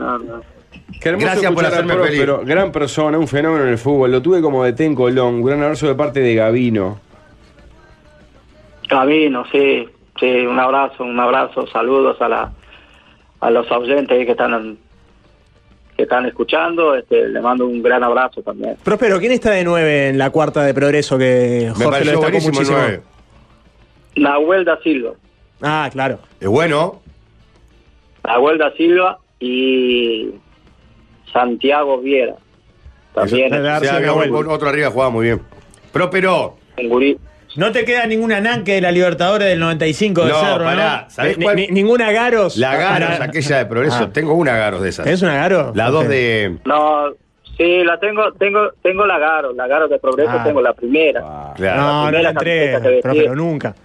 [SPEAKER 2] Qué hermoso
[SPEAKER 5] Gracias por
[SPEAKER 2] escuchar a
[SPEAKER 5] hacerme
[SPEAKER 2] Pro,
[SPEAKER 5] feliz.
[SPEAKER 2] pero gran persona, un fenómeno en el fútbol. Lo tuve como DT en Colón. Un gran abrazo de parte de Gavino.
[SPEAKER 12] Camino, sí, sí, un abrazo, un abrazo, saludos a la a los ausentes que están que están escuchando, este, le mando un gran abrazo también.
[SPEAKER 7] Próspero, ¿quién está de 9 en la cuarta de progreso que Jorge
[SPEAKER 12] pareció
[SPEAKER 7] lo destacó
[SPEAKER 12] buenísimo el
[SPEAKER 7] muchísimo?
[SPEAKER 12] nueve. Nahuel da Silva,
[SPEAKER 7] Ah, claro.
[SPEAKER 5] Es bueno.
[SPEAKER 12] Nahuel da Silva y Santiago Viera. También.
[SPEAKER 5] O sea, había un- otro arriba jugaba muy bien. Próspero.
[SPEAKER 6] No te queda ninguna nanque de la Libertadores del 95 de
[SPEAKER 5] No,
[SPEAKER 6] Cerro,
[SPEAKER 5] pará,
[SPEAKER 6] ¿no?
[SPEAKER 5] ¿sabés
[SPEAKER 6] Ni-
[SPEAKER 5] cuál?
[SPEAKER 6] ni- ninguna Garos.
[SPEAKER 5] La Garos,
[SPEAKER 6] Para-
[SPEAKER 5] aquella de progreso.
[SPEAKER 6] Ah.
[SPEAKER 5] Tengo una Garos de esas.
[SPEAKER 6] ¿Es una Garos?
[SPEAKER 5] La dos de...
[SPEAKER 12] No, sí, la tengo, tengo, tengo la Garo, la Garo de Progreso,
[SPEAKER 7] Ah.
[SPEAKER 12] tengo la primera.
[SPEAKER 7] No, no
[SPEAKER 12] primera
[SPEAKER 7] la
[SPEAKER 12] camiseta
[SPEAKER 7] entrega,
[SPEAKER 12] que vestí.
[SPEAKER 7] Próspero, nunca.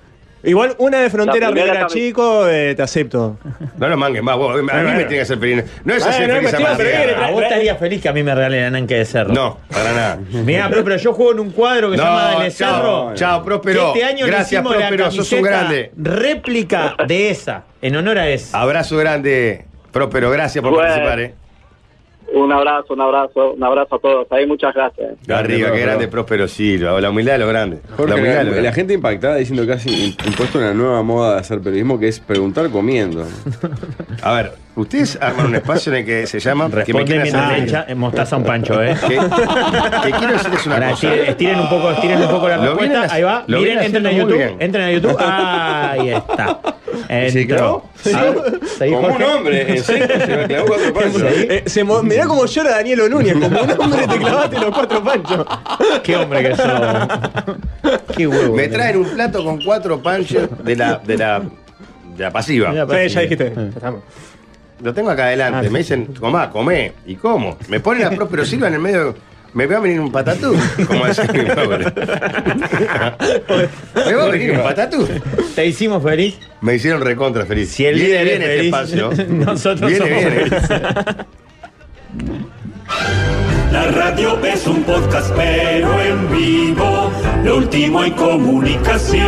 [SPEAKER 7] Igual una de frontera
[SPEAKER 12] La primera
[SPEAKER 7] Rivera
[SPEAKER 12] cami-
[SPEAKER 7] Chico, eh, te acepto.
[SPEAKER 5] No lo mangues más, vos, a mí
[SPEAKER 7] Bueno.
[SPEAKER 5] me tiene que hacer feliz. No es
[SPEAKER 7] Bueno,
[SPEAKER 5] hacer
[SPEAKER 7] no
[SPEAKER 5] feliz a
[SPEAKER 7] me estoy
[SPEAKER 5] Matías.
[SPEAKER 7] ofendiendo,
[SPEAKER 6] A vos estarías feliz que a mí me regalen la nanque de Cerro.
[SPEAKER 5] No, para nada.
[SPEAKER 6] Mira, pero, pero yo juego en un cuadro que
[SPEAKER 5] No,
[SPEAKER 6] se llama Dale
[SPEAKER 5] chao,
[SPEAKER 6] Cerro.
[SPEAKER 5] chao, Próspero.
[SPEAKER 6] que Este año
[SPEAKER 5] Gracias,
[SPEAKER 6] le hicimos
[SPEAKER 5] Próspero,
[SPEAKER 6] la
[SPEAKER 5] sos
[SPEAKER 6] camiseta
[SPEAKER 5] un grande.
[SPEAKER 6] réplica de esa, en honor a esa.
[SPEAKER 5] Abrazo grande, Próspero. Gracias por
[SPEAKER 12] Bueno.
[SPEAKER 5] participar, eh.
[SPEAKER 12] Un abrazo, un abrazo, un abrazo a todos. Ahí muchas gracias.
[SPEAKER 5] Arriba, qué grande Próspero Silva. La humildad de los grandes.
[SPEAKER 2] Jorge,
[SPEAKER 5] la humildad
[SPEAKER 2] la,
[SPEAKER 5] de los
[SPEAKER 2] la
[SPEAKER 5] grandes.
[SPEAKER 2] gente impactada diciendo que has in- impuesto una nueva moda de hacer periodismo que es preguntar comiendo.
[SPEAKER 5] A ver, ustedes arman un espacio en el que se llama. que me
[SPEAKER 6] Responde
[SPEAKER 5] quieren
[SPEAKER 6] mientras
[SPEAKER 5] hacer
[SPEAKER 6] le
[SPEAKER 5] reír.
[SPEAKER 6] echa mostaza a un pancho, ¿eh?
[SPEAKER 5] Que, que quiero decirles una
[SPEAKER 6] Pará,
[SPEAKER 5] cosa.
[SPEAKER 6] estiren, estiren un poco, estiren un poco la
[SPEAKER 5] Lo
[SPEAKER 6] respuesta.
[SPEAKER 5] vienen
[SPEAKER 6] Ahí va.
[SPEAKER 5] lo
[SPEAKER 6] Miren,
[SPEAKER 5] vienen
[SPEAKER 6] entren a
[SPEAKER 5] haciendo muy
[SPEAKER 6] YouTube.
[SPEAKER 5] bien.
[SPEAKER 6] Entren a YouTube. Ahí está. Entró. A ver, seguí,
[SPEAKER 2] Como un
[SPEAKER 6] Jorge.
[SPEAKER 2] hombre, en seco, se me
[SPEAKER 6] <laughs>
[SPEAKER 7] <laughs>
[SPEAKER 2] clavó cuatro panchos.
[SPEAKER 7] Eh, se mo- mirá cómo llora Daniel Núñez, como un hombre te clavaste los cuatro panchos.
[SPEAKER 6] Qué hombre que sos. Qué huevo.
[SPEAKER 5] Me traen un plato con cuatro panchos de la, de la, de la pasiva.
[SPEAKER 7] Ya, sí, ya dijiste. ya estamos.
[SPEAKER 5] Lo tengo acá adelante.
[SPEAKER 6] Ah,
[SPEAKER 5] me dicen, comá, comé. ¿Y cómo? Me ponen a Próspero Silva en el medio. Me va a venir un patatú. Como decía mi pobre. Me va a venir un patatú.
[SPEAKER 6] ¿Te hicimos feliz?
[SPEAKER 5] Me hicieron recontra feliz.
[SPEAKER 6] Si el
[SPEAKER 5] viene
[SPEAKER 6] líder
[SPEAKER 5] bien
[SPEAKER 6] es
[SPEAKER 5] este
[SPEAKER 6] feliz,
[SPEAKER 5] espacio.
[SPEAKER 6] <laughs> nosotros
[SPEAKER 5] viene,
[SPEAKER 6] somos
[SPEAKER 5] viene.
[SPEAKER 4] La radio es un podcast, pero en vivo, lo último en comunicación.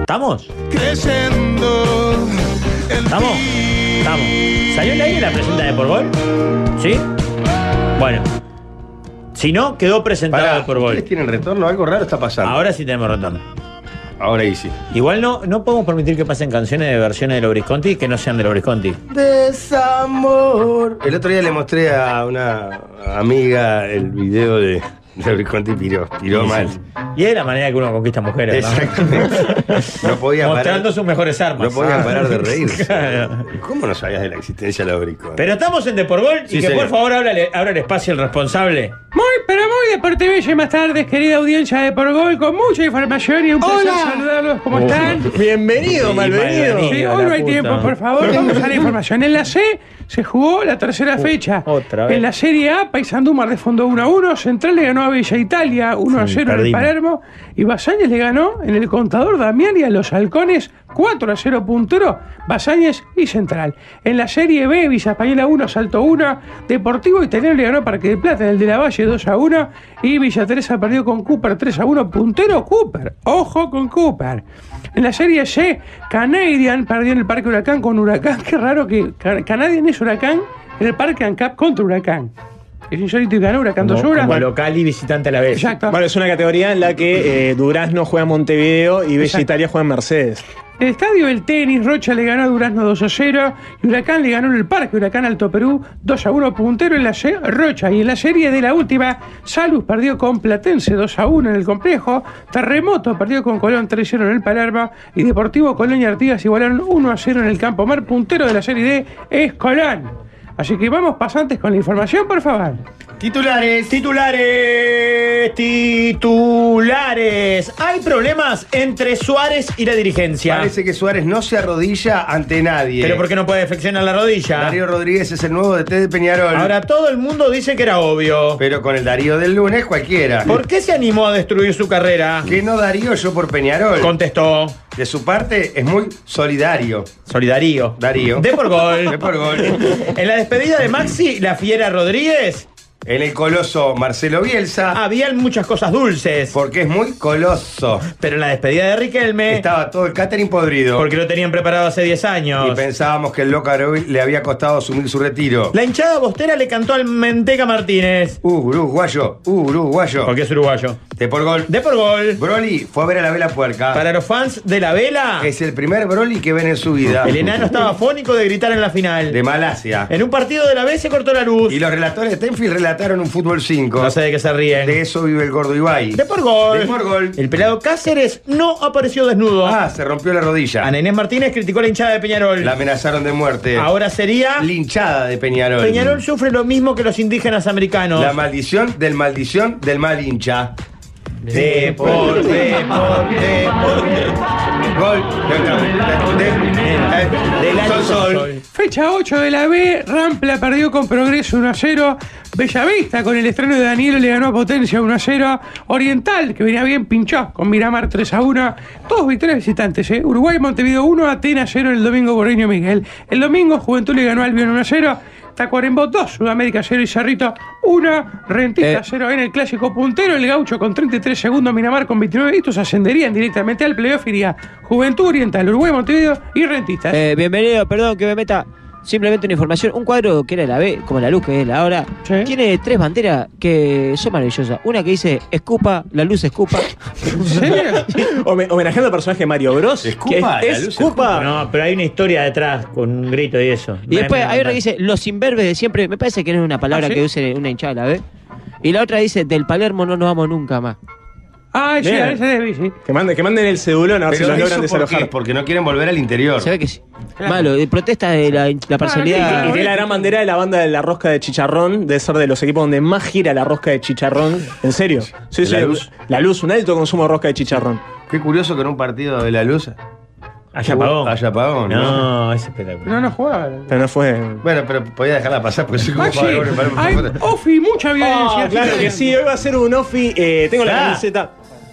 [SPEAKER 6] ¿Estamos?
[SPEAKER 4] Creyendo
[SPEAKER 6] ¿Estamos? Estamos. ¿Salió el aire la pregunta de por gol? ¿Sí? Bueno. Si no, quedó presentada de por gol.
[SPEAKER 5] tienen retorno? Algo raro está pasando.
[SPEAKER 6] Ahora sí tenemos retorno.
[SPEAKER 5] Ahora ahí sí.
[SPEAKER 6] Igual no, no podemos permitir que pasen canciones de versiones de los Brisconti que no sean de los Brisconti.
[SPEAKER 5] Desamor. El otro día le mostré a una amiga el video de, de Briconti y piró, piró
[SPEAKER 6] Sí, sí.
[SPEAKER 5] mal.
[SPEAKER 6] Y es la manera que uno conquista mujeres. ¿no?
[SPEAKER 5] No podía
[SPEAKER 6] Mostrando
[SPEAKER 5] parar.
[SPEAKER 6] sus mejores armas.
[SPEAKER 5] No podía
[SPEAKER 6] Ah. <laughs>
[SPEAKER 5] parar de reírse.
[SPEAKER 6] Claro.
[SPEAKER 5] ¿Cómo no sabías de la existencia de los Briconti?
[SPEAKER 6] Pero estamos en De por gol y
[SPEAKER 5] Sí,
[SPEAKER 6] que
[SPEAKER 5] señor.
[SPEAKER 6] por favor abra, abra el espacio el responsable.
[SPEAKER 13] Muy, pero muy deportivo y más tardes, querida audiencia de Por Gol, con mucha información y un placer
[SPEAKER 7] Hola.
[SPEAKER 13] saludarlos. ¿Cómo
[SPEAKER 7] Oh.
[SPEAKER 13] están?
[SPEAKER 7] Bienvenido, Sí, malvenido. malvenido,
[SPEAKER 13] Sí,
[SPEAKER 7] la
[SPEAKER 13] hoy no hay
[SPEAKER 7] puta.
[SPEAKER 13] tiempo, por favor. Vamos a la información. En la C se jugó la tercera
[SPEAKER 7] Uh,
[SPEAKER 13] fecha.
[SPEAKER 6] otra vez.
[SPEAKER 13] En la Serie A, Paysandú de fondo 1 a 1. Central le ganó a Villa Italia 1 a
[SPEAKER 6] Sí,
[SPEAKER 13] 0 en el
[SPEAKER 6] perdimos.
[SPEAKER 13] Palermo. Y Basáñez le ganó en el contador Damián y a los halcones 4 a 0 puntero. Basáñez y Central. En la Serie B, Villa Española 1, Salto 1. Deportivo Italiano le ganó a Parque de Plata en el de la Valle 2 a 1. Y Villa Teresa perdió con Cooper 3 a 1. Puntero Cooper. Ojo con Cooper. En la Serie C, Canadian perdió en el Parque Huracán con Huracán. <laughs> Qué raro que Can- Canadian es Huracán en el Parque ANCAP contra Huracán. Es insólito y ganó Huracán dos horas.
[SPEAKER 6] local y visitante a la vez.
[SPEAKER 13] Exacto.
[SPEAKER 7] Bueno, es una categoría en la que eh, Durazno juega en Montevideo y Bella
[SPEAKER 13] Exacto.
[SPEAKER 7] Italia juega en Mercedes.
[SPEAKER 13] En el estadio del tenis, Rocha le ganó a Durazno 2 a 0. Y Huracán le ganó en el Parque Huracán Alto Perú 2 a 1. Puntero en la se- Rocha. Y en la serie de la última, Salus perdió con Platense 2 a 1 en el complejo. Terremoto perdió con Colón 3 a 0 en el Palermo. Y Deportivo Colón y Artigas igualaron 1 a 0 en el Campo Mar. Puntero de la serie D es Colón. Así que vamos pasantes con la información, por favor.
[SPEAKER 6] Titulares, titulares, titulares. Hay problemas entre Suárez y la dirigencia.
[SPEAKER 5] Parece que Suárez no se arrodilla ante nadie.
[SPEAKER 6] Pero ¿por qué no puede flexionar la rodilla?
[SPEAKER 5] Darío Rodríguez es el nuevo DT de Peñarol.
[SPEAKER 6] Ahora todo el mundo dice que era obvio.
[SPEAKER 5] Pero con el Darío del lunes cualquiera.
[SPEAKER 6] ¿Por qué se animó a destruir su carrera?
[SPEAKER 5] Que no Darío yo por Peñarol.
[SPEAKER 6] Contestó.
[SPEAKER 5] De su parte es muy solidario.
[SPEAKER 6] Solidario.
[SPEAKER 5] Darío.
[SPEAKER 6] De por gol.
[SPEAKER 5] De por gol.
[SPEAKER 6] en la despedida de Maxi, la fiera Rodríguez,
[SPEAKER 5] En el coloso Marcelo Bielsa.
[SPEAKER 6] había muchas cosas dulces.
[SPEAKER 5] Porque es muy coloso.
[SPEAKER 6] Pero en la despedida de Riquelme,
[SPEAKER 5] Estaba todo el catering podrido.
[SPEAKER 6] porque lo tenían preparado hace 10 años.
[SPEAKER 5] Y pensábamos que el loco Arovi le había costado asumir su retiro.
[SPEAKER 6] La hinchada bostera le cantó al Menteca Martínez.
[SPEAKER 5] Uh, uruguayo. Uh, uruguayo.
[SPEAKER 6] Porque es uruguayo.
[SPEAKER 5] De por gol.
[SPEAKER 6] De por gol.
[SPEAKER 5] Broly fue a ver a la vela puerca.
[SPEAKER 6] Para los fans de la vela,
[SPEAKER 5] Es el primer Broly que ven en su vida.
[SPEAKER 6] el enano estaba fónico de gritar en la final.
[SPEAKER 5] De Malasia.
[SPEAKER 6] En un partido de la B se cortó la luz.
[SPEAKER 5] Y los relatores de Tenfield relataron un fútbol 5.
[SPEAKER 6] No sé de qué se ríen.
[SPEAKER 5] De
[SPEAKER 6] De,
[SPEAKER 5] eso vive el gordo Ibai.
[SPEAKER 6] por gol.
[SPEAKER 5] De por gol.
[SPEAKER 6] El pelado Cáceres no apareció desnudo.
[SPEAKER 5] Ah, se rompió la rodilla.
[SPEAKER 6] Ana Inés Martínez criticó a la hinchada de Peñarol.
[SPEAKER 5] La amenazaron de muerte.
[SPEAKER 6] Ahora sería.
[SPEAKER 5] Linchada de Peñarol.
[SPEAKER 6] Peñarol sufre lo mismo que los indígenas americanos.
[SPEAKER 5] La maldición del maldición del mal hincha.
[SPEAKER 6] de por, de por, de por.
[SPEAKER 5] Gol. De, de- de-
[SPEAKER 6] Del año
[SPEAKER 5] sol, sol.
[SPEAKER 6] sol.
[SPEAKER 13] Fecha 8 de la B, Rampla perdió con Progreso 1 a 0. Bellavista con el estreno de Daniel le ganó a Potencia 1 a 0. Oriental, que venía bien, pinchó con Miramar 3 a 1. Todos victorias visitantes, ¿eh? Uruguay, Montevideo 1, Atenas 0 el domingo Borreño Miguel. El domingo Juventud le ganó a Albion 1 a 0. Tacuarembó 2, Sudamérica 0 y Cerrito 1, Rentista 0 en el clásico puntero, el gaucho con 33 segundos, Miramar con 29, estos ascenderían directamente al playoff, iría Juventud Oriental, Uruguay, Montevideo y Rentistas.
[SPEAKER 9] Eh, bienvenido, perdón que me meta. Simplemente una información. Un cuadro que era la B, como la luz que es la ahora,
[SPEAKER 13] Sí.
[SPEAKER 9] tiene tres banderas que son maravillosas. Una que dice escupa, la
[SPEAKER 13] <laughs>
[SPEAKER 9] luz escupa.
[SPEAKER 6] <laughs>
[SPEAKER 13] ¿En serio?
[SPEAKER 7] Home- homenajeando al personaje de Mario Bros.
[SPEAKER 5] Escupa,
[SPEAKER 7] que
[SPEAKER 5] la
[SPEAKER 7] es,
[SPEAKER 5] luz
[SPEAKER 7] Cupa.
[SPEAKER 6] No, pero hay una historia detrás con un grito y eso.
[SPEAKER 9] Y después hay otra que dice los imberbes de siempre. Me parece que no es una palabra
[SPEAKER 13] ¿Ah, sí?
[SPEAKER 9] que use una hinchada de la B. Y la otra dice del Palermo no nos vamos nunca más.
[SPEAKER 13] Ay, sí,
[SPEAKER 7] Bien.
[SPEAKER 13] a ese es bici.
[SPEAKER 7] Que manden, que manden el cedulón a ver si
[SPEAKER 5] Pero
[SPEAKER 7] los
[SPEAKER 5] eso ¿por
[SPEAKER 7] logran
[SPEAKER 5] qué?
[SPEAKER 7] desalojar.
[SPEAKER 5] Porque no quieren volver al interior.
[SPEAKER 9] Se ve que sí. Malo, eh, protesta de la, la parcialidad.
[SPEAKER 7] Y tiene la gran bandera de la banda de la rosca de chicharrón, de ser de los equipos donde más gira la rosca de chicharrón. ¿En serio? Sí, sí.
[SPEAKER 5] La Luz.
[SPEAKER 7] La luz, un alto consumo de rosca de chicharrón.
[SPEAKER 5] Qué curioso que en un partido de la luz
[SPEAKER 6] Allá apagó.
[SPEAKER 5] haya apagón. ¿no?
[SPEAKER 6] No, es espectacular.
[SPEAKER 13] No, no jugaba.
[SPEAKER 7] Pero no fue.
[SPEAKER 5] Bueno, pero podía dejarla pasar porque soy como
[SPEAKER 6] Ah,
[SPEAKER 13] Maxi,
[SPEAKER 5] para- para- para-
[SPEAKER 13] hay
[SPEAKER 5] para-
[SPEAKER 13] ofi, mucha
[SPEAKER 7] Ah,
[SPEAKER 13] violencia.
[SPEAKER 7] claro que sí, hoy va a ser un offi. eh, tengo la
[SPEAKER 5] Ya.
[SPEAKER 7] camiseta.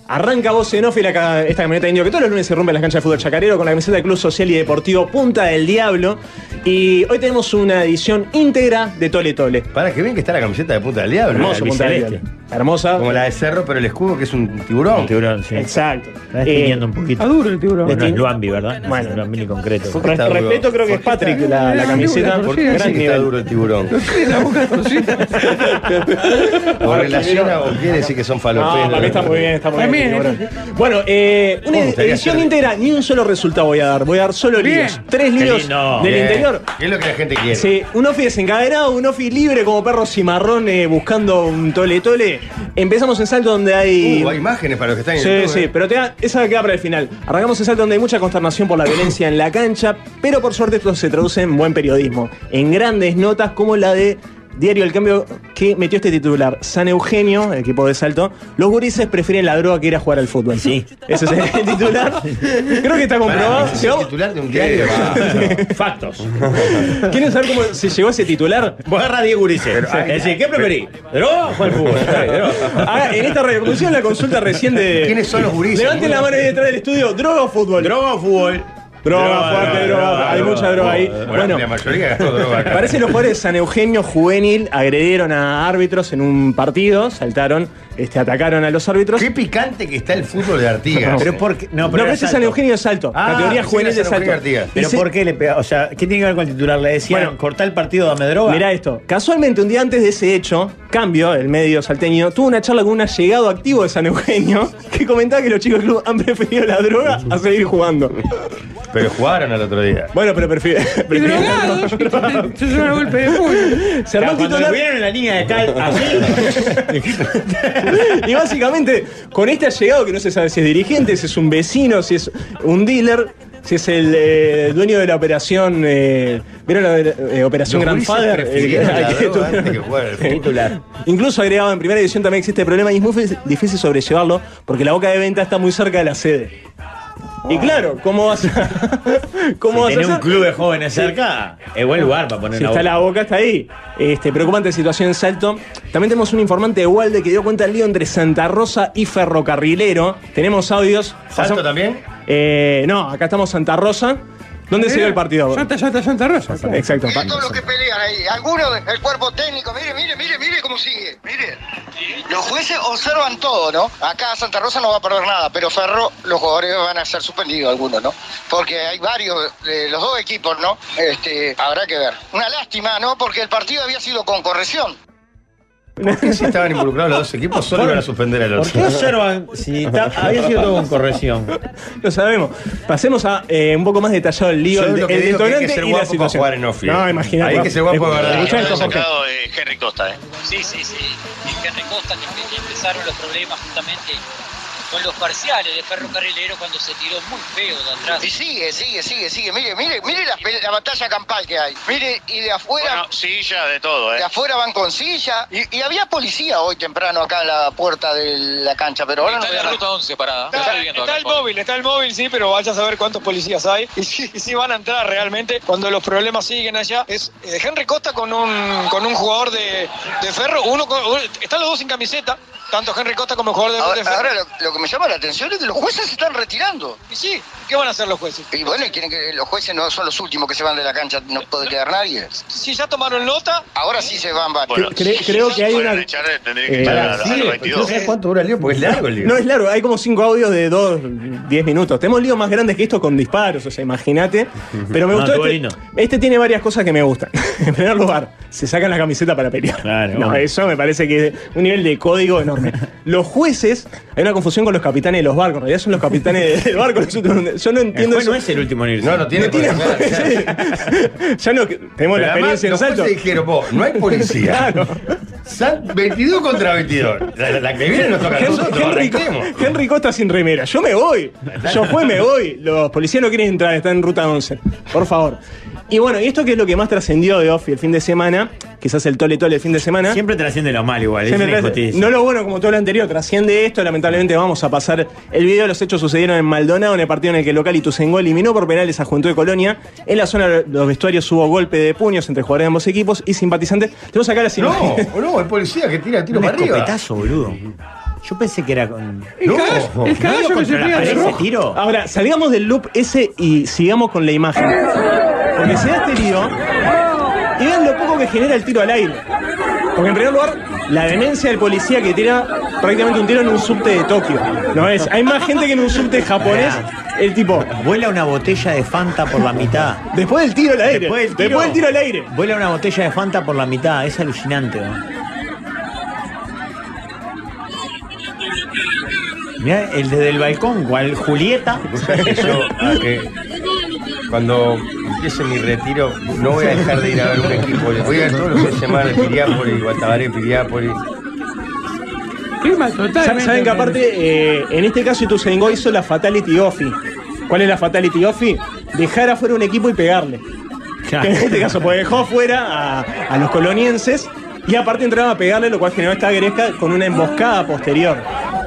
[SPEAKER 7] Arranca vos en off y la ca- esta camioneta indio que todos los lunes se rompe en las canchas de fútbol chacarero con la camiseta del Club Social y Deportivo Punta del Diablo. Y hoy tenemos una edición íntegra de Tole Tole.
[SPEAKER 5] Para que bien que está la camiseta de Punta del Diablo. eh,
[SPEAKER 7] Hermoso,
[SPEAKER 5] la
[SPEAKER 7] Punta del
[SPEAKER 5] albiceleste.
[SPEAKER 7] Diablo. Hermosa.
[SPEAKER 5] Como la de Cerro, pero el escudo que es un tiburón.
[SPEAKER 6] Un tiburón, sí.
[SPEAKER 7] Exacto.
[SPEAKER 6] Está definiendo un poquito.
[SPEAKER 13] Está duro el tiburón.
[SPEAKER 6] Bueno, es Luambi, ¿verdad? Bueno, Luambi en concreto.
[SPEAKER 5] ¿Por qué está duro?
[SPEAKER 7] Respeto creo que es Patrick la, la camiseta.
[SPEAKER 5] ¿Por qué
[SPEAKER 7] Gran
[SPEAKER 5] así que está
[SPEAKER 7] nivel.
[SPEAKER 5] duro el tiburón? <laughs> ¿O
[SPEAKER 7] Ahora,
[SPEAKER 5] relaciona o quiere decir que son faloperos?
[SPEAKER 7] No, para mí está muy bien, está muy bien. Bueno, eh, una
[SPEAKER 5] Me gustaría
[SPEAKER 7] edición
[SPEAKER 5] hacer-
[SPEAKER 7] íntegra, ni un solo resultado voy a dar. Voy a dar solo
[SPEAKER 5] Bien.
[SPEAKER 7] líos. Tres
[SPEAKER 5] Qué
[SPEAKER 7] líos
[SPEAKER 5] lindo.
[SPEAKER 7] del
[SPEAKER 5] Bien.
[SPEAKER 7] interior.
[SPEAKER 5] ¿Qué es lo que la gente quiere?
[SPEAKER 7] Sí, un offi desencadenado, un offi libre como perro cimarrón eh, buscando un tole tole. Empezamos en Salto donde hay...
[SPEAKER 5] Uh, hay imágenes para los que están en
[SPEAKER 7] Sí,
[SPEAKER 5] YouTube,
[SPEAKER 7] sí,
[SPEAKER 5] eh.
[SPEAKER 7] pero te da- esa queda para el final. Arrancamos en Salto donde hay mucha consternación por la violencia en la cancha, pero por suerte esto se traduce en buen periodismo, en grandes notas como la de Diario El Cambio que metió este titular. San Eugenio, el equipo de Salto, los gurises prefieren la droga que ir a jugar al fútbol. Sí. Ese es
[SPEAKER 5] <laughs>
[SPEAKER 7] el titular. Creo que está comprobado.
[SPEAKER 5] Pará, ¿es
[SPEAKER 7] Si
[SPEAKER 5] el
[SPEAKER 7] vamos-
[SPEAKER 5] titular de un diario? Ah,
[SPEAKER 7] <laughs>
[SPEAKER 6] Factos.
[SPEAKER 7] ¿Quieren saber cómo se llegó a ese titular?
[SPEAKER 6] Vos agarrás 10 gurises. Es decir, ¿qué preferís? ¿Droga o jugar
[SPEAKER 7] <laughs>
[SPEAKER 6] al fútbol? Está bien, droga.
[SPEAKER 7] Ah, en esta reproducción la consulta recién de.
[SPEAKER 6] ¿Quiénes son los gurises?
[SPEAKER 7] Levanten la mano ahí detrás del estudio. ¿Droga o fútbol? Droga o fútbol. Droga,
[SPEAKER 5] Droga,
[SPEAKER 7] fuerte,
[SPEAKER 5] droga,
[SPEAKER 7] droga.
[SPEAKER 5] droga,
[SPEAKER 7] Hay
[SPEAKER 5] droga,
[SPEAKER 7] mucha droga ahí.
[SPEAKER 5] droga. Bueno,
[SPEAKER 7] Bueno,
[SPEAKER 5] la mayoría gastó droga acá.
[SPEAKER 7] Parece los jugadores de San Eugenio Juvenil agredieron a árbitros en un partido, saltaron, este, atacaron a los árbitros. Qué
[SPEAKER 5] picante que está el fútbol de Artigas.
[SPEAKER 7] pero porque. No, pero,
[SPEAKER 6] era
[SPEAKER 7] ese es
[SPEAKER 6] Salto.
[SPEAKER 7] San Eugenio de Salto.
[SPEAKER 6] Ah,
[SPEAKER 7] categoría juvenil de Salto.
[SPEAKER 6] Pero
[SPEAKER 7] Y se-
[SPEAKER 6] ¿por qué le pega? O sea, ¿qué tiene que ver con el titular? Le decían,
[SPEAKER 7] Bueno.
[SPEAKER 6] cortá el partido, dame droga.
[SPEAKER 7] Mirá esto. Casualmente, un día antes de ese hecho, Cambio, el medio salteño, tuvo una charla con un allegado activo de San Eugenio <laughs> que comentaba que los chicos del club han preferido la droga a seguir jugando.
[SPEAKER 5] Pero jugaron al otro día.
[SPEAKER 7] Bueno, pero
[SPEAKER 13] <laughs>
[SPEAKER 7] prefiero. <laughs>
[SPEAKER 13] Eso es un golpe de puño.
[SPEAKER 7] Se armó el
[SPEAKER 6] Cuando
[SPEAKER 7] titular.
[SPEAKER 6] lo vieron en la línea de
[SPEAKER 5] <laughs>
[SPEAKER 6] cal, así.
[SPEAKER 7] <laughs> y básicamente, con este allegado que no se sabe si es dirigente, si es un vecino, si es un dealer, si es el eh, dueño de la operación. eh, ¿Vieron la eh, operación
[SPEAKER 5] Los
[SPEAKER 7] Gran
[SPEAKER 5] gurises
[SPEAKER 7] Father?
[SPEAKER 5] prefirieron
[SPEAKER 7] <laughs> El-
[SPEAKER 5] la
[SPEAKER 7] que
[SPEAKER 5] droga
[SPEAKER 7] tu-
[SPEAKER 5] antes que jugar al fútbol.
[SPEAKER 7] Titular. Incluso agregado en primera edición también existe el problema y es muy fe- difícil sobrellevarlo porque la boca de venta está muy cerca de la sede. Y claro, ¿cómo vas a.? <laughs> ¿Cómo vas a
[SPEAKER 6] si tenés un
[SPEAKER 7] hacer?
[SPEAKER 6] club de jóvenes cerca, es buen lugar para poner
[SPEAKER 7] Si
[SPEAKER 6] una
[SPEAKER 7] está
[SPEAKER 6] boca.
[SPEAKER 7] la boca, está ahí. Este, preocupante situación en Salto. También tenemos un informante de Walde que dio cuenta del lío entre Santa Rosa y Ferrocarrilero. Tenemos audios. ¿Salto
[SPEAKER 5] también?
[SPEAKER 7] no, acá estamos Santa Rosa.
[SPEAKER 13] Ah,
[SPEAKER 7] ¿Dónde se dio el partido?
[SPEAKER 13] Santa, Santa, Santa Rosa.
[SPEAKER 7] Exacto.
[SPEAKER 14] pelean ahí. Algunos del cuerpo técnico, mire, mire, mire, mire cómo sigue. Mire. Los jueces observan todo, ¿no? Acá Santa Rosa no va a perder nada, pero Ferro, los jugadores van a ser suspendidos algunos, ¿no? Porque hay varios, de los dos equipos, ¿no? Este, habrá que ver. Una lástima, ¿no? Porque el partido había sido con corrección.
[SPEAKER 5] ¿Por qué si estaban involucrados los dos equipos solo
[SPEAKER 6] ¿Por-
[SPEAKER 5] iban a suspender al
[SPEAKER 6] ¿Por
[SPEAKER 5] otro?
[SPEAKER 6] qué observan si está- había sido todo con corrección?
[SPEAKER 7] Lo sabemos. Pasemos a eh, un poco más detallado el lío,
[SPEAKER 5] Yo
[SPEAKER 7] el,
[SPEAKER 5] lo que
[SPEAKER 7] el
[SPEAKER 5] digo que hay que
[SPEAKER 7] detonante
[SPEAKER 5] ser
[SPEAKER 7] y
[SPEAKER 5] guapo
[SPEAKER 7] la
[SPEAKER 5] para
[SPEAKER 7] situación.
[SPEAKER 5] jugar en off-field.
[SPEAKER 7] no, imagínate.
[SPEAKER 5] Hay que ser guapo de verdad.
[SPEAKER 7] Escuchá esto, Jorge.
[SPEAKER 14] Henry Costa, ¿eh?
[SPEAKER 15] Sí, sí, sí. En Henry Costa que empe- empezaron los problemas justamente con los parciales de ferrocarrilero cuando se tiró muy feo de atrás.
[SPEAKER 14] Y sigue, sigue, sigue, sigue. Mire, mire, mire la, pe- la batalla campal que hay. Mire, y de afuera. silla de todo, ¿eh? De afuera van con silla. Y, y había policía hoy temprano acá en la puerta de la cancha, pero ahora no.
[SPEAKER 15] Está en
[SPEAKER 14] veo
[SPEAKER 15] la
[SPEAKER 14] nada.
[SPEAKER 15] ruta 11 parada.
[SPEAKER 14] Está-
[SPEAKER 15] el móvil, está el móvil, sí, pero vaya a saber cuántos policías hay <laughs> y si, y si van a entrar realmente cuando los problemas siguen allá. Es eh, Henry Costa con un, con un jugador de, de ferro, uno, con- uno- están los dos sin camiseta, tanto Henry Costa como el jugador de,
[SPEAKER 14] Ahora,
[SPEAKER 15] de ferro.
[SPEAKER 14] ahora lo, lo que me llama la atención es que los jueces se están retirando.
[SPEAKER 15] Y sí, ¿qué van a hacer los jueces?
[SPEAKER 14] Y bueno, y quieren que los jueces no son los últimos que se van de la cancha, no puede quedar nadie.
[SPEAKER 15] Si ya tomaron nota.
[SPEAKER 14] Ahora sí se van varios.
[SPEAKER 7] Cre- creo que hay una.
[SPEAKER 14] que
[SPEAKER 7] Eh,
[SPEAKER 14] echar
[SPEAKER 7] pará,
[SPEAKER 14] a-
[SPEAKER 7] sí,
[SPEAKER 14] a los 22.
[SPEAKER 7] porque-
[SPEAKER 5] ¿Cuánto dura el lío? Porque es largo el lío.
[SPEAKER 7] No es largo, hay como cinco audios de dos, diez minutos. Tenemos líos más grandes que esto con disparos, o sea, imagínate. Pero me
[SPEAKER 6] No,
[SPEAKER 7] gustó.
[SPEAKER 6] estuvo
[SPEAKER 7] este,
[SPEAKER 6] lindo.
[SPEAKER 7] este tiene varias cosas que me gustan. <laughs> En primer lugar, se sacan la camiseta para pelear. No,
[SPEAKER 6] bueno.
[SPEAKER 7] Eso me parece que es un nivel de código enorme. Los jueces, hay una confusión con los capitanes de los barcos. En realidad son los capitanes del barco. Nosotros- Yo no
[SPEAKER 6] El
[SPEAKER 7] entiendo
[SPEAKER 6] juez
[SPEAKER 7] eso.
[SPEAKER 6] no es el último en irse.
[SPEAKER 5] No, no tiene. por qué.
[SPEAKER 7] <laughs> Ya no, tenemos
[SPEAKER 5] Pero
[SPEAKER 7] la
[SPEAKER 5] además,
[SPEAKER 7] experiencia en
[SPEAKER 5] los
[SPEAKER 7] salto.
[SPEAKER 5] jueces dijeron, vos, no hay policía.
[SPEAKER 7] <laughs> Claro.
[SPEAKER 5] Sal- 22 contra 22. La, la- la que viene nos toca a
[SPEAKER 7] Henry-
[SPEAKER 5] nosotros.
[SPEAKER 7] Henry,
[SPEAKER 5] arranquemos.
[SPEAKER 7] Henry Costa sin remera. Yo me voy. Yo fue, me voy. Los policías no quieren entrar, están en ruta 11. Por favor. Y bueno, y esto que es lo que más trascendió de Offi el fin de semana, quizás el tole tole el fin de semana.
[SPEAKER 6] Siempre trasciende lo mal igual, es
[SPEAKER 7] Siempre
[SPEAKER 6] una
[SPEAKER 7] trasciende-
[SPEAKER 6] injusticia.
[SPEAKER 7] No lo bueno como todo lo anterior, trasciende esto, lamentablemente vamos a pasar el video, los hechos sucedieron en Maldonado, en el partido en el que el local Ituzaingó eliminó por penales a Juventud de Colonia, en la zona de los vestuarios hubo golpe de puños entre jugadores de ambos equipos y simpatizantes. Tenemos acá las
[SPEAKER 5] No,
[SPEAKER 7] imágenes.
[SPEAKER 5] no, el policía que tira tiro
[SPEAKER 6] Un
[SPEAKER 5] para arriba.
[SPEAKER 6] escopetazo, boludo. Yo pensé que era con.
[SPEAKER 7] El caballo-
[SPEAKER 6] Ojo.
[SPEAKER 7] el
[SPEAKER 6] ¿No
[SPEAKER 7] caballo
[SPEAKER 6] iba
[SPEAKER 7] que se
[SPEAKER 6] contra la
[SPEAKER 7] pega de
[SPEAKER 6] pared ese
[SPEAKER 7] rojo.
[SPEAKER 6] tiro?
[SPEAKER 7] Ahora, salgamos del loop ese y sigamos con la imagen. Porque se da este lío y vean lo poco que genera el tiro al aire. Porque en primer lugar, la demencia del policía que tira prácticamente un tiro en un subte de Tokio. No es, hay más gente que en un subte japonés. El tipo.
[SPEAKER 16] Vuela una botella de Fanta por la mitad.
[SPEAKER 7] Después del tiro al aire.
[SPEAKER 16] Después del tiro,
[SPEAKER 7] Después del tiro al aire.
[SPEAKER 16] Vuela una botella de Fanta por la mitad. Es alucinante, ¿no? Mirá, el desde el balcón, cual Julieta.
[SPEAKER 5] <laughs> Yo, ah, que cuando empiece mi retiro, no voy a dejar de ir a ver un equipo. Les voy a ir todos los fines de semana, Piriápolis, Guatabaré, Piriápolis.
[SPEAKER 7] Sa- Saben que aparte, eh, en este caso Ituzaingó hizo la Fatality Offi. ¿Cuál es la Fatality Offi? Dejar afuera un equipo y pegarle. Que en este caso, pues dejó afuera a, a los colonienses y aparte entraron a pegarle, lo cual generó esta gresca con una emboscada posterior.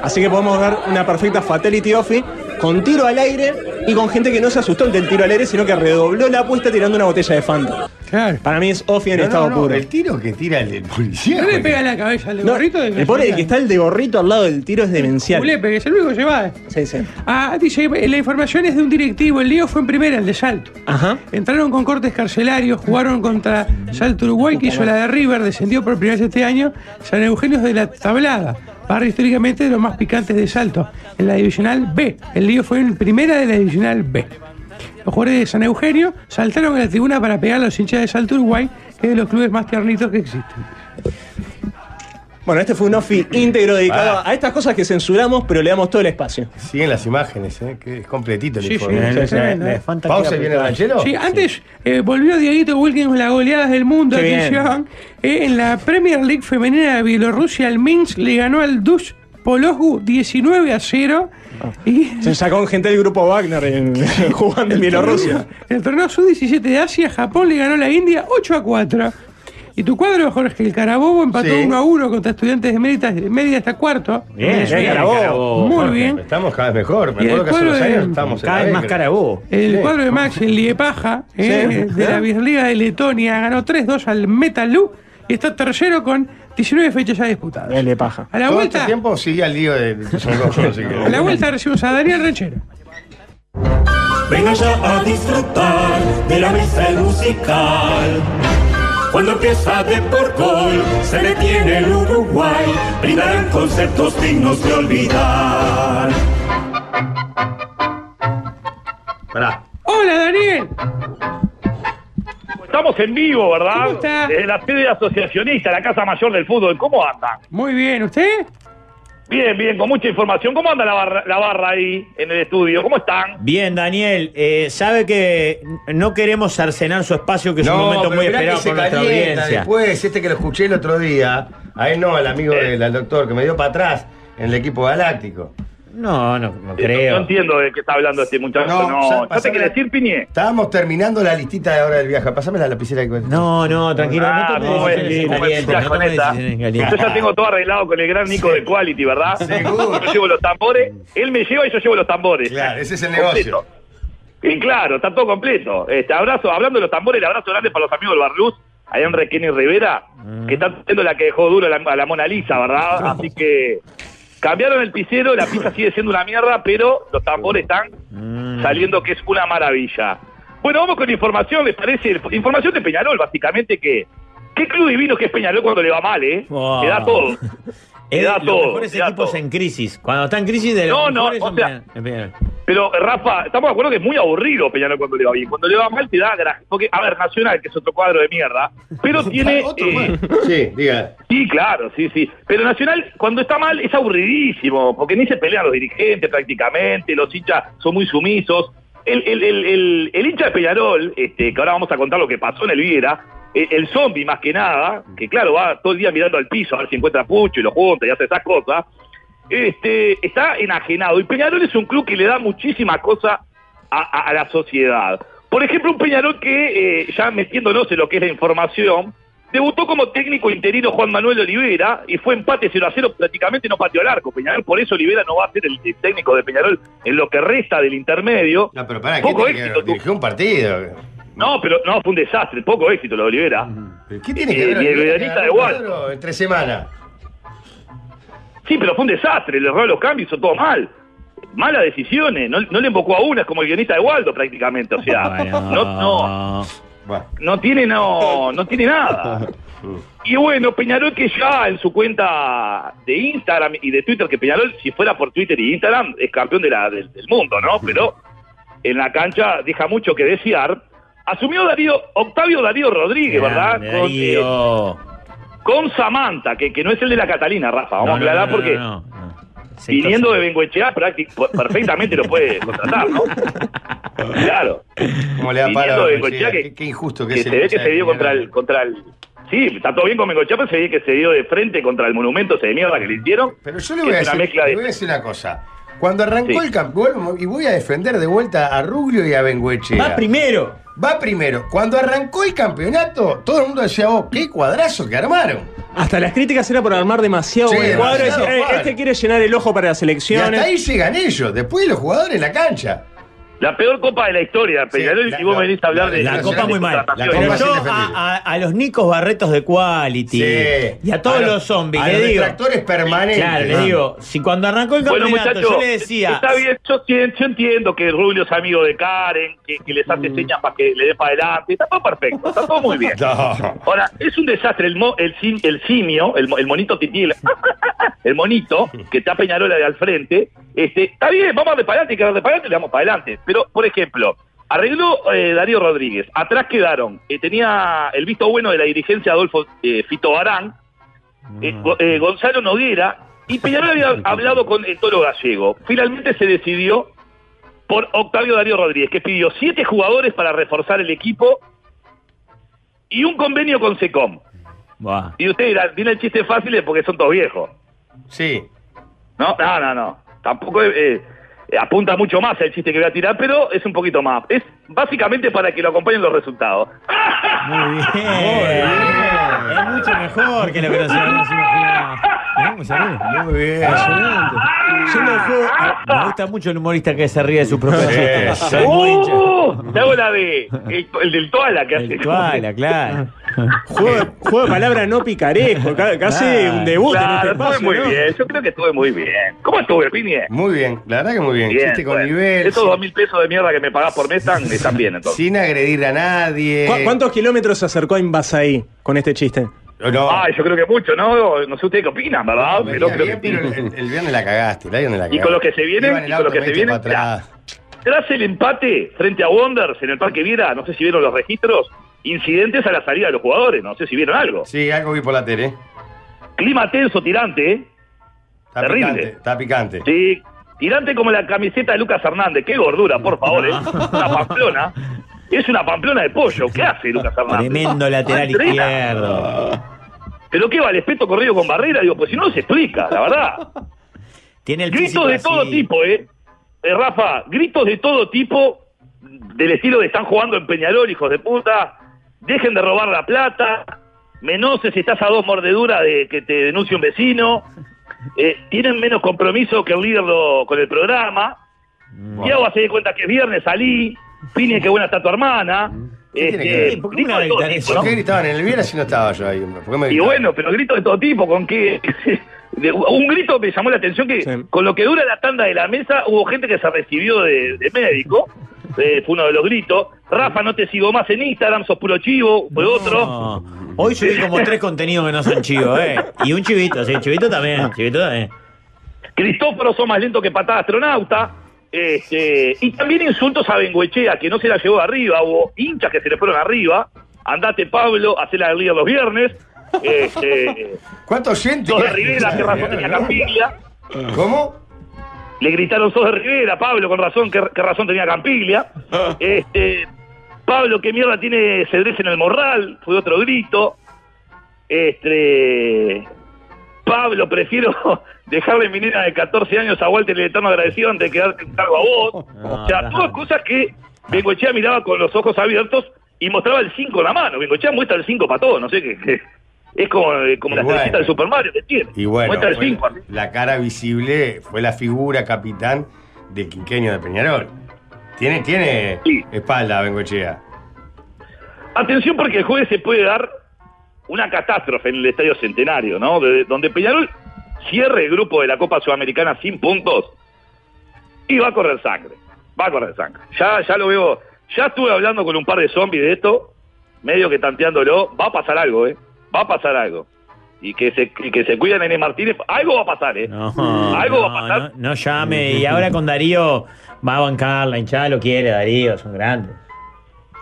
[SPEAKER 7] Así que podemos ver una perfecta Fatality Offi con tiro al aire y con gente que no se asustó ante el tiro al aire, sino que redobló la apuesta tirando una botella de Fanta. Para mí es Offi en
[SPEAKER 5] No, no,
[SPEAKER 7] estado
[SPEAKER 5] no,
[SPEAKER 7] puro.
[SPEAKER 5] el tiro que tira el policía.
[SPEAKER 13] No le pega en la cabeza al de
[SPEAKER 7] No,
[SPEAKER 13] gorrito del
[SPEAKER 7] el pobre el que está el de gorrito al lado del tiro es demencial.
[SPEAKER 13] Julepe, que es el único que llevaba.
[SPEAKER 7] Sí, sí.
[SPEAKER 13] Ah, dice, la información es de un directivo, el lío fue en primera, el de Salto.
[SPEAKER 7] Ajá.
[SPEAKER 13] Entraron con cortes carcelarios, jugaron contra Salto Uruguay, que hizo la de River, descendió por primera vez este año. San Eugenio es de la Tablada, barrio históricamente de los más picantes de Salto, en la divisional B. El lío fue en primera de la divisional B. Los jugadores de San Eugenio saltaron a la tribuna para pegar a los hinchas de Salto Uruguay, que es de los clubes más tiernitos que existen.
[SPEAKER 7] Bueno, este fue un offi íntegro dedicado
[SPEAKER 5] Ah.
[SPEAKER 7] a estas cosas que censuramos, pero le damos todo el espacio.
[SPEAKER 5] Siguen las imágenes, ¿eh? que es completito el
[SPEAKER 7] Sí,
[SPEAKER 5] informe.
[SPEAKER 7] sí,
[SPEAKER 5] Eh,
[SPEAKER 7] sí,
[SPEAKER 5] no sé,
[SPEAKER 7] tremendo.
[SPEAKER 5] eh, Pausa y viene el ranchero.
[SPEAKER 13] Sí, antes eh, volvió Dieguito Wilkins con las goleadas del mundo.
[SPEAKER 5] Qué bien.
[SPEAKER 13] Atención. Eh, en la Premier League femenina de Bielorrusia, el Minsk le ganó al Dush Polosgu 19 a 0. Y
[SPEAKER 7] Ah. Se sacó gente del grupo Wagner
[SPEAKER 13] <laughs>
[SPEAKER 7] en- <laughs> jugando en Bielorrusia.
[SPEAKER 13] En el torneo sub-17 de Asia, Japón le ganó a la India 8 a 4. Y tu cuadro, Jorge, el Carabobo empató
[SPEAKER 5] Sí.
[SPEAKER 13] 1 a 1 contra estudiantes de media, media hasta cuarto.
[SPEAKER 7] eh,
[SPEAKER 13] Venezuela. Muy bien.
[SPEAKER 5] Estamos cada vez mejor. Me
[SPEAKER 13] Y el
[SPEAKER 5] acuerdo que hace
[SPEAKER 13] cuadro
[SPEAKER 5] unos
[SPEAKER 13] de-
[SPEAKER 5] años estamos
[SPEAKER 13] cada vez más
[SPEAKER 16] Carabobo.
[SPEAKER 13] El cuadro de Max, el Liepaja, eh,
[SPEAKER 5] Sí.
[SPEAKER 13] de la Virliga de Letonia, ganó 3-2 al Metalú y está tercero con 19 fechas ya disputadas.
[SPEAKER 7] El Liepaja.
[SPEAKER 13] A la
[SPEAKER 5] Todo
[SPEAKER 13] vuelta-
[SPEAKER 5] este tiempo sigue al lío de
[SPEAKER 13] A la vuelta recibimos a Daniel Rechero.
[SPEAKER 4] Venga ya a disfrutar de la mesa musical. Cuando empieza de por gol, se detiene el Uruguay. Brindarán conceptos dignos de olvidar.
[SPEAKER 13] Hola Daniel.
[SPEAKER 17] Estamos en vivo, ¿verdad?
[SPEAKER 13] ¿Cómo está?
[SPEAKER 17] Desde la sede asociacionista, la Casa Mayor del Fútbol. ¿Cómo andan?
[SPEAKER 13] Muy bien, ¿usted?
[SPEAKER 17] Bien, bien, con mucha información. ¿Cómo anda la barra, la barra ahí en el estudio? ¿Cómo están?
[SPEAKER 16] Bien, Daniel, eh, sabe que no queremos cercenar su espacio, que es un momento muy esperado por nuestra audiencia.
[SPEAKER 5] Después, este que lo escuché el otro día, a él no, al amigo del al doctor que me dio para atrás en el equipo galáctico.
[SPEAKER 16] No, no, no
[SPEAKER 5] Eh,
[SPEAKER 17] No, entiendo de qué está hablando este muchacho. No,
[SPEAKER 5] ya,
[SPEAKER 17] no. ¿Ya te
[SPEAKER 5] pasame-
[SPEAKER 17] quiere decir, Piñe?
[SPEAKER 5] Estábamos terminando la listita de ahora del viaje. Pasame la lapicera que
[SPEAKER 16] No, no, tranquilo.
[SPEAKER 17] Ah, ¿cómo es? ¿Cómo es? Ya, con esta. Yo ya tengo todo arreglado con el gran Nico de Quality, ¿verdad? Yo llevo los tambores, él me lleva y yo llevo los tambores.
[SPEAKER 5] Claro, ese es el negocio.
[SPEAKER 17] Completo. Y claro, está todo completo. Este abrazo, hablando de los tambores, el abrazo grande para los amigos del Barluz, allá en Requén y Rivera,
[SPEAKER 16] Ah.
[SPEAKER 17] que están haciendo la que dejó duro a la, a la Mona Lisa,
[SPEAKER 16] <laughs>
[SPEAKER 17] ¿verdad? Así que cambiaron el pisero, la pizza sigue siendo una mierda, pero los tambores están saliendo que es una maravilla. Bueno, vamos con información, ¿les parece? Información de Peñarol, básicamente, que... ¿Qué club divino que es Peñarol cuando le va mal, eh?
[SPEAKER 16] Wow.
[SPEAKER 17] Le
[SPEAKER 16] <laughs>
[SPEAKER 17] da todo.
[SPEAKER 16] Es
[SPEAKER 17] Le da
[SPEAKER 16] de los
[SPEAKER 17] todo.
[SPEAKER 16] mejores
[SPEAKER 17] le da
[SPEAKER 16] equipos
[SPEAKER 17] todo.
[SPEAKER 16] en crisis. Cuando está en crisis, de los
[SPEAKER 17] No, no,
[SPEAKER 16] mejores
[SPEAKER 17] o
[SPEAKER 16] son
[SPEAKER 17] sea,
[SPEAKER 16] Peñarol. Es Peñarol.
[SPEAKER 17] Pero, eh, Rafa, estamos de acuerdo que es muy aburrido Peñarol cuando le va bien. Cuando le va mal, te da gracia. Porque, a ver, Nacional, que es otro cuadro de mierda, pero tiene... eh,
[SPEAKER 5] Sí, diga.
[SPEAKER 17] sí, claro, sí, sí. Pero Nacional, cuando está mal, es aburridísimo, porque ni se pelean los dirigentes prácticamente, los hinchas son muy sumisos. El, el, el, el- el hincha de Peñarol, este, que ahora vamos a contar lo que pasó en el Viera, eh, el zombie más que nada, que claro, va todo el día mirando al piso a ver si encuentra pucho y lo junta y hace esas cosas, este, está enajenado. Y Peñarol es un club que le da muchísima cosa a, a- a la sociedad. Por ejemplo, un Peñarol que, eh, ya metiéndonos en lo que es la información, debutó como técnico interino Juan Manuel Olivera y fue empate 0 a 0, prácticamente no pateó al arco. Peñarol, por eso Olivera no va a ser el, el técnico de Peñarol en lo que resta del intermedio.
[SPEAKER 5] No, pero pará, ¿qué
[SPEAKER 17] poco
[SPEAKER 5] tiene que ver?
[SPEAKER 17] éxito. tuvo.
[SPEAKER 5] Dirigió un partido.
[SPEAKER 17] No, pero no, fue un desastre, poco éxito lo de Olivera.
[SPEAKER 5] ¿Qué tiene que ver?
[SPEAKER 17] Y el
[SPEAKER 5] Olivera
[SPEAKER 17] Vidanita
[SPEAKER 5] con
[SPEAKER 17] de Wal.
[SPEAKER 5] Pedro En tres semanas.
[SPEAKER 17] Sí, pero fue un desastre, le erró los cambios, hizo todo mal. Malas decisiones, no, no le invocó a una, es como el guionista de Waldo prácticamente,
[SPEAKER 5] <laughs>
[SPEAKER 17] o sea, no, no, no tiene no, no
[SPEAKER 5] <laughs>
[SPEAKER 17] tiene nada. Y bueno, Peñarol que ya en su cuenta de Instagram y de Twitter, que Peñarol, si fuera por Twitter y Instagram, es campeón de la, del, del mundo, ¿no? Pero en la cancha deja mucho que desear. Asumió Darío, Octavio Darío Rodríguez, ¿verdad?
[SPEAKER 16] Grande,
[SPEAKER 17] Con, eh,
[SPEAKER 16] Darío.
[SPEAKER 17] con Samantha, que, que no es el de la Catalina, Rafa, vamos
[SPEAKER 16] No,
[SPEAKER 17] a
[SPEAKER 16] no,
[SPEAKER 17] aclarar
[SPEAKER 16] no, no,
[SPEAKER 17] porque
[SPEAKER 16] no.
[SPEAKER 17] viniendo de Bengoechea prácti- perfectamente lo puede
[SPEAKER 16] <laughs>
[SPEAKER 17] contratar, ¿no? Claro.
[SPEAKER 5] ¿Cómo le da
[SPEAKER 17] Viniendo
[SPEAKER 5] palo a
[SPEAKER 17] de
[SPEAKER 5] Bengoechea?
[SPEAKER 17] Bengoechea,
[SPEAKER 5] Qué- qué injusto que
[SPEAKER 17] que
[SPEAKER 5] es el
[SPEAKER 17] se ve que
[SPEAKER 5] hincha
[SPEAKER 17] se
[SPEAKER 5] de
[SPEAKER 17] dio contra el contra el sí está todo bien con Bengochea pero se ve que se dio de frente contra el monumento ese de mierda que le hicieron
[SPEAKER 5] Pero yo le voy, a
[SPEAKER 17] es una
[SPEAKER 5] decir,
[SPEAKER 17] mezcla
[SPEAKER 5] le
[SPEAKER 17] de
[SPEAKER 5] voy a decir una cosa. Cuando arrancó el campeón, y voy a defender de vuelta a Rubio y a Benguechea.
[SPEAKER 16] Va primero.
[SPEAKER 5] Va primero. Cuando arrancó el campeonato, todo el mundo decía, oh, qué cuadrazo que armaron.
[SPEAKER 7] Hasta las críticas era por armar demasiado
[SPEAKER 5] Sí,
[SPEAKER 7] el cuadro.
[SPEAKER 5] demasiado
[SPEAKER 7] decía, "Eh,
[SPEAKER 5] cuadro".
[SPEAKER 7] este quiere llenar el ojo para las
[SPEAKER 5] Y
[SPEAKER 7] elecciones.
[SPEAKER 5] hasta ahí llegan ellos, después los jugadores en la cancha.
[SPEAKER 17] la peor copa de la historia Peñarol y vos venís a hablar de
[SPEAKER 5] la copa muy mal. La
[SPEAKER 17] contrataciones.
[SPEAKER 16] Pero yo a, a- a los Nicos Barretos de Quality
[SPEAKER 5] Sí.
[SPEAKER 16] y a todos
[SPEAKER 5] A los-
[SPEAKER 16] los Ah. zombies,
[SPEAKER 5] a
[SPEAKER 16] le
[SPEAKER 5] los
[SPEAKER 16] digo.
[SPEAKER 5] detractores permanentes. Ah.
[SPEAKER 16] Claro, le digo, si cuando arrancó el
[SPEAKER 17] Bueno,
[SPEAKER 16] campeonato
[SPEAKER 17] muchachos,
[SPEAKER 16] yo le decía.
[SPEAKER 17] está bien, yo, sí- yo entiendo que Rubio es amigo de Karen, que, que les
[SPEAKER 16] Mm.
[SPEAKER 17] hace señas para que le dé para adelante, está todo perfecto, está todo
[SPEAKER 5] <laughs>
[SPEAKER 17] muy bien. Ahora, es un desastre el, mo- el, sim- el simio, el, mo- el <laughs> monito titil, el monito, que está Peñarola de al frente, este, está bien, vamos a de para adelante, que de para adelante, le damos para adelante. Pero, por ejemplo, arregló eh, Darío Rodríguez, atrás quedaron, eh, tenía el visto bueno de la dirigencia Adolfo eh, Fito Barán, eh, Go- eh, Gonzalo Noguera, y Peñarol había hablado con el Toro Gallego. Finalmente se decidió por Octavio Darío Rodríguez, que pidió siete jugadores para reforzar el equipo y un convenio con SECOM.
[SPEAKER 16] Buah.
[SPEAKER 17] Y usted dirá, tiene el chiste fácil es porque son todos viejos.
[SPEAKER 5] Sí.
[SPEAKER 17] No, no, no, no. Tampoco eh, eh, apunta mucho más el chiste que voy a tirar, pero es un poquito más. Es básicamente para que lo acompañen los resultados.
[SPEAKER 16] Muy bien. Es mucho mejor que lo que nos habíamos imaginado. Mirá cómo se
[SPEAKER 17] Ah,
[SPEAKER 16] ríe. Muy bien. Fascinante. Yo lo dejo- Me gusta mucho el humorista que se ríe de sus propios
[SPEAKER 17] Sí.
[SPEAKER 16] chistes. Soy muy hincha.
[SPEAKER 17] ¡Uh! Te hago la de. El, el del Toala que hace.
[SPEAKER 5] <laughs>
[SPEAKER 16] Toala, claro.
[SPEAKER 7] Juego, juego de palabras no picarejo, ca- casi
[SPEAKER 17] Claro.
[SPEAKER 7] un debut
[SPEAKER 17] Claro,
[SPEAKER 7] en este
[SPEAKER 17] estuve
[SPEAKER 7] espacio.
[SPEAKER 17] muy
[SPEAKER 7] ¿no?
[SPEAKER 17] bien, yo creo que estuve muy bien. ¿Cómo estuve, Pini?
[SPEAKER 5] Muy bien, la verdad que muy bien. Chiste con
[SPEAKER 17] bueno.
[SPEAKER 5] nivel.
[SPEAKER 17] Esos dos mil pesos de mierda que me pagás por mes están, están bien, entonces.
[SPEAKER 5] Sin agredir a nadie.
[SPEAKER 7] ¿Cu- ¿Cuántos kilómetros se acercó a Invasaí con este chiste?
[SPEAKER 17] Ay, yo creo que mucho, ¿no? No sé ustedes qué opinan, Ah, ¿verdad?
[SPEAKER 5] Me
[SPEAKER 17] pero
[SPEAKER 5] venía
[SPEAKER 17] creo
[SPEAKER 5] bien,
[SPEAKER 17] que sí.
[SPEAKER 5] pero el, el viernes la cagaste, el viernes la
[SPEAKER 17] Y
[SPEAKER 5] cagaste.
[SPEAKER 17] con los que se
[SPEAKER 5] Iba
[SPEAKER 17] vienen,
[SPEAKER 5] en
[SPEAKER 17] y
[SPEAKER 5] el
[SPEAKER 17] con los
[SPEAKER 5] auto,
[SPEAKER 17] que se
[SPEAKER 5] veinte
[SPEAKER 17] vienen,
[SPEAKER 5] para atrás.
[SPEAKER 17] tras el empate frente a Wonders en el Parque Viera, no sé si vieron los registros, incidentes a la salida de los jugadores, no sé si vieron algo.
[SPEAKER 5] Sí, algo vi por la tele.
[SPEAKER 17] Eh, Clima tenso, tirante, ¿eh?
[SPEAKER 5] Está
[SPEAKER 17] Terrible.
[SPEAKER 5] picante, está picante.
[SPEAKER 17] Sí, tirante como la camiseta de Lucas Hernández. Qué gordura, por
[SPEAKER 16] <laughs>
[SPEAKER 17] favor. ¿eh? Una pamplona. Es una pamplona de pollo. ¿Qué hace Lucas Hernández?
[SPEAKER 16] Tremendo lateral
[SPEAKER 17] Entrena.
[SPEAKER 16] izquierdo.
[SPEAKER 17] ¿Pero qué vale? Espeto corrido con barrera. Digo, pues si no, no se explica, la verdad.
[SPEAKER 16] Tiene el
[SPEAKER 17] Gritos
[SPEAKER 16] físico
[SPEAKER 17] de
[SPEAKER 16] así.
[SPEAKER 17] todo tipo, ¿eh? Eh, Rafa, gritos de todo tipo del estilo de están jugando en Peñarol, hijos de puta. Dejen de robar la plata. Menoces, estás a dos mordeduras de que te denuncie un vecino. Eh, tienen menos compromiso que el líder lo- con el programa. Diego hace de cuenta que es viernes salí. Pini, qué buena está tu hermana.
[SPEAKER 5] ¿Qué tiene que ver?
[SPEAKER 17] Este, gritos de todo tipo,
[SPEAKER 5] ¿Por
[SPEAKER 17] ¿no?
[SPEAKER 5] qué gritaban en el viernes si no estaba yo ahí? ¿Por qué me
[SPEAKER 17] Y
[SPEAKER 5] gritaban?
[SPEAKER 17] bueno, pero gritos de todo tipo, con que <laughs> de- un grito me llamó la atención que con lo que dura la tanda de la mesa hubo gente que se recibió de, de médico, eh, fue uno de los gritos. Rafa, no te sigo más en Instagram, sos puro chivo, fue otro.
[SPEAKER 16] No. Hoy subí como tres contenidos que no son chivos, ¿eh? Y un chivito, sí, chivito también, chivito también.
[SPEAKER 17] Ah. Cristóforo, sos más lento que patada astronauta. Este, y también insultos a Benguechea, que no se la llevó arriba, hubo hinchas que se le fueron arriba. Andate, Pablo, hacé la liga los viernes. Este,
[SPEAKER 5] ¿Cuántos gente?
[SPEAKER 17] sos de Rivera, qué razón tenía Campiglia.
[SPEAKER 5] ¿Cómo?
[SPEAKER 17] Ah. Le gritaron sos de Rivera, Pablo, con razón, qué, qué razón tenía Campiglia.
[SPEAKER 5] Ah.
[SPEAKER 17] Este, Pablo, qué mierda tiene Cedrés en el morral, fue otro grito. Este, Pablo, prefiero <laughs> dejarle mi nena de 14 años a Walter el eterno agradecido antes de quedarte en cargo a vos.
[SPEAKER 5] Ah.
[SPEAKER 17] o sea, todas cosas que Bengochea miraba con los ojos abiertos y mostraba el 5 en la mano. Bengochea muestra el 5 para todo, no sé qué. qué- Es como, eh, como
[SPEAKER 5] Y
[SPEAKER 17] la
[SPEAKER 5] bueno.
[SPEAKER 17] tarjeta del Super Mario que tiene.
[SPEAKER 5] Y bueno,
[SPEAKER 17] muestra el
[SPEAKER 5] fue
[SPEAKER 17] 5.
[SPEAKER 5] la cara visible fue la figura capitán del quinqueño de Peñarol. Tiene, tiene espalda Bengochea.
[SPEAKER 17] Atención porque el jueves se puede dar una catástrofe en el Estadio Centenario, ¿no? De- donde Peñarol cierre el grupo de la Copa Sudamericana sin puntos y va a correr sangre. Va a correr sangre. Ya, ya lo veo. Ya estuve hablando con un par de zombies de esto, medio que tanteándolo. Va a pasar algo, ¿eh? Va a pasar algo. Y que se, y que se cuide Nene Martínez. Algo va a pasar, ¿eh? algo va a pasar.
[SPEAKER 6] No, no llame. Y ahora con Darío va a bancar, la hinchada lo quiere, Darío, son grandes.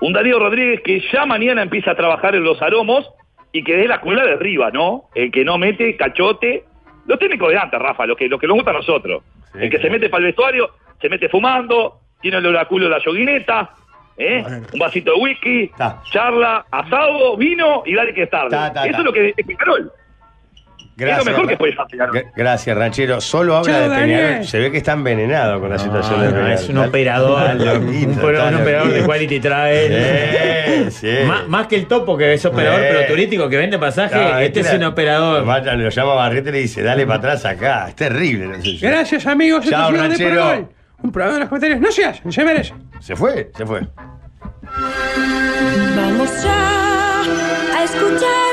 [SPEAKER 17] Un Darío Rodríguez que ya mañana empieza a trabajar en los aromos y que es la escuela de arriba, ¿no? El que no mete, cachote. Los técnicos de antes, Rafa, los que, los que nos gusta a nosotros. el que se mete para el vestuario, se mete fumando, tiene el oráculo de la yoguineta, ¿eh? un vasito de whisky, charla, asado, vino y dale que es tarde.
[SPEAKER 5] Ta, ta,
[SPEAKER 17] Eso
[SPEAKER 5] ta.
[SPEAKER 17] es lo que es Peñarol. es lo mejor que
[SPEAKER 5] Ra-
[SPEAKER 17] puede hacer Peñarol.
[SPEAKER 5] Gra- Gracias, Ranchero. Solo habla de
[SPEAKER 17] Chao,
[SPEAKER 5] Peñarol.
[SPEAKER 17] Daniel.
[SPEAKER 5] Se ve que está envenenado con la situación de
[SPEAKER 6] no,
[SPEAKER 5] Peñarol.
[SPEAKER 6] es un operador, un pro- un operador de Quality Travel. Má- Más que el topo, que es operador,
[SPEAKER 5] Sí.
[SPEAKER 6] pero turístico que vende pasaje, este es un
[SPEAKER 5] operador. lo llama Barrete y le dice, dale para atrás acá. Es terrible. la situación.
[SPEAKER 13] Gracias, amigos. Esto
[SPEAKER 5] Chao,
[SPEAKER 13] ha sido de
[SPEAKER 5] ranchero.
[SPEAKER 13] Por Gol. Un programa de los comentarios. No seas, se merece.
[SPEAKER 5] Se fue, se fue.
[SPEAKER 11] Vamos ya a escuchar